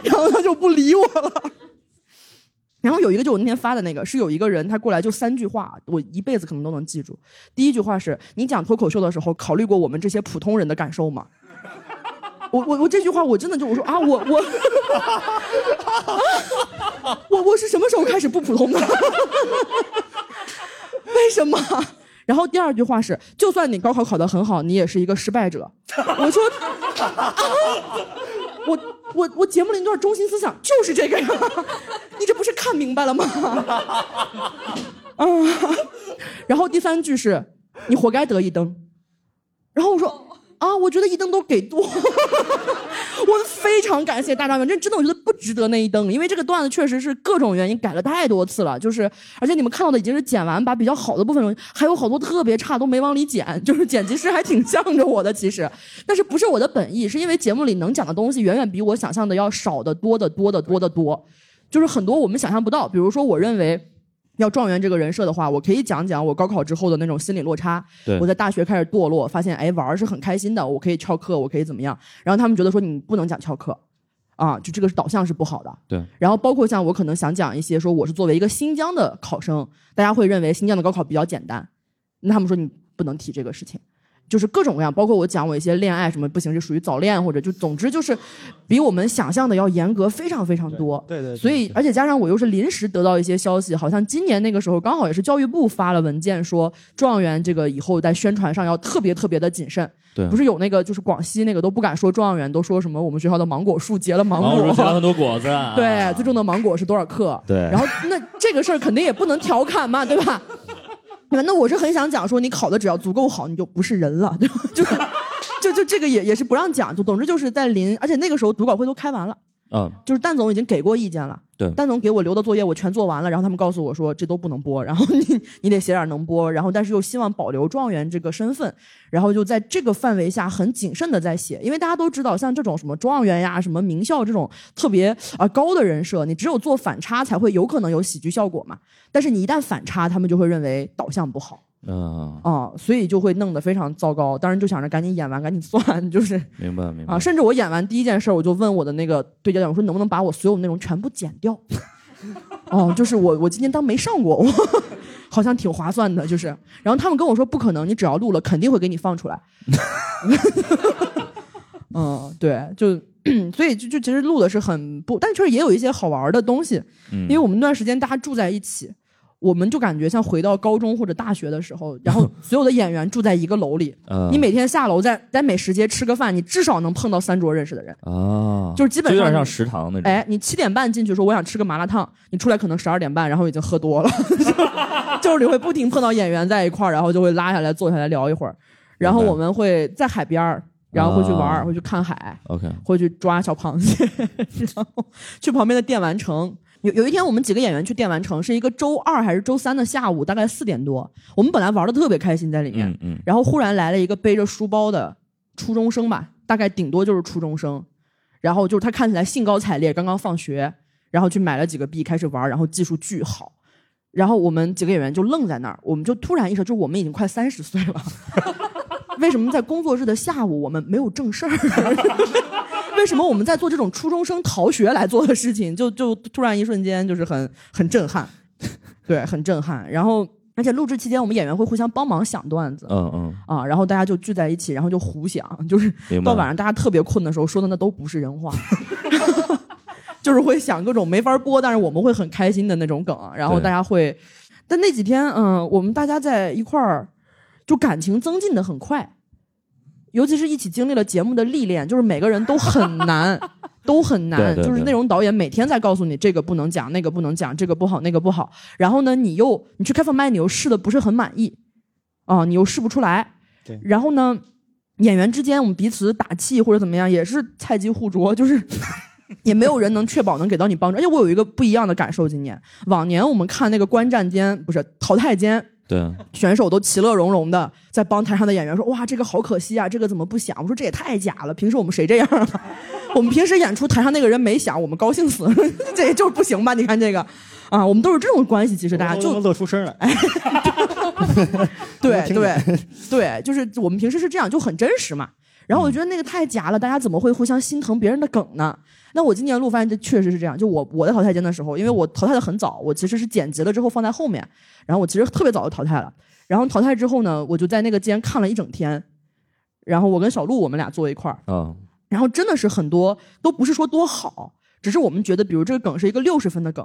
Speaker 2: 然后他就不理我了。然后有一个就我那天发的那个，是有一个人他过来就三句话，我一辈子可能都能记住。第一句话是：你讲脱口秀的时候，考虑过我们这些普通人的感受吗？ <laughs> 我我我这句话我真的就我说啊我我 <laughs> 啊我我是什么时候开始不普通的？ <laughs> 为什么？然后第二句话是：就算你高考考得很好，你也是一个失败者。我说，啊我我我节目里那段中心思想就是这个呀， <laughs> 你这不是看明白了吗？ <laughs> 啊，然后第三句是：你活该得一灯。然后我说。啊，我觉得一灯都给多， <laughs> 我非常感谢大张伟，这真的我觉得不值得那一灯，因为这个段子确实是各种原因改了太多次了，就是而且你们看到的已经是剪完，把比较好的部分，还有好多特别差都没往里剪，就是剪辑师还挺向着我的其实，但是不是我的本意，是因为节目里能讲的东西远远比我想象的要少得多得多得多得多，就是很多我们想象不到，比如说我认为。要状元这个人设的话，我可以讲讲我高考之后的那种心理落差。
Speaker 1: 对
Speaker 2: 我在大学开始堕落，发现哎玩儿是很开心的，我可以翘课，我可以怎么样？然后他们觉得说你不能讲翘课，啊，就这个是导向是不好的。
Speaker 1: 对，
Speaker 2: 然后包括像我可能想讲一些说我是作为一个新疆的考生，大家会认为新疆的高考比较简单，那他们说你不能提这个事情，就是各种各样，包括我讲我一些恋爱什么不行，是属于早恋或者就总之就是比我们想象的要严格非常非常多。
Speaker 4: 对对对
Speaker 2: 所以而且加上我又是临时得到一些消息，好像今年那个时候刚好也是教育部发了文件说状元这个以后在宣传上要特别特别的谨慎。
Speaker 1: 对
Speaker 2: 不是有那个就是广西那个都不敢说状元，都说什么我们学校的芒果树结了芒
Speaker 1: 然
Speaker 2: 果。
Speaker 1: 哦后我说结了很多果子啊，
Speaker 2: <laughs> 对，最重的芒果是多少克？
Speaker 1: 对
Speaker 2: 然后那这个事儿肯定也不能调侃嘛，对吧？对吧 <laughs> 那我是很想讲说，你考的只要足够好，你就不是人了，对 <laughs> 吧？就是，就就这个也也是不让讲，就总之就是在临，而且那个时候读稿会都开完了，
Speaker 1: 嗯，
Speaker 2: 就是蛋总已经给过意见了。
Speaker 1: 对
Speaker 2: 蛋总给我留的作业我全做完了，然后他们告诉我说这都不能播，然后你 <laughs> 你得写点能播，然后但是又希望保留状元这个身份，然后就在这个范围下很谨慎的在写，因为大家都知道像这种什么状元呀、什么名校这种特别啊、呃高的人设，你只有做反差才会有可能有喜剧效果嘛，但是你一旦反差，他们就会认为导向不好。
Speaker 1: 嗯，
Speaker 2: 啊、所以就会弄得非常糟糕。当然就想着赶紧演完，赶紧算，就是
Speaker 1: 明白明白
Speaker 2: 啊，甚至我演完第一件事儿，我就问我的那个对家长，我说能不能把我所有内容全部剪
Speaker 1: <laughs>
Speaker 2: 掉？哦，就是我我今天当没上过，我 <laughs> 好像挺划算的，就是。然后他们跟我说不可能，你只要录了，肯定会给你放出来。 <laughs> 嗯，对，就所以就就其实录的是很不，但确实也有一些好玩的东西。
Speaker 1: 嗯
Speaker 2: 因为我们那段时间大家住在一起，我们就感觉像回到高中或者大学的时候，
Speaker 1: <laughs>
Speaker 2: 然后所有的演员住在一个楼里，
Speaker 1: 嗯
Speaker 2: 你每天下楼在在美食街吃个饭，你至少能碰到三桌认识的人。
Speaker 1: 啊，
Speaker 2: 就是基本上
Speaker 1: 有点像食堂那种，
Speaker 2: 哎，你七点半进去说我想吃个麻辣烫，你出来可能十二点半，然后已经喝多了， <laughs> 就是你会不停碰到演员在一块儿，然后就会拉下来坐下来聊一会儿，然后
Speaker 1: 明白
Speaker 2: 我们会在海边儿，然后会去玩儿，
Speaker 1: 啊
Speaker 2: 会去看海，
Speaker 1: ，OK，
Speaker 2: 会去抓小螃蟹， <laughs> 然后去旁边的电玩城。有有一天，我们几个演员去电玩城，是一个周二还是周三的下午，大概四点多。我们本来玩的特别开心在里面，
Speaker 1: 嗯嗯，
Speaker 2: 然后忽然来了一个背着书包的初中生吧，大概顶多就是初中生，然后就是他看起来兴高采烈，刚刚放学，然后去买了几个币开始玩，然后技术巨好。然后我们几个演员就愣在那儿，我们就突然意识到，就是我们已经快三十岁了， <laughs> 为什么在工作日的下午我们没有正事儿？ <laughs> 为什么我们在做这种初中生逃学来做的事情？就就突然一瞬间就是很很震撼， <laughs> 对，很震撼。然后而且录制期间，我们演员会互相帮忙想段子，
Speaker 1: 嗯嗯，
Speaker 2: 啊，然后大家就聚在一起，然后就胡想，就是
Speaker 1: 明白
Speaker 2: 到晚上大家特别困的时候说的那都不是人话， <laughs> 就是会想各种没法播，但是我们会很开心的那种梗啊，然后
Speaker 1: 对
Speaker 2: 大家会，但那几天嗯、我们大家在一块儿就感情增进的很快，尤其是一起经历了节目的历练，就是每个人都很
Speaker 1: <laughs>
Speaker 2: 难。都很难，
Speaker 1: 对对
Speaker 2: 就是
Speaker 1: 对
Speaker 2: 内容导演每天在告诉你这个不能讲，那个不能讲，这个不好，那个不好。然后呢，你又你去开放麦，你又试的不是很满意，啊，你又试不出来。
Speaker 4: 对
Speaker 2: 然后呢，演员之间我们彼此打气或者怎么样，也是菜鸡互啄，就是也没有人能确保能给到你帮助。而且我有一个不一样的感受，今年往年我们看那个观战间不是淘汰间。
Speaker 1: 对，
Speaker 2: 选手都其乐融融的在帮台上的演员说：“哇，这个好可惜啊，这个怎么不响？”我说：“这也太假了，平时我们谁这样啊？ <laughs> 我们平时演出台上那个人没响，我们高兴死了， <laughs> 这也就是不行吧？你看这个，啊，我们都是这种关系，其实大家
Speaker 4: 我
Speaker 2: 就哎
Speaker 4: 都能乐出声来。
Speaker 2: <laughs> 对对对，就是我们平时是这样，就很真实嘛。然后我觉得那个太夹了，大家怎么会互相心疼别人的梗呢？那我今年录发现这确实是这样，就我我在淘汰间的时候，因为我淘汰的很早，我其实是剪辑了之后放在后面，然后我其实特别早就淘汰了。然后淘汰之后呢，我就在那个间看了一整天，然后我跟小鹿我们俩坐一块儿，
Speaker 1: 嗯
Speaker 2: 然后真的是很多都不是说多好，只是我们觉得，比如这个梗是一个六十分的梗，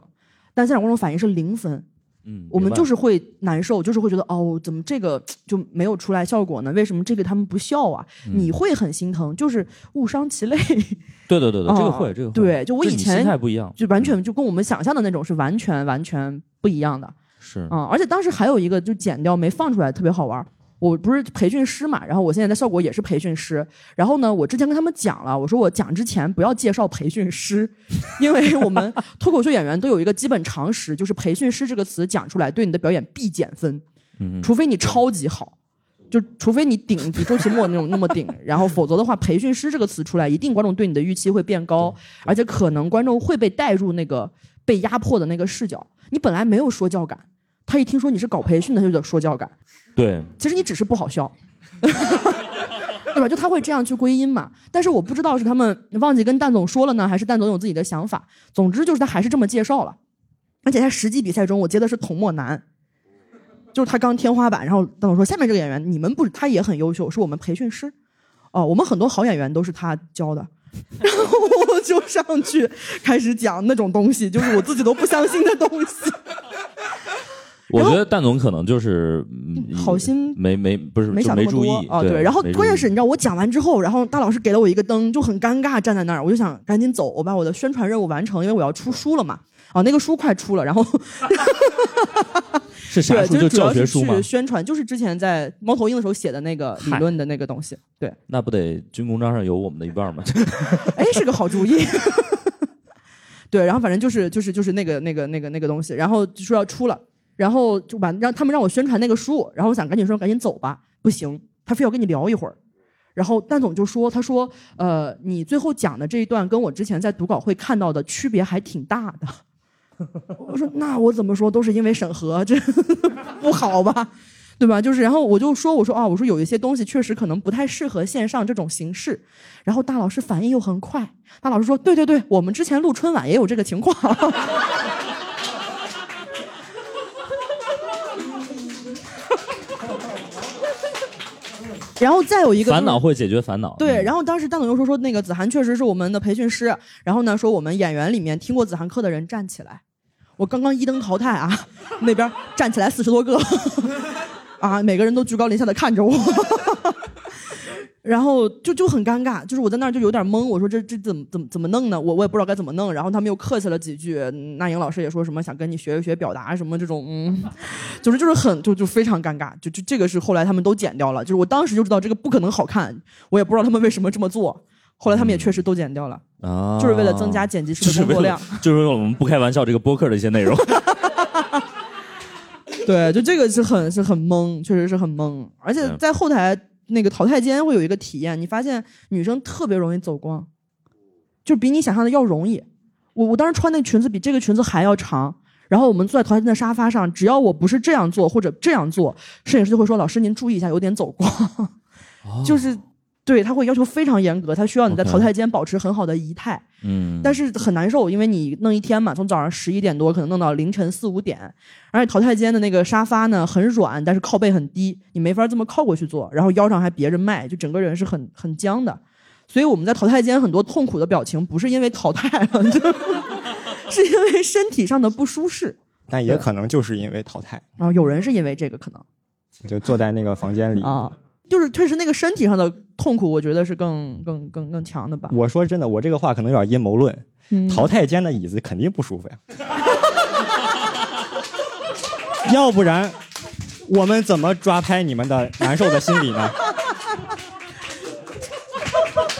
Speaker 2: 但现场观众反应是零分，
Speaker 1: 嗯，
Speaker 2: 我们
Speaker 1: 明白
Speaker 2: 就是会难受，就是会觉得哦，怎么这个就没有出来效果呢？为什么这个他们不笑啊？
Speaker 1: 嗯
Speaker 2: 你会很心疼，就是误伤
Speaker 1: <laughs>
Speaker 2: 其类。
Speaker 1: 对对对对，
Speaker 2: 哦
Speaker 1: 呃这个会，这个会。
Speaker 2: 对就我
Speaker 1: 这
Speaker 2: 以
Speaker 1: 你
Speaker 2: 前
Speaker 1: 心态不嗯一样，
Speaker 2: 就完全就跟我们想象的那种是完全完全不一样的。
Speaker 1: 是
Speaker 2: 嗯，而且当时还有一个就剪掉没放出来，特别好玩儿。我不是培训师嘛，然后我现在在效果也是培训师。然后呢，我之前跟他们讲了，我说我讲之前不要介绍培训师， <laughs> 因为我们脱口秀演员都有一个基本常识，就是培训师这个词讲出来对你的表演必减分，
Speaker 1: 嗯
Speaker 2: 除非你超级好，就除非你顶比周奇墨那种那么顶，然后否则的话，培训师这个词出来，一定观众对你的预期会变高，而且可能观众会被带入那个被压迫的那个视角。你本来没有说教感，他一听说你是搞培训的，他就有说教感。
Speaker 1: 对，
Speaker 2: 其实你只是不好笑， <laughs> 对吧？就他会这样去归因嘛。但是我不知道是他们忘记跟蛋总说了呢，还是蛋总有自己的想法。总之就是他还是这么介绍了，而且在十级比赛中，我接的是童墨男，就是他刚天花板。然后蛋总说下面这个演员你们不，他也很优秀，是我们培训师。哦，我们很多好演员都是他教的。 <laughs> 然后我就上去开始讲那种东西，就是我自己都不相信的东西。
Speaker 1: 我觉得蛋总可能就是嗯
Speaker 2: 好心
Speaker 1: 没没不是
Speaker 2: 没
Speaker 1: 就
Speaker 2: 想那
Speaker 1: 没
Speaker 2: 么
Speaker 1: 注意
Speaker 2: 多啊，对。然后关键是，你知道我讲完之后，然后大老师给了我一个灯，就很尴尬站在那儿，我就想赶紧走，我把我的宣传任务完成，因为我要出书了嘛。啊，那个书快出了，然后
Speaker 1: 是啥
Speaker 2: <laughs> 对，
Speaker 1: 书
Speaker 2: 就
Speaker 1: 就是
Speaker 2: 主要
Speaker 1: 教学
Speaker 2: 是
Speaker 1: 书嘛
Speaker 2: 去，宣传，就是之前在猫头鹰的时候写的那个理
Speaker 1: 嗨
Speaker 2: 论的那个东西。对，
Speaker 1: 那不得军功章上有我们的一半吗？
Speaker 2: 哎，是个好主意。 <laughs> 对，然后反正就是就是就是那个那个那个那个东西，然后就说要出了，然后就把让他们让我宣传那个书，然后我想赶紧说赶紧走吧，不行，他非要跟你聊一会儿。然后蛋总就说：“他说，呃，你最后讲的这一段跟我之前在读稿会看到的区别还挺大的。” <laughs> 我说：“那我怎么说都是因为审核，这不好吧？对吧？就是，然后我就说，我说啊，我说有一些东西确实可能不太适合线上这种形式。然后大老师反应又很快，大老师说：对对对，我们之前录春晚也有这个情况。 <laughs> 然后再有 <laughs> 一个就是
Speaker 1: 烦恼会解决烦恼。
Speaker 2: 对，
Speaker 1: 嗯，
Speaker 2: 然后当时蛋总又说说那个子涵确实是我们的培训师，然后呢说我们演员里面听过子涵课的人站起来，我刚刚一灯淘汰啊， <laughs> 那边站起来四十多个， <laughs> 啊，每个人都居高临下的看着我， <laughs> 然后就就很尴尬，就是我在那儿就有点懵，我说这这怎么怎么怎么弄呢？我我也不知道该怎么弄，然后他们又客气了几句，嗯那英老师也说什么想跟你学一学表达什么这种，嗯，就是就是很就就非常尴尬，就就这个是后来他们都剪掉了，就是我当时就知道这个不可能好看，我也不知道他们为什么这么做，后来他们也确实都剪掉了，
Speaker 1: 嗯啊，
Speaker 2: 就是为了增加剪辑师
Speaker 1: <laughs> 就
Speaker 2: 的
Speaker 1: 是
Speaker 2: 工
Speaker 1: 为
Speaker 2: 作
Speaker 1: 了
Speaker 2: 量。，
Speaker 1: 就是为了我们不开玩笑这个播客的一些内
Speaker 2: <laughs>
Speaker 1: 容。
Speaker 2: 对，就这个是很是很懵，确实是很懵，而且
Speaker 1: 嗯
Speaker 2: 在后台那个淘汰间会有一个体验，你发现女生特别容易走光，就比你想象的要容易。我我当时穿那个裙子比这个裙子还要长，然后我们坐在淘汰间的沙发上，只要我不是这样做或者这样做，摄影师就会说：“老师您注意一下，有点走光。 <laughs> 就是对他会要求非常严格，他需要你在
Speaker 1: 哦 OK
Speaker 2: 淘汰间保持很好的仪态。
Speaker 1: 嗯，
Speaker 2: 但是很难受，因为你弄一天嘛，从早上十一点多可能弄到凌晨四五点，而且淘汰间的那个沙发呢很软，但是靠背很低，你没法这么靠过去坐，然后腰上还别着麦，就整个人是很很僵的。所以我们在淘汰间很多痛苦的表情，不是因为淘汰了， <laughs> 就是是因为身体上的不舒适。
Speaker 4: 但也可能就是因为淘汰，
Speaker 2: 然后有人是因为这个可能
Speaker 4: 就坐在那个房
Speaker 2: <laughs>
Speaker 4: 间里。
Speaker 2: 啊，就是确实那个身体上的痛苦，我觉得是更更更更强的吧。
Speaker 4: 我说真的，我这个话可能有点阴谋论，
Speaker 2: 嗯
Speaker 4: 淘汰间的椅子肯定不舒服呀， <laughs> 要不然我们怎么抓拍你们的难受的心理呢？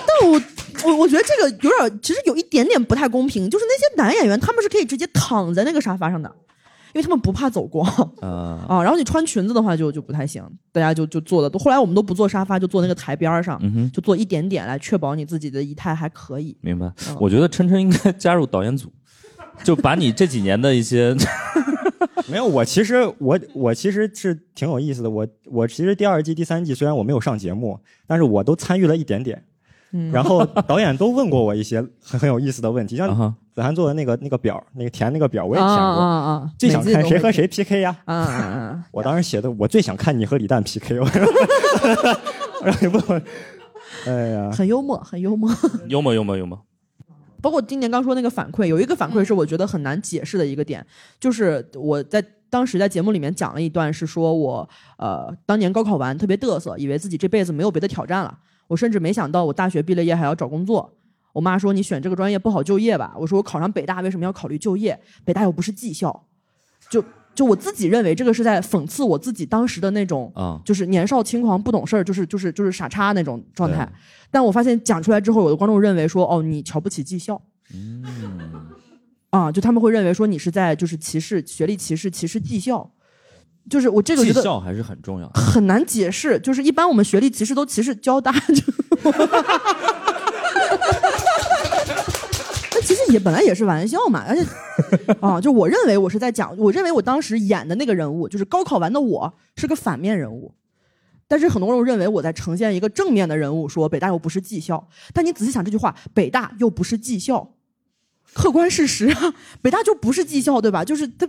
Speaker 2: 但我我我觉得这个有点，其实有一点点不太公平，就是那些男演员他们是可以直接躺在那个沙发上的，因为他们不怕走光
Speaker 1: 啊，
Speaker 2: 啊。然后你穿裙子的话就就不太行，大家就就坐的都。后来我们都不坐沙发，就坐那个台边儿上，
Speaker 1: 嗯哼
Speaker 2: 就坐一点点来确保你自己的仪态还可以。
Speaker 1: 明白。
Speaker 2: 嗯
Speaker 1: 我觉得琛琛应该加入导演组，就把你这几年的一些
Speaker 4: 没有，我其实我我其实是挺有意思的。我我其实第二季、第三季虽然我没有上节目，但是我都参与了一点点。
Speaker 2: 嗯
Speaker 4: 然后导演都问过我一些很很有意思的问题，
Speaker 1: <laughs> 啊
Speaker 4: 像
Speaker 1: 哈
Speaker 4: 子涵做的那个那个表，那个填那个表，我也
Speaker 2: 啊
Speaker 4: 填
Speaker 2: 啊
Speaker 4: 过。
Speaker 2: 啊！
Speaker 4: 最想
Speaker 2: 每季
Speaker 4: 看
Speaker 2: 都
Speaker 4: 谁
Speaker 2: 会
Speaker 4: 和谁 PK 呀？
Speaker 2: 啊啊啊！啊
Speaker 4: 我当时写的，我最想看你和李诞 PK。我然后你问我，哎呀，
Speaker 2: 很幽默，很幽默。
Speaker 1: 幽默幽默幽默，
Speaker 2: 包括今年刚说那个反馈，有一个反馈是我觉得很难解释的一个点，就是我在当时在节目里面讲了一段，是说我呃当年高考完特别嘚瑟，以为自己这辈子没有别的挑战了，我甚至没想到我大学毕了业还要找工作。我妈说你选这个专业不好就业吧，我说我考上北大为什么要考虑就业？北大又不是技校，就就我自己认为这个是在讽刺我自己当时的那种
Speaker 1: 啊
Speaker 2: 就是年少轻狂、不懂事儿，就是就是就是傻叉那种状态。但我发现讲出来之后，有的观众认为说，哦，你瞧不起技校。啊，就他们会认为说你是在就是歧视学历歧视歧视技校，就是我这个
Speaker 1: 绩
Speaker 2: 觉得
Speaker 1: 效还是很重要的。
Speaker 2: 很难解释，就是一般我们学历歧视都歧视交大， <laughs> 就那其实也本来也是玩笑嘛，而且 <laughs> 啊，就我认为我是在讲，我认为我当时演的那个人物，就是高考完的我是个反面人物。但是很多人认为我在呈现一个正面的人物，说北大又不是技校。但你仔细想这句话，北大又不是技校，客观事实啊，北大就不是技校，对吧？就是他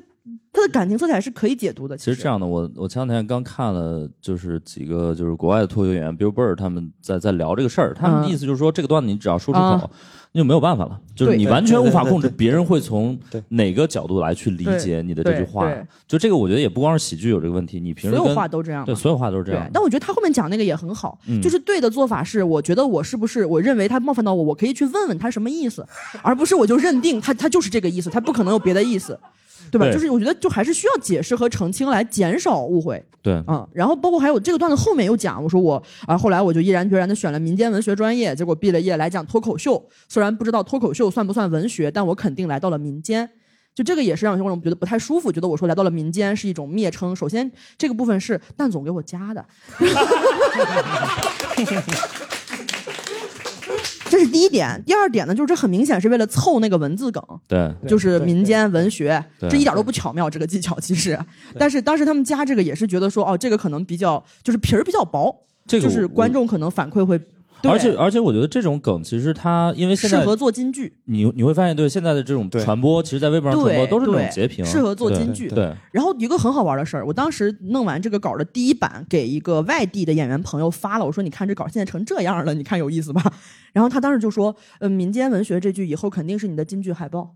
Speaker 2: 他的感情色彩是可以解读的。
Speaker 1: 其实这样的，我我前两天刚看了，就是几个就是国外的脱口秀演员 Bill Burr 他们在在聊这个事儿，他们
Speaker 2: 嗯
Speaker 1: 的意思就是说，这个段子你只要说出口
Speaker 2: 啊，
Speaker 1: 你就没有办法了，就是
Speaker 2: 对
Speaker 1: 你
Speaker 4: 对
Speaker 1: 完全无法
Speaker 4: 对对
Speaker 1: 控制
Speaker 4: 对
Speaker 1: 别人会从
Speaker 4: 对
Speaker 1: 哪个角度来去理解你的这句话
Speaker 2: 对对。
Speaker 1: 就这个，我觉得也不光是喜剧有这个问题，你平
Speaker 2: 所
Speaker 1: 时
Speaker 2: 有
Speaker 1: 跟
Speaker 2: 话都这样
Speaker 1: 对
Speaker 2: 嘛。
Speaker 1: 所有话都是这
Speaker 2: 对
Speaker 1: 样，的。
Speaker 2: 但我觉得他后面讲那个也很好，
Speaker 1: 嗯
Speaker 2: 就是对的做法是，我觉得我是不是我认为他冒犯到我，我可以去问问他什么意思，而不是我就认定他他就是这个意思，他不可能有别的意思，对吧？
Speaker 1: 对
Speaker 2: 就是我觉得就还是需要解释和澄清来减少误会。
Speaker 1: 对，
Speaker 2: 嗯，然后包括还有这个段子后面又讲，我说我啊，后来我就毅然决然的选了民间文学专业，结果毕了业来讲脱口秀，虽然不知道脱口秀算不算文学，但我肯定来到了民间。就这个也是让有些观众觉得不太舒服，觉得我说来到了民间是一种蔑称。首先，这个部分是蛋总给我加的， <laughs> 这是第一点。第二点呢，就是这很明显是为了凑那个文字梗，
Speaker 1: 对，
Speaker 2: 就是民间文学，
Speaker 1: 对
Speaker 2: 这一点都不巧妙，这个技巧其实。但是当时他们加这个也是觉得说，哦，这个可能比较就是皮儿比较薄，
Speaker 1: 这个
Speaker 2: 就是
Speaker 1: 我
Speaker 2: 观。众可能反馈会，对
Speaker 1: 而且而且，我觉得这种梗其实它，因为现
Speaker 2: 适
Speaker 1: 在
Speaker 2: 合做金句，
Speaker 1: 你你会发现，对现在的这种
Speaker 4: 对
Speaker 1: 传播，其实，在微博上传播
Speaker 2: 对，
Speaker 1: 都是这种
Speaker 2: 对
Speaker 1: 截屏，
Speaker 2: 适合做
Speaker 1: 对
Speaker 2: 金句。
Speaker 1: 对，
Speaker 2: 然后一个很好玩的事儿，我当时弄完这个稿的第一版给一个外地的演员朋友发了，我说你看这稿现在成这样了，你看有意思吧？然后他当时就说，嗯，民间文学这句以后肯定是你的金句海报，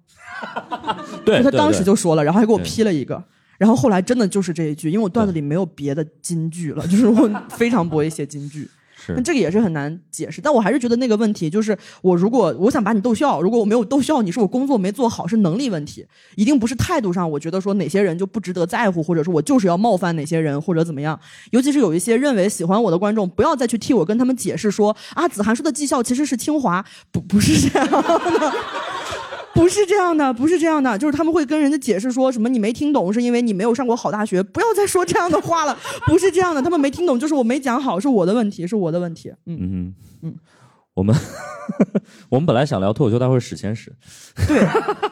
Speaker 1: 对，
Speaker 2: 就他
Speaker 1: 对
Speaker 2: 当时
Speaker 1: 对
Speaker 2: 就说了，然后还给我
Speaker 1: 对
Speaker 2: 批了一个。然后后来真的就是这一句，因为我段子里没有别的金句了， <laughs> 就是我非常不会写金句。那
Speaker 1: 是
Speaker 2: 这个也是很难解释，但我还是觉得那个问题就是，我如果我想把你逗笑，如果我没有逗笑你，是我工作没做好，是能力问题，一定不是态度上。我觉得说哪些人就不值得在乎，或者说我就是要冒犯哪些人，或者怎么样。尤其是有一些认为喜欢我的观众，不要再去替我跟他们解释说啊，子涵说的技校其实是清华，不不是这样的。不是这样的，不是这样的，就是他们会跟人家解释说什么你没听懂，是因为你没有上过好大学，不要再说这样的话了，不是这样的，他们没听懂，就是我没讲好，是我的问题，是我的问题，嗯，
Speaker 1: 嗯嗯
Speaker 2: 嗯，
Speaker 1: 我们 <laughs> 我们本来想聊脱口秀大会史前史，
Speaker 2: 对，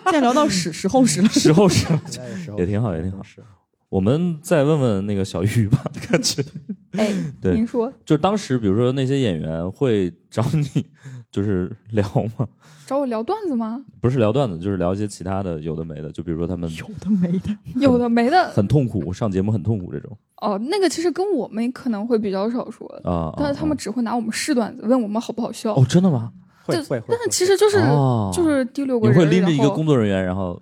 Speaker 2: 现在聊到史史后史了，
Speaker 1: 史后
Speaker 3: <laughs>
Speaker 1: 史
Speaker 4: 时
Speaker 1: 也挺好，也挺好。我们再问问那个小玉吧，感觉
Speaker 3: 哎， <laughs>
Speaker 1: 对
Speaker 3: 您说
Speaker 1: 就是当时，比如说那些演员会找你，就是聊吗？
Speaker 3: 找我聊段子吗？
Speaker 1: 不是聊段子，就是聊一些其他的有的没的，就比如说他们
Speaker 2: 有的没的，
Speaker 3: 有的
Speaker 1: <laughs>
Speaker 3: 没的
Speaker 1: 很痛苦，上节目很痛苦这种
Speaker 3: 哦，那个其实跟我们可能会比较少说，
Speaker 1: 啊。
Speaker 3: 但是他们
Speaker 1: 啊
Speaker 3: 只会拿我们试段子，问我们好不好笑。
Speaker 1: 哦，真的吗？
Speaker 4: 会
Speaker 3: 就
Speaker 4: 会会，
Speaker 3: 但是
Speaker 4: 会
Speaker 3: 其实就是、
Speaker 1: 哦
Speaker 3: 就是第六
Speaker 1: 你
Speaker 3: 个人，
Speaker 1: 会拎着一
Speaker 3: 然
Speaker 1: 个
Speaker 3: 后
Speaker 1: 工作人员，然后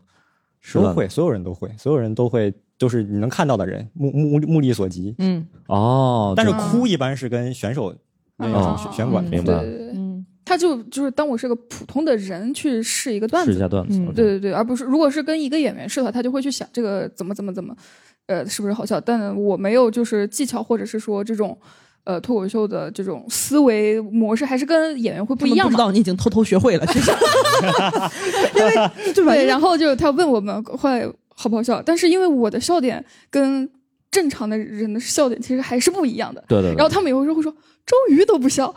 Speaker 1: 是吧
Speaker 4: 都？会，所有人都会，所有人都会，就是你能看到的人，目目目力所及。
Speaker 2: 嗯
Speaker 1: 哦，
Speaker 4: 但是
Speaker 1: 就
Speaker 4: 哭一般是跟选手那
Speaker 1: 哦
Speaker 4: 个选选管
Speaker 2: 嗯
Speaker 4: 的
Speaker 1: 明白
Speaker 3: 对对对，
Speaker 2: 嗯，
Speaker 3: 他就就是当我是个普通的人去试一个段
Speaker 1: 试一
Speaker 3: 子，
Speaker 1: 下段子
Speaker 2: 嗯，
Speaker 1: OK
Speaker 3: 对，对对，而不是如果是跟一个演员试的话，他就会去想这个怎么怎么怎么，呃，是不是好笑？但我没有就是技巧或者是说这种。呃，脱口秀的这种思维模式还是跟演员会不一
Speaker 2: <laughs>
Speaker 3: 样
Speaker 2: 不知
Speaker 3: 嘛？
Speaker 2: 道你已经偷偷学会了，其实，因为对吧？
Speaker 3: 对，
Speaker 2: 因为
Speaker 3: 然后就他问我们会好不好笑，但是因为我的笑点跟正常的人的笑点其实还是不一样的。
Speaker 1: 对对
Speaker 2: 嗯
Speaker 1: 对。
Speaker 3: 然后他们有时候会说，周瑜都不笑，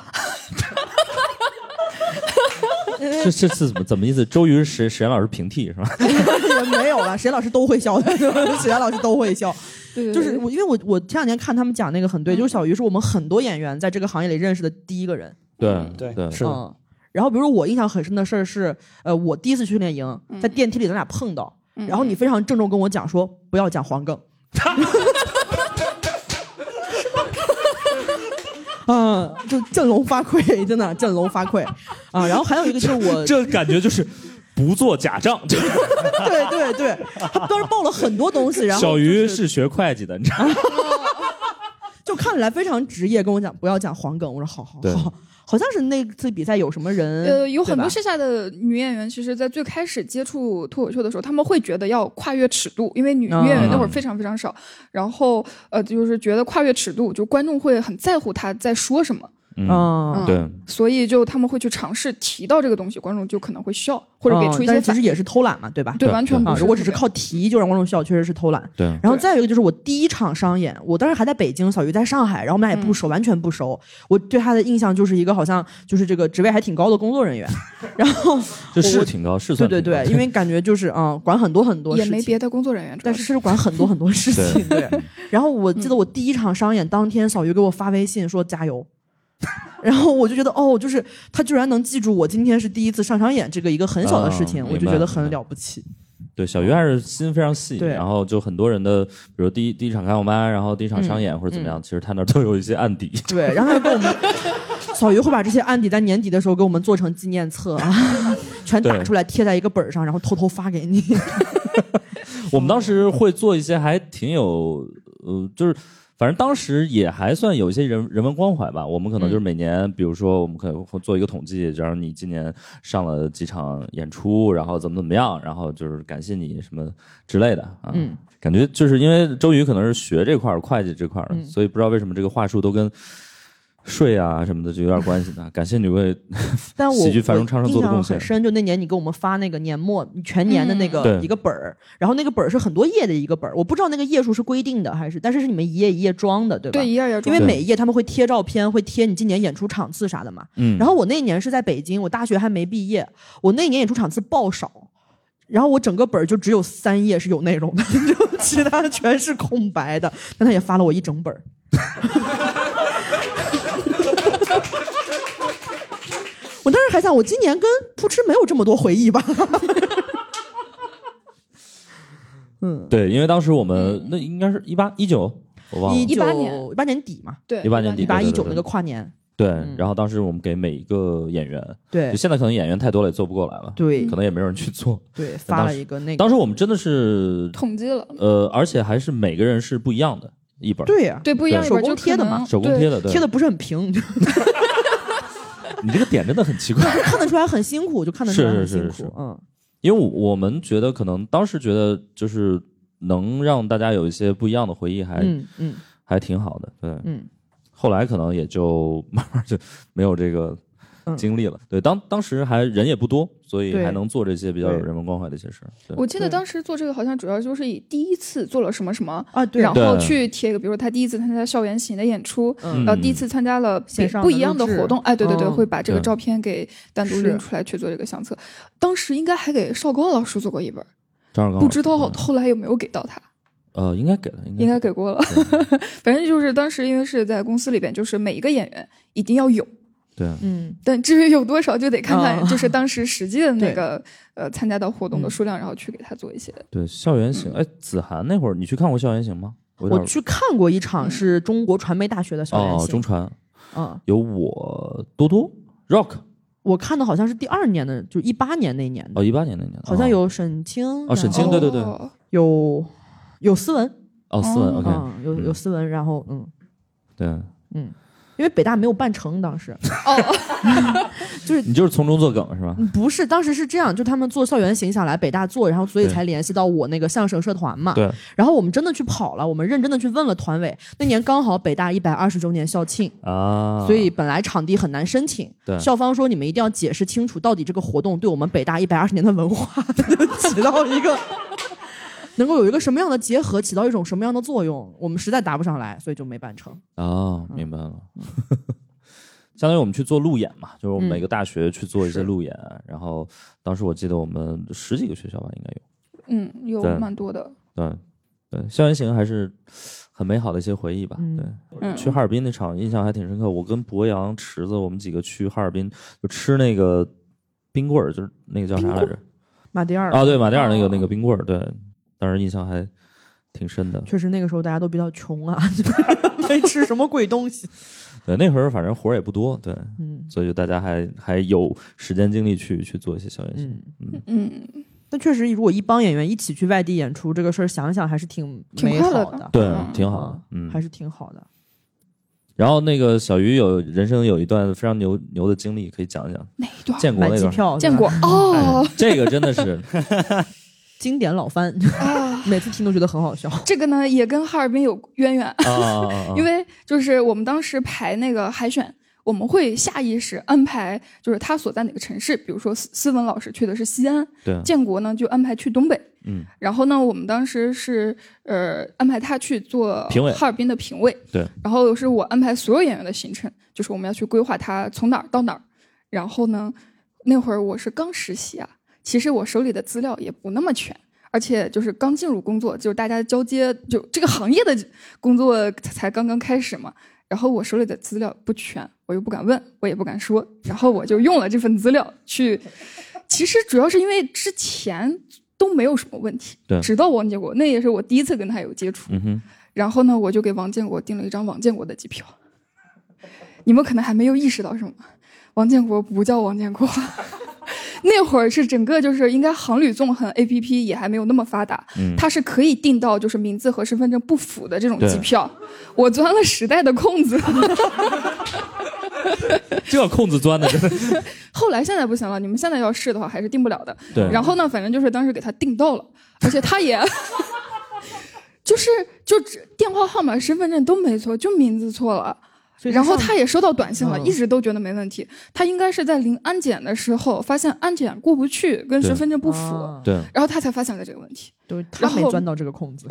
Speaker 1: 这这次怎么怎么意思？周瑜是史岩老师平替是吧？
Speaker 2: 也 <laughs> 没有了，谁老师都会笑的，谁老师都会笑。
Speaker 3: 对
Speaker 2: 就是我，因为我我前两天看他们讲那个很对，就是小鱼是我们很多演员在这个行业里认识的第一个人。
Speaker 1: 对对对，
Speaker 4: 是
Speaker 2: 嗯，然后比如说我印象很深的事儿是，呃，我第一次去训练营，
Speaker 3: 嗯
Speaker 2: 在电梯里咱俩碰到，然后你非常郑重跟我讲说不要讲黄梗。 <laughs> 嗯，就振聋发聩，真的振聋发聩啊！然后还有一个就是我，
Speaker 1: 这感觉就是不做假
Speaker 2: <laughs>
Speaker 1: 账。就是
Speaker 2: 对对对，他当时报了很多东西，然后
Speaker 1: 小鱼是学会计的，你知道吗？
Speaker 2: 就看起来非常职业，跟我讲不要讲黄梗，我说好好
Speaker 1: 对
Speaker 2: 好，好像是那次比赛有什么人，
Speaker 3: 呃，有
Speaker 2: 嗯对
Speaker 3: 很
Speaker 2: 吧
Speaker 3: 多线下的女演员，其实，在最开始接触脱口秀的时候，她们会觉得要跨越尺度，因为女
Speaker 2: 嗯
Speaker 3: 女演员那会儿非常非常少，然后呃，就是觉得跨越尺度，就观众会很在乎她在说什么，
Speaker 2: 嗯，
Speaker 1: 对，
Speaker 3: 所以就他们会去尝试提到这个东西，观众就可能会笑或者给
Speaker 2: 嗯
Speaker 3: 出一
Speaker 2: 但是
Speaker 3: 些
Speaker 2: 其
Speaker 3: 反
Speaker 2: 实
Speaker 3: 应。
Speaker 2: 也是偷懒嘛，对吧？
Speaker 3: 对，
Speaker 1: 对
Speaker 3: 完全
Speaker 1: 对
Speaker 3: 不
Speaker 2: 啊，
Speaker 3: 是
Speaker 2: 我只是
Speaker 3: 特别
Speaker 2: 靠提就让观众笑，确实是偷懒。
Speaker 1: 对
Speaker 2: 然后再有一个就是我第一场商演，我当时还在北京，小鱼在上海，然后我们俩也
Speaker 1: 嗯
Speaker 2: 不熟，完全不熟。我对他的印象就是一个好像就是这个职位还挺高的工作人员，然后
Speaker 1: 这是挺高，是
Speaker 2: 对
Speaker 1: 算
Speaker 2: 对
Speaker 1: 挺高
Speaker 2: 对，因为感觉就是嗯，管很多很多
Speaker 3: 也
Speaker 2: 事
Speaker 3: 没
Speaker 2: 情。
Speaker 3: 别的工作人员，主要
Speaker 2: 但是是管很多很多事情， <laughs> 对。然后我
Speaker 1: 嗯
Speaker 2: 记得我第一场商演当天，小鱼给我发微信说加油， <laughs> 然后我就觉得哦，就是他居然能记住我今天是第一次上商演这个一个很小的事情，
Speaker 1: 啊
Speaker 2: 我就
Speaker 1: 明白
Speaker 2: 觉得
Speaker 1: 明
Speaker 2: 很
Speaker 1: 白
Speaker 2: 了不起。
Speaker 1: 对，小鱼还是心非常细，
Speaker 2: 对
Speaker 1: 然后就很多人的，比如第一第一场看我妈，然后第一
Speaker 2: 嗯
Speaker 1: 场商演、或者怎么样，其实他那儿都有一些案底。
Speaker 2: 对，然后他给
Speaker 1: <laughs>
Speaker 2: 我们小鱼会把这些案底在年底的时候给我们做成纪念册啊， <laughs> 全打
Speaker 1: 对
Speaker 2: 出来贴在一个本儿上，然后偷偷发给你。
Speaker 1: 我们当时会做一些还挺有，呃，就是反正当时也还算有一些人人文关怀吧。我们可能
Speaker 2: 嗯
Speaker 1: 就是每年，比如说我们可能会做一个统计，然后你今年上了几场演出，然后怎么怎么样，然后就是感谢你什么之类的啊。
Speaker 2: 嗯
Speaker 1: 感觉就是因为周瑜可能是学这块儿会计这块
Speaker 2: 嗯
Speaker 1: 儿，所以不知道为什么这个话术都跟。税啊什么的就有点关系呢。感谢你为
Speaker 2: 但我
Speaker 1: 喜剧繁荣
Speaker 2: 我
Speaker 1: 昌盛
Speaker 2: 印
Speaker 1: 做的贡
Speaker 2: 象
Speaker 1: 献
Speaker 2: 很深，就那年你给我们发那个年末全年的那个
Speaker 1: 嗯对
Speaker 2: 一个本儿，然后那个本儿是很多页的一个本儿，我不知道那个页数是规定的还是，但是是你们一页一页装的，对吧？
Speaker 3: 对一页一页
Speaker 2: 因
Speaker 3: 装
Speaker 2: 为
Speaker 1: 对
Speaker 2: 每一页他们会贴照片，会贴你今年演出场次啥的嘛。
Speaker 1: 嗯
Speaker 2: 然后我那一年是在北京，我大学还没毕业，我那一年演出场次爆少，然后我整个本儿就只有三页是有内容的， <laughs> 就其他的全是空白的。但他也发了我一整本儿。 <laughs> 我当时还想，我今年跟扑哧没有这么多回忆吧？嗯
Speaker 1: 对，因为当时我们那应该是一八一九，我忘了
Speaker 2: 九
Speaker 3: 18年
Speaker 2: 嗯一八年底嘛，
Speaker 3: 对
Speaker 1: 18年
Speaker 2: 一
Speaker 1: 底
Speaker 2: 八一
Speaker 1: 对对
Speaker 2: 九
Speaker 1: 对
Speaker 2: 那个跨年，
Speaker 1: 对。
Speaker 2: 嗯
Speaker 1: 然后当时我们给每一个演员，
Speaker 2: 对
Speaker 1: 就现在可能演员太多了，也做不过来了，
Speaker 2: 对
Speaker 1: 可能也没有人去做。
Speaker 2: 对，
Speaker 1: 当
Speaker 2: 发了
Speaker 1: 时
Speaker 2: 一个那个，
Speaker 1: 当时我们真的是，
Speaker 3: 统计了，
Speaker 1: 呃，而且还是每个人是不一样的一本儿，
Speaker 2: 对呀、
Speaker 3: 对不一样
Speaker 1: 对
Speaker 3: 一本
Speaker 2: 手工
Speaker 3: 就
Speaker 2: 贴的嘛
Speaker 3: 可能
Speaker 1: 手工贴的，对，
Speaker 2: 贴的不是很平，
Speaker 1: 你这个点真的很奇
Speaker 2: <laughs>
Speaker 1: 怪。
Speaker 2: 看得出来很辛苦，就看得出来很辛苦。
Speaker 1: 是是是是
Speaker 2: 嗯，
Speaker 1: 因为我我们觉得可能当时觉得就是能让大家有一些不一样的回忆还，还、
Speaker 2: 嗯嗯
Speaker 1: 挺好的，对。
Speaker 2: 嗯，
Speaker 1: 后来可能也就慢慢就没有这个
Speaker 2: 嗯
Speaker 1: 经历了。对，当当时还人也不多，所以
Speaker 2: 对
Speaker 1: 还能做这些比较有
Speaker 2: 对
Speaker 1: 人文关怀的一些事儿。对
Speaker 3: 我记得
Speaker 2: 对
Speaker 3: 当时做这个好像主要就是以第一次做了什么什么，
Speaker 2: 啊对，
Speaker 3: 然后
Speaker 1: 对
Speaker 3: 去贴一个，比如说他第一次参加校园型的演出，
Speaker 2: 嗯
Speaker 3: 然后第一次参加了别
Speaker 2: 线上的
Speaker 3: 不一样的
Speaker 2: 录制
Speaker 3: 活动，哎，对对对，
Speaker 2: 嗯
Speaker 3: 会把这个
Speaker 1: 对
Speaker 3: 照片给单独拎
Speaker 2: 是
Speaker 3: 出来去做这个相册。当时应该还给邵光老师做过一本，
Speaker 1: 张
Speaker 4: 哦
Speaker 1: 绍刚
Speaker 3: 不知道
Speaker 1: 老师
Speaker 3: 后来有没有给到他，
Speaker 1: 呃，应该给了，
Speaker 3: 应
Speaker 1: 应
Speaker 3: 该
Speaker 1: 该
Speaker 3: 给过了。 <laughs> 反正就是当时因为是在公司里边，就是每一个演员一定要有，
Speaker 1: 对。
Speaker 2: 嗯
Speaker 3: 但至于有多少就得看看
Speaker 2: 嗯
Speaker 3: 就是当时实际的那
Speaker 2: 对
Speaker 3: 个呃参加到活动的数量，然后去给他做一些。
Speaker 1: 对，校园行。哎，子涵那会儿你去看过校园行吗？我有
Speaker 2: 我
Speaker 1: 点
Speaker 2: 去看过一
Speaker 3: 嗯
Speaker 2: 场是中国传媒大学的校园
Speaker 1: 哦，
Speaker 2: 行
Speaker 1: 中，传
Speaker 2: 嗯，
Speaker 1: 有我多多 Rock
Speaker 2: 我看的好像是第二年的，就一八年那年的
Speaker 1: 哦，，一八年那年的
Speaker 2: 好像
Speaker 1: 哦
Speaker 2: 有沈清
Speaker 1: 哦沈
Speaker 2: 然后
Speaker 1: 清对对对
Speaker 3: 哦
Speaker 2: 有有斯文，
Speaker 1: 哦斯文
Speaker 3: 哦
Speaker 1: OK
Speaker 2: 嗯，有有斯文，然后嗯。
Speaker 1: 对，
Speaker 2: 因为北大没有办成，
Speaker 1: <laughs>
Speaker 2: 当时
Speaker 1: 你就是从中作梗是吧？
Speaker 2: 不是，当时是这样，就他们做校园行想来北大做，然后所以
Speaker 1: 对
Speaker 2: 才联系到我那个相声社团嘛。
Speaker 1: 对
Speaker 2: 然后我们真的去跑了，我们认真的去问了团委，那年刚好北大一百二十周年校庆，
Speaker 1: 啊，
Speaker 2: 嗯所以本来场地很难申请，
Speaker 1: 对
Speaker 2: 校方说你们一定要解释清楚，到底这个活动对我们北大一百二十年的文化 <laughs> 起到
Speaker 1: <laughs>
Speaker 2: 一个能够有一个什么样的结合，起到一种什么样的作用，我们实在答不上来，所以就没办成。
Speaker 1: 哦，明白了。 <laughs> 相当于我们去做路演嘛，就是我们
Speaker 5: 嗯
Speaker 1: 每个大学去做一些
Speaker 5: 是
Speaker 1: 路演。然后当时我记得我们十几个学校吧，应该有。
Speaker 3: 嗯，有
Speaker 1: 对
Speaker 3: 蛮多的。
Speaker 1: 对，对，校园行还是很美好的一些回忆吧。对，
Speaker 3: 嗯
Speaker 1: 去哈尔滨那场印象还挺深刻。我跟博洋、池子，我们几个去哈尔滨就吃那个冰棍儿，就是那个叫啥来着？
Speaker 2: 马迭尔
Speaker 1: 啊，对，马迭尔那个、
Speaker 3: 哦
Speaker 1: 那个冰棍儿，对，当时印象还挺深的。
Speaker 2: 确实那个时候大家都比较穷啊， <laughs> 就是没吃什么贵东西。
Speaker 1: 对，那会儿反正活儿也不多，对，
Speaker 2: 嗯
Speaker 1: 所以就大家还还有时间精力去去做一些校园行。
Speaker 2: 嗯，
Speaker 3: 嗯，
Speaker 2: 但确实，如果一帮演员一起去外地演出，这个事儿想想还是挺
Speaker 3: 挺
Speaker 2: 美
Speaker 3: 快乐
Speaker 2: 好
Speaker 3: 的
Speaker 2: 的，啊
Speaker 1: 对
Speaker 3: 嗯，
Speaker 1: 挺好的，嗯，
Speaker 2: 还是挺好的。
Speaker 1: 然后那个小鱼有人生有一段非常牛牛的经历，可以讲一讲
Speaker 3: 哪一段？
Speaker 1: 建国
Speaker 2: 买
Speaker 1: 那
Speaker 2: 机
Speaker 1: 段，
Speaker 2: 票
Speaker 3: 见
Speaker 2: 是吧
Speaker 3: 过哦
Speaker 1: 这个真的
Speaker 3: <laughs>
Speaker 1: 是
Speaker 2: 经典老番， <laughs>
Speaker 3: 啊，
Speaker 2: 每次听都觉得很好笑。
Speaker 3: 这个呢也跟哈尔滨有渊源，
Speaker 1: 啊啊啊啊！
Speaker 3: 因为就是我们当时排那个海选，我们会下意识安排，就是他所在哪个城市，比如说斯斯文老师去的是西安，
Speaker 1: 对
Speaker 3: 建国呢就安排去东北，
Speaker 1: 嗯，
Speaker 3: 然后呢，我们当时是呃安排他去做
Speaker 1: 评委
Speaker 3: 哈尔滨的评委，
Speaker 1: 对，
Speaker 3: 然后是我安排所有演员的行程，就是我们要去规划他从哪儿到哪儿，然后呢，那会儿我是刚实习啊，其实我手里的资料也不那么全。而且就是刚进入工作，就是大家交接，就这个行业的工作才刚刚开始嘛。然后我手里的资料不全，我又不敢问，我也不敢说，然后我就用了这份资料去。其实主要是因为之前都没有什么问题，
Speaker 1: 对
Speaker 3: 直到王建国，那也是我第一次跟他有接触。
Speaker 1: 嗯哼，
Speaker 3: 然后呢，我就给王建国订了一张王建国的机票。 <laughs> 你们可能还没有意识到什么，王建国不叫王建国。 <laughs> 那会儿是整个就是应该航旅纵横 A P P 也还没有那么发达，
Speaker 1: 嗯
Speaker 3: 它是可以订到就是名字和身份证不符的这种
Speaker 1: 对
Speaker 3: 机票。我钻了时代的空子， <laughs>
Speaker 1: 这空子钻的，真的
Speaker 3: 后来现在不行了，你们现在要试的话还是订不了的。
Speaker 1: 对
Speaker 3: <laughs> 然后呢，反正就是当时给他订到了，而且
Speaker 1: <laughs>
Speaker 3: 他也就是就只电话号码、身份证都没错，就名字错了。
Speaker 2: 所以
Speaker 3: 然后
Speaker 2: 上
Speaker 3: 他也收到短信了，
Speaker 2: 嗯
Speaker 3: 一直都觉得没问题。他应该是在临安检的时候发现安检过不去，跟
Speaker 1: 对
Speaker 3: 身份证不符，
Speaker 2: 啊
Speaker 1: 对
Speaker 3: 然后他才发现了这个问题。
Speaker 2: 对他没
Speaker 3: 然后
Speaker 2: 钻到这个空子， <laughs>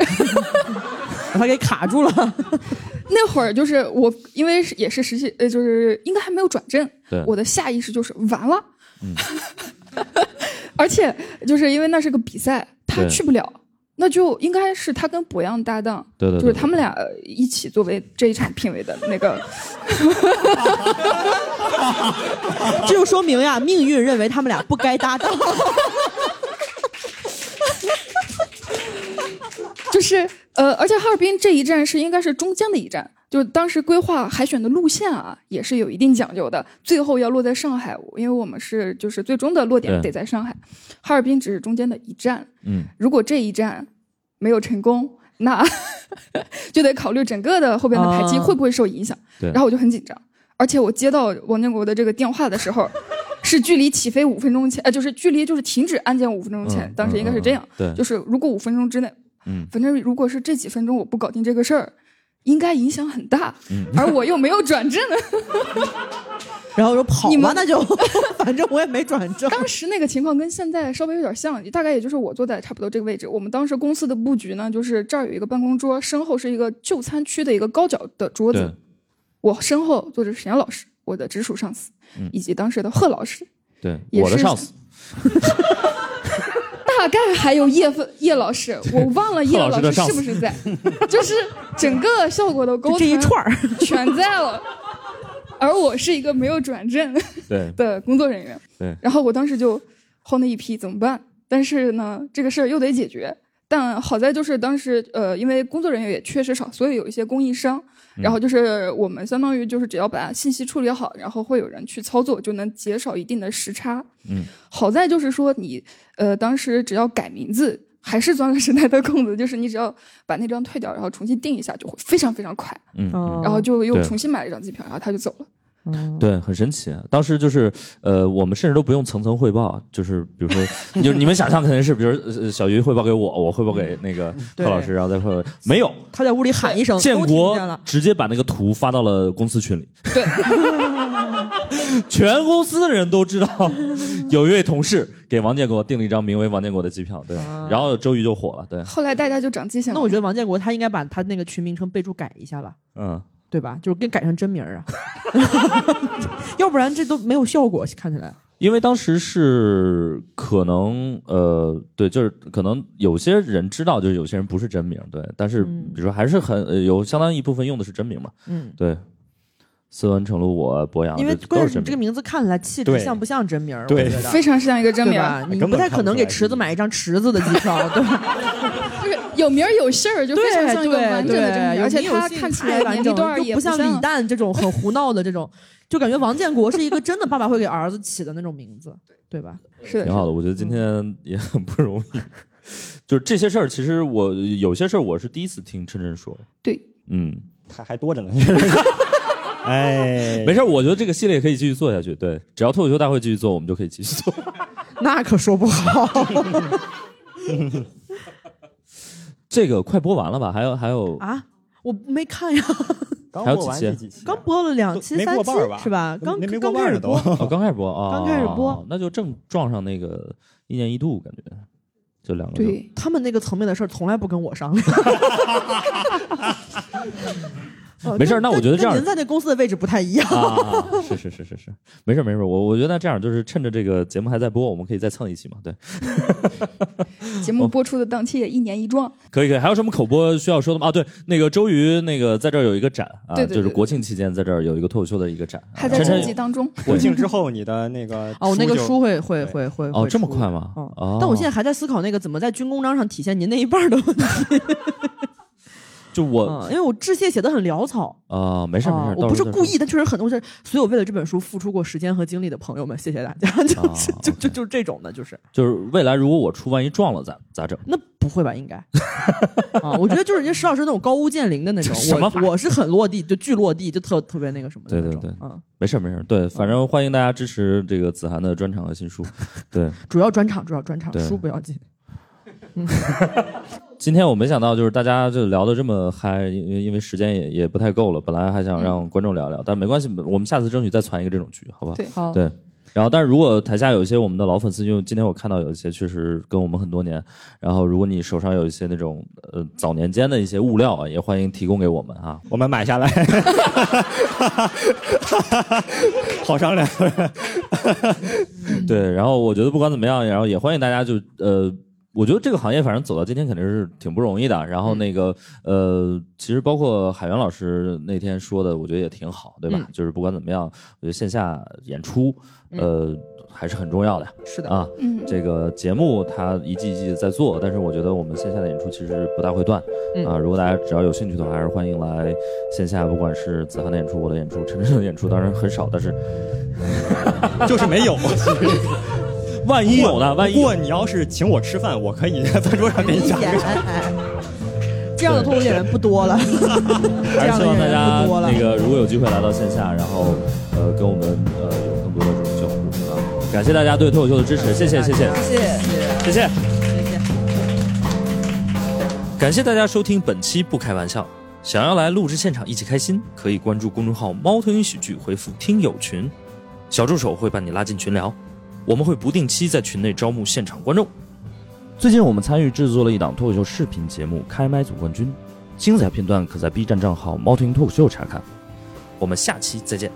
Speaker 2: 把他给卡住了。 <laughs>
Speaker 3: 那会儿就是我，因为是也是实习，呃，就是应该还没有转正，
Speaker 1: 对，嗯
Speaker 3: 我的下意识就是完了， <laughs> 而且就是因为那是个比赛，他
Speaker 1: 对
Speaker 3: 去不了，那就应该是他跟博洋搭档，
Speaker 1: 对对，
Speaker 3: 就是他们俩一起作为这一场评委的那个，
Speaker 2: 这就说明呀，命运认为他们俩不该搭档。
Speaker 3: <laughs> 就是呃，而且哈尔滨这一站是应该是中间的一站。就是当时规划海选的路线啊，也是有一定讲究的。最后要落在上海，因为我们是就是最终的落点
Speaker 1: 对
Speaker 3: 得在上海，哈尔滨只是中间的一站。
Speaker 1: 嗯，
Speaker 3: 如果这一站没有成功，那 <laughs> 就得考虑整个的后边的排期
Speaker 2: 啊
Speaker 3: 会不会受影响。
Speaker 1: 对
Speaker 3: 然后我就很紧张，而且我接到王建国的这个电话的时候，是距离起飞五分钟前，呃，就是距离就是停止安检五分钟前，
Speaker 1: 嗯
Speaker 3: 当时应该是这样，
Speaker 1: 嗯嗯嗯对
Speaker 3: 就是如果五分钟之内，
Speaker 1: 嗯
Speaker 3: 反正如果是这几分钟我不搞定这个事儿。应该影响很大，
Speaker 1: 嗯
Speaker 3: <laughs> 而我又没有转正。
Speaker 2: 然后说跑
Speaker 3: 你
Speaker 2: 吧那
Speaker 3: 们，
Speaker 2: 就 <laughs> 反正我也没转正。
Speaker 3: 当时那个情况跟现在稍微有点像，大概也就是我坐在差不多这个位置。我们当时公司的布局呢，就是这儿有一个办公桌，身后是一个就餐区的一个高脚的桌
Speaker 1: 对
Speaker 3: 子，我身后坐着沈阳老师，我的直属上司，
Speaker 1: 嗯
Speaker 3: 以及当时的贺老师，
Speaker 1: 对，
Speaker 3: 也
Speaker 1: 我的
Speaker 3: 是
Speaker 1: 上司
Speaker 3: 大概还有叶分叶老师，我忘了叶
Speaker 1: 贺老
Speaker 3: 老
Speaker 1: 师的
Speaker 3: 师
Speaker 1: 上
Speaker 3: 是
Speaker 1: 司
Speaker 3: 不是在，就是整个效
Speaker 1: <laughs>
Speaker 3: 果的 <laughs> 沟
Speaker 2: 就
Speaker 3: 通
Speaker 2: 这一串儿，
Speaker 3: 全在了。而我是一个没有转正 <laughs>
Speaker 1: 对
Speaker 3: 的工作人员，
Speaker 1: 对
Speaker 3: 然后我当时就慌的一批，怎么办？但是呢，这个事儿又得解决。但好在就是当时呃，因为工作人员也确实少，所以有一些供应商。
Speaker 1: 嗯
Speaker 3: 然后就是我们相当于就是只要把信息处理好，然后会有人去操作，就能减少一定的时差。
Speaker 1: 嗯，
Speaker 3: 好在就是说你呃，当时只要改名字，还是钻了时代的空子，就是你只要把那张退掉，然后重新定一下，就会非常非常快。
Speaker 1: 嗯，嗯，
Speaker 3: 然后就又
Speaker 1: 对
Speaker 3: 重新买了一张机票，然后他就走了。
Speaker 1: 对，很神奇。啊当时就是呃，我们甚至都不用层层汇报，就是比
Speaker 3: <laughs>
Speaker 1: 如说，就你们想象肯定是，比如呃小鱼汇报给我，我汇报给那个
Speaker 3: 嗯
Speaker 1: 贺
Speaker 2: 对
Speaker 1: 老师，然后再汇报没有。
Speaker 2: 他在屋里喊一声，
Speaker 1: 建
Speaker 2: 都听
Speaker 1: 国
Speaker 2: 见了。
Speaker 1: 直接把那个图发到了公司群里，
Speaker 3: 对，
Speaker 1: <laughs> 全公司的人都知道，有一位同事给王建国订了一张名为王建国的机票，对，
Speaker 3: 哦
Speaker 1: 然后周瑜就火了，对，
Speaker 3: 后来大家就长记性
Speaker 2: 那
Speaker 3: 了
Speaker 2: 我。觉得王建国他应该把他那个群名称备注改一下吧，
Speaker 1: 嗯，
Speaker 2: 对吧？就是跟改成真名儿啊， <laughs> 要不然这都没有效果，看起来。
Speaker 1: 因为当时是可能呃，对，就是可能有些人知道，就是有些人不是真名，对，但是比如说还是很、呃有相当一部分用的是真名嘛，
Speaker 2: 嗯，
Speaker 1: 对，斯文、程璐、我、博洋，
Speaker 2: 因为
Speaker 1: 这
Speaker 2: 关
Speaker 1: 哦都是
Speaker 2: 键是
Speaker 1: 真
Speaker 2: 你这个
Speaker 1: 名。
Speaker 2: 名字看起来气质
Speaker 4: 对
Speaker 2: 像不像真名儿？
Speaker 4: 对
Speaker 2: 我觉得
Speaker 3: 非常像一个真
Speaker 2: 对
Speaker 3: 名儿，
Speaker 2: 吧？你
Speaker 4: 根
Speaker 2: 不
Speaker 4: 本
Speaker 2: 太
Speaker 4: 看
Speaker 2: 可能
Speaker 4: 不
Speaker 2: 给
Speaker 4: 出来
Speaker 2: 池子买一张池子的机票， <laughs> 对吧？
Speaker 3: 就是有名儿有姓儿，就非常像一个
Speaker 2: 对
Speaker 3: 完整的真名儿，
Speaker 2: 对
Speaker 3: 而且
Speaker 2: 有
Speaker 3: 他
Speaker 2: 信
Speaker 3: 看起
Speaker 2: 太
Speaker 3: 来
Speaker 2: 完
Speaker 3: 年
Speaker 2: 整
Speaker 3: 龄
Speaker 2: 了
Speaker 3: 段儿
Speaker 2: 就
Speaker 3: 也
Speaker 2: 不像
Speaker 3: 像
Speaker 2: 李诞这种很胡闹的这种，就感觉王建国是一个真的爸爸会给儿子起的那种名字，对吧？
Speaker 3: 是
Speaker 1: 挺
Speaker 3: 的，
Speaker 1: 好的，我觉得今天
Speaker 2: 嗯
Speaker 1: 也很不容易。 <laughs> 就是这些事儿，其实我有些事儿我是第一次听琛琛说。
Speaker 3: 对，
Speaker 1: 嗯，
Speaker 4: 还还多着呢。 <laughs> 哎，
Speaker 1: 没事儿，我觉得这个系列可以继续做下去。对，只要脱口秀大会继续做，我们就可以继续做。
Speaker 2: 那可说不好
Speaker 1: 这个快播完了吧？还有还有，
Speaker 2: <laughs> 啊！我没看呀，
Speaker 4: 刚
Speaker 1: 还有
Speaker 4: 播完
Speaker 1: 几期
Speaker 4: 第几期啊？
Speaker 2: 刚播了两期、
Speaker 4: 没
Speaker 2: 三
Speaker 4: 过
Speaker 2: 期
Speaker 4: 半儿吧
Speaker 2: 是吧？刚
Speaker 4: 没没过
Speaker 2: 刚
Speaker 4: 半
Speaker 2: 开始
Speaker 4: 儿呢都
Speaker 2: 播，。
Speaker 1: 哦，刚开始播啊，
Speaker 2: 刚开始播
Speaker 1: 哦那就正撞上那个一年一度，感觉就两个人
Speaker 3: 对，
Speaker 2: 他们那个层面的事儿从来不跟我商
Speaker 4: <laughs>
Speaker 2: 量。呃
Speaker 1: 没事儿
Speaker 2: 跟
Speaker 1: 那我
Speaker 2: 跟
Speaker 1: 觉得这样
Speaker 2: 跟您在那公司的位置不太一样。
Speaker 1: 啊，是是是是是，没事儿没事儿，我我觉得这样就是趁着这个节目还在播，我们可以再蹭一期嘛，对，
Speaker 3: 节目播出的档期也一年一撞，
Speaker 1: 可以可以。还有什么口播需要说的吗？啊，对，那个周瑜那个在这儿有一个展啊，
Speaker 3: 对对对
Speaker 1: 就是国庆期间在这儿有一个脱口秀的一个展，
Speaker 3: 还
Speaker 1: 啊
Speaker 3: 在
Speaker 1: 陈
Speaker 3: 征
Speaker 1: 晨
Speaker 3: 集当中。
Speaker 4: <laughs> 国庆之后，你的那个
Speaker 2: 哦，我那个
Speaker 4: 就
Speaker 2: 书会会
Speaker 4: 对
Speaker 2: 会会
Speaker 1: 哦
Speaker 2: 会
Speaker 1: 这么
Speaker 2: 出
Speaker 1: 快吗
Speaker 2: 嗯
Speaker 1: 哦
Speaker 2: 但我现在还在思考那个怎么在军功章上体现您那一半儿的问题，
Speaker 1: 就我
Speaker 2: 嗯，因为我致谢写的很潦草，
Speaker 1: 啊，没事儿没事
Speaker 2: 啊
Speaker 1: 儿，
Speaker 2: 我
Speaker 1: 到
Speaker 2: 不
Speaker 1: 时
Speaker 2: 是
Speaker 1: 候再
Speaker 2: 故
Speaker 1: 说
Speaker 2: 意，但确实很多是，所有为了这本书付出过时间和精力的朋友们，谢谢大家， <laughs> 就是
Speaker 1: 啊
Speaker 2: 就就就这种的，就是
Speaker 1: 就是未来如果我出万一撞了咋咋整？
Speaker 2: 那不会吧？应该啊，我觉得就是人家石老师那种高屋建瓴的那种
Speaker 1: 这什么，
Speaker 2: 我我是很落地，就巨落地，就特特别那个什么的
Speaker 1: 对
Speaker 2: 那
Speaker 1: 对
Speaker 2: 种，嗯，
Speaker 1: 没事儿没事儿，对，反正欢迎大家支持这个子涵的专场和新书。对，
Speaker 2: 主要专场主要专场
Speaker 1: 对
Speaker 2: 书不要紧，
Speaker 1: 今天我没想到就是大家就聊的这么嗨，因为因为时间也也不太够了，本来还想让观众聊聊，但没关系，我们下次争取再攒一个这种局，好吧？
Speaker 3: 对
Speaker 2: 好
Speaker 1: 对然后，但是如果台下有一些我们的老粉丝，因为今天我看到有一些确实跟我们很多年，然后如果你手上有一些那种呃早年间的一些物料啊，也欢迎提供给我们啊。
Speaker 4: 我们买下来， <laughs> 好商量。
Speaker 2: 嗯
Speaker 1: 对，然后我觉得不管怎么样，然后也欢迎大家就呃，我觉得这个行业反正走到今天肯定是挺不容易的。然后
Speaker 2: 嗯
Speaker 1: 那个、呃，其实包括海源老师那天说的，我觉得也挺好，对吧？
Speaker 2: 嗯
Speaker 1: 就是不管怎么样，我觉得线下演出呃、还是很重要的
Speaker 2: 是的，
Speaker 1: 啊。
Speaker 3: 嗯，
Speaker 1: 这个节目它一季一季在做，但是我觉得我们线下的演出其实不大会断、
Speaker 2: 嗯
Speaker 1: 啊。如果大家只要有兴趣的话，还是欢迎来线下，不管是子涵的演出、我的演出、陈晨的演出，当然很少，但是
Speaker 4: 就是没
Speaker 1: <laughs>
Speaker 4: 有。
Speaker 1: 万一有呢？万一
Speaker 4: 不
Speaker 1: 有
Speaker 4: 过你要是请我吃饭，我可以在桌上给你
Speaker 2: 一
Speaker 4: 讲。
Speaker 2: 点哎，这样的脱口秀演员不多了。
Speaker 1: 还是希望大家
Speaker 2: 这样的人不多了
Speaker 1: 那个如果有机会来到线下，然后呃跟我们呃有更多的这种交互啊。感谢大家对脱口秀的支持，谢谢谢谢
Speaker 2: 谢谢。
Speaker 1: 谢谢。感谢大家收听本期《不开玩笑》。想要来录制现场一起开心，可以关注公众号“猫头鹰喜剧”，回复“听友群”，小助手会把你拉进群聊。我们会不定期在群内招募现场观众。最近我们参与制作了一档脱口秀视频节目《开麦组冠军》，精彩片段可在 B 站账号“猫头鹰脱口秀”查看。我们下期再见。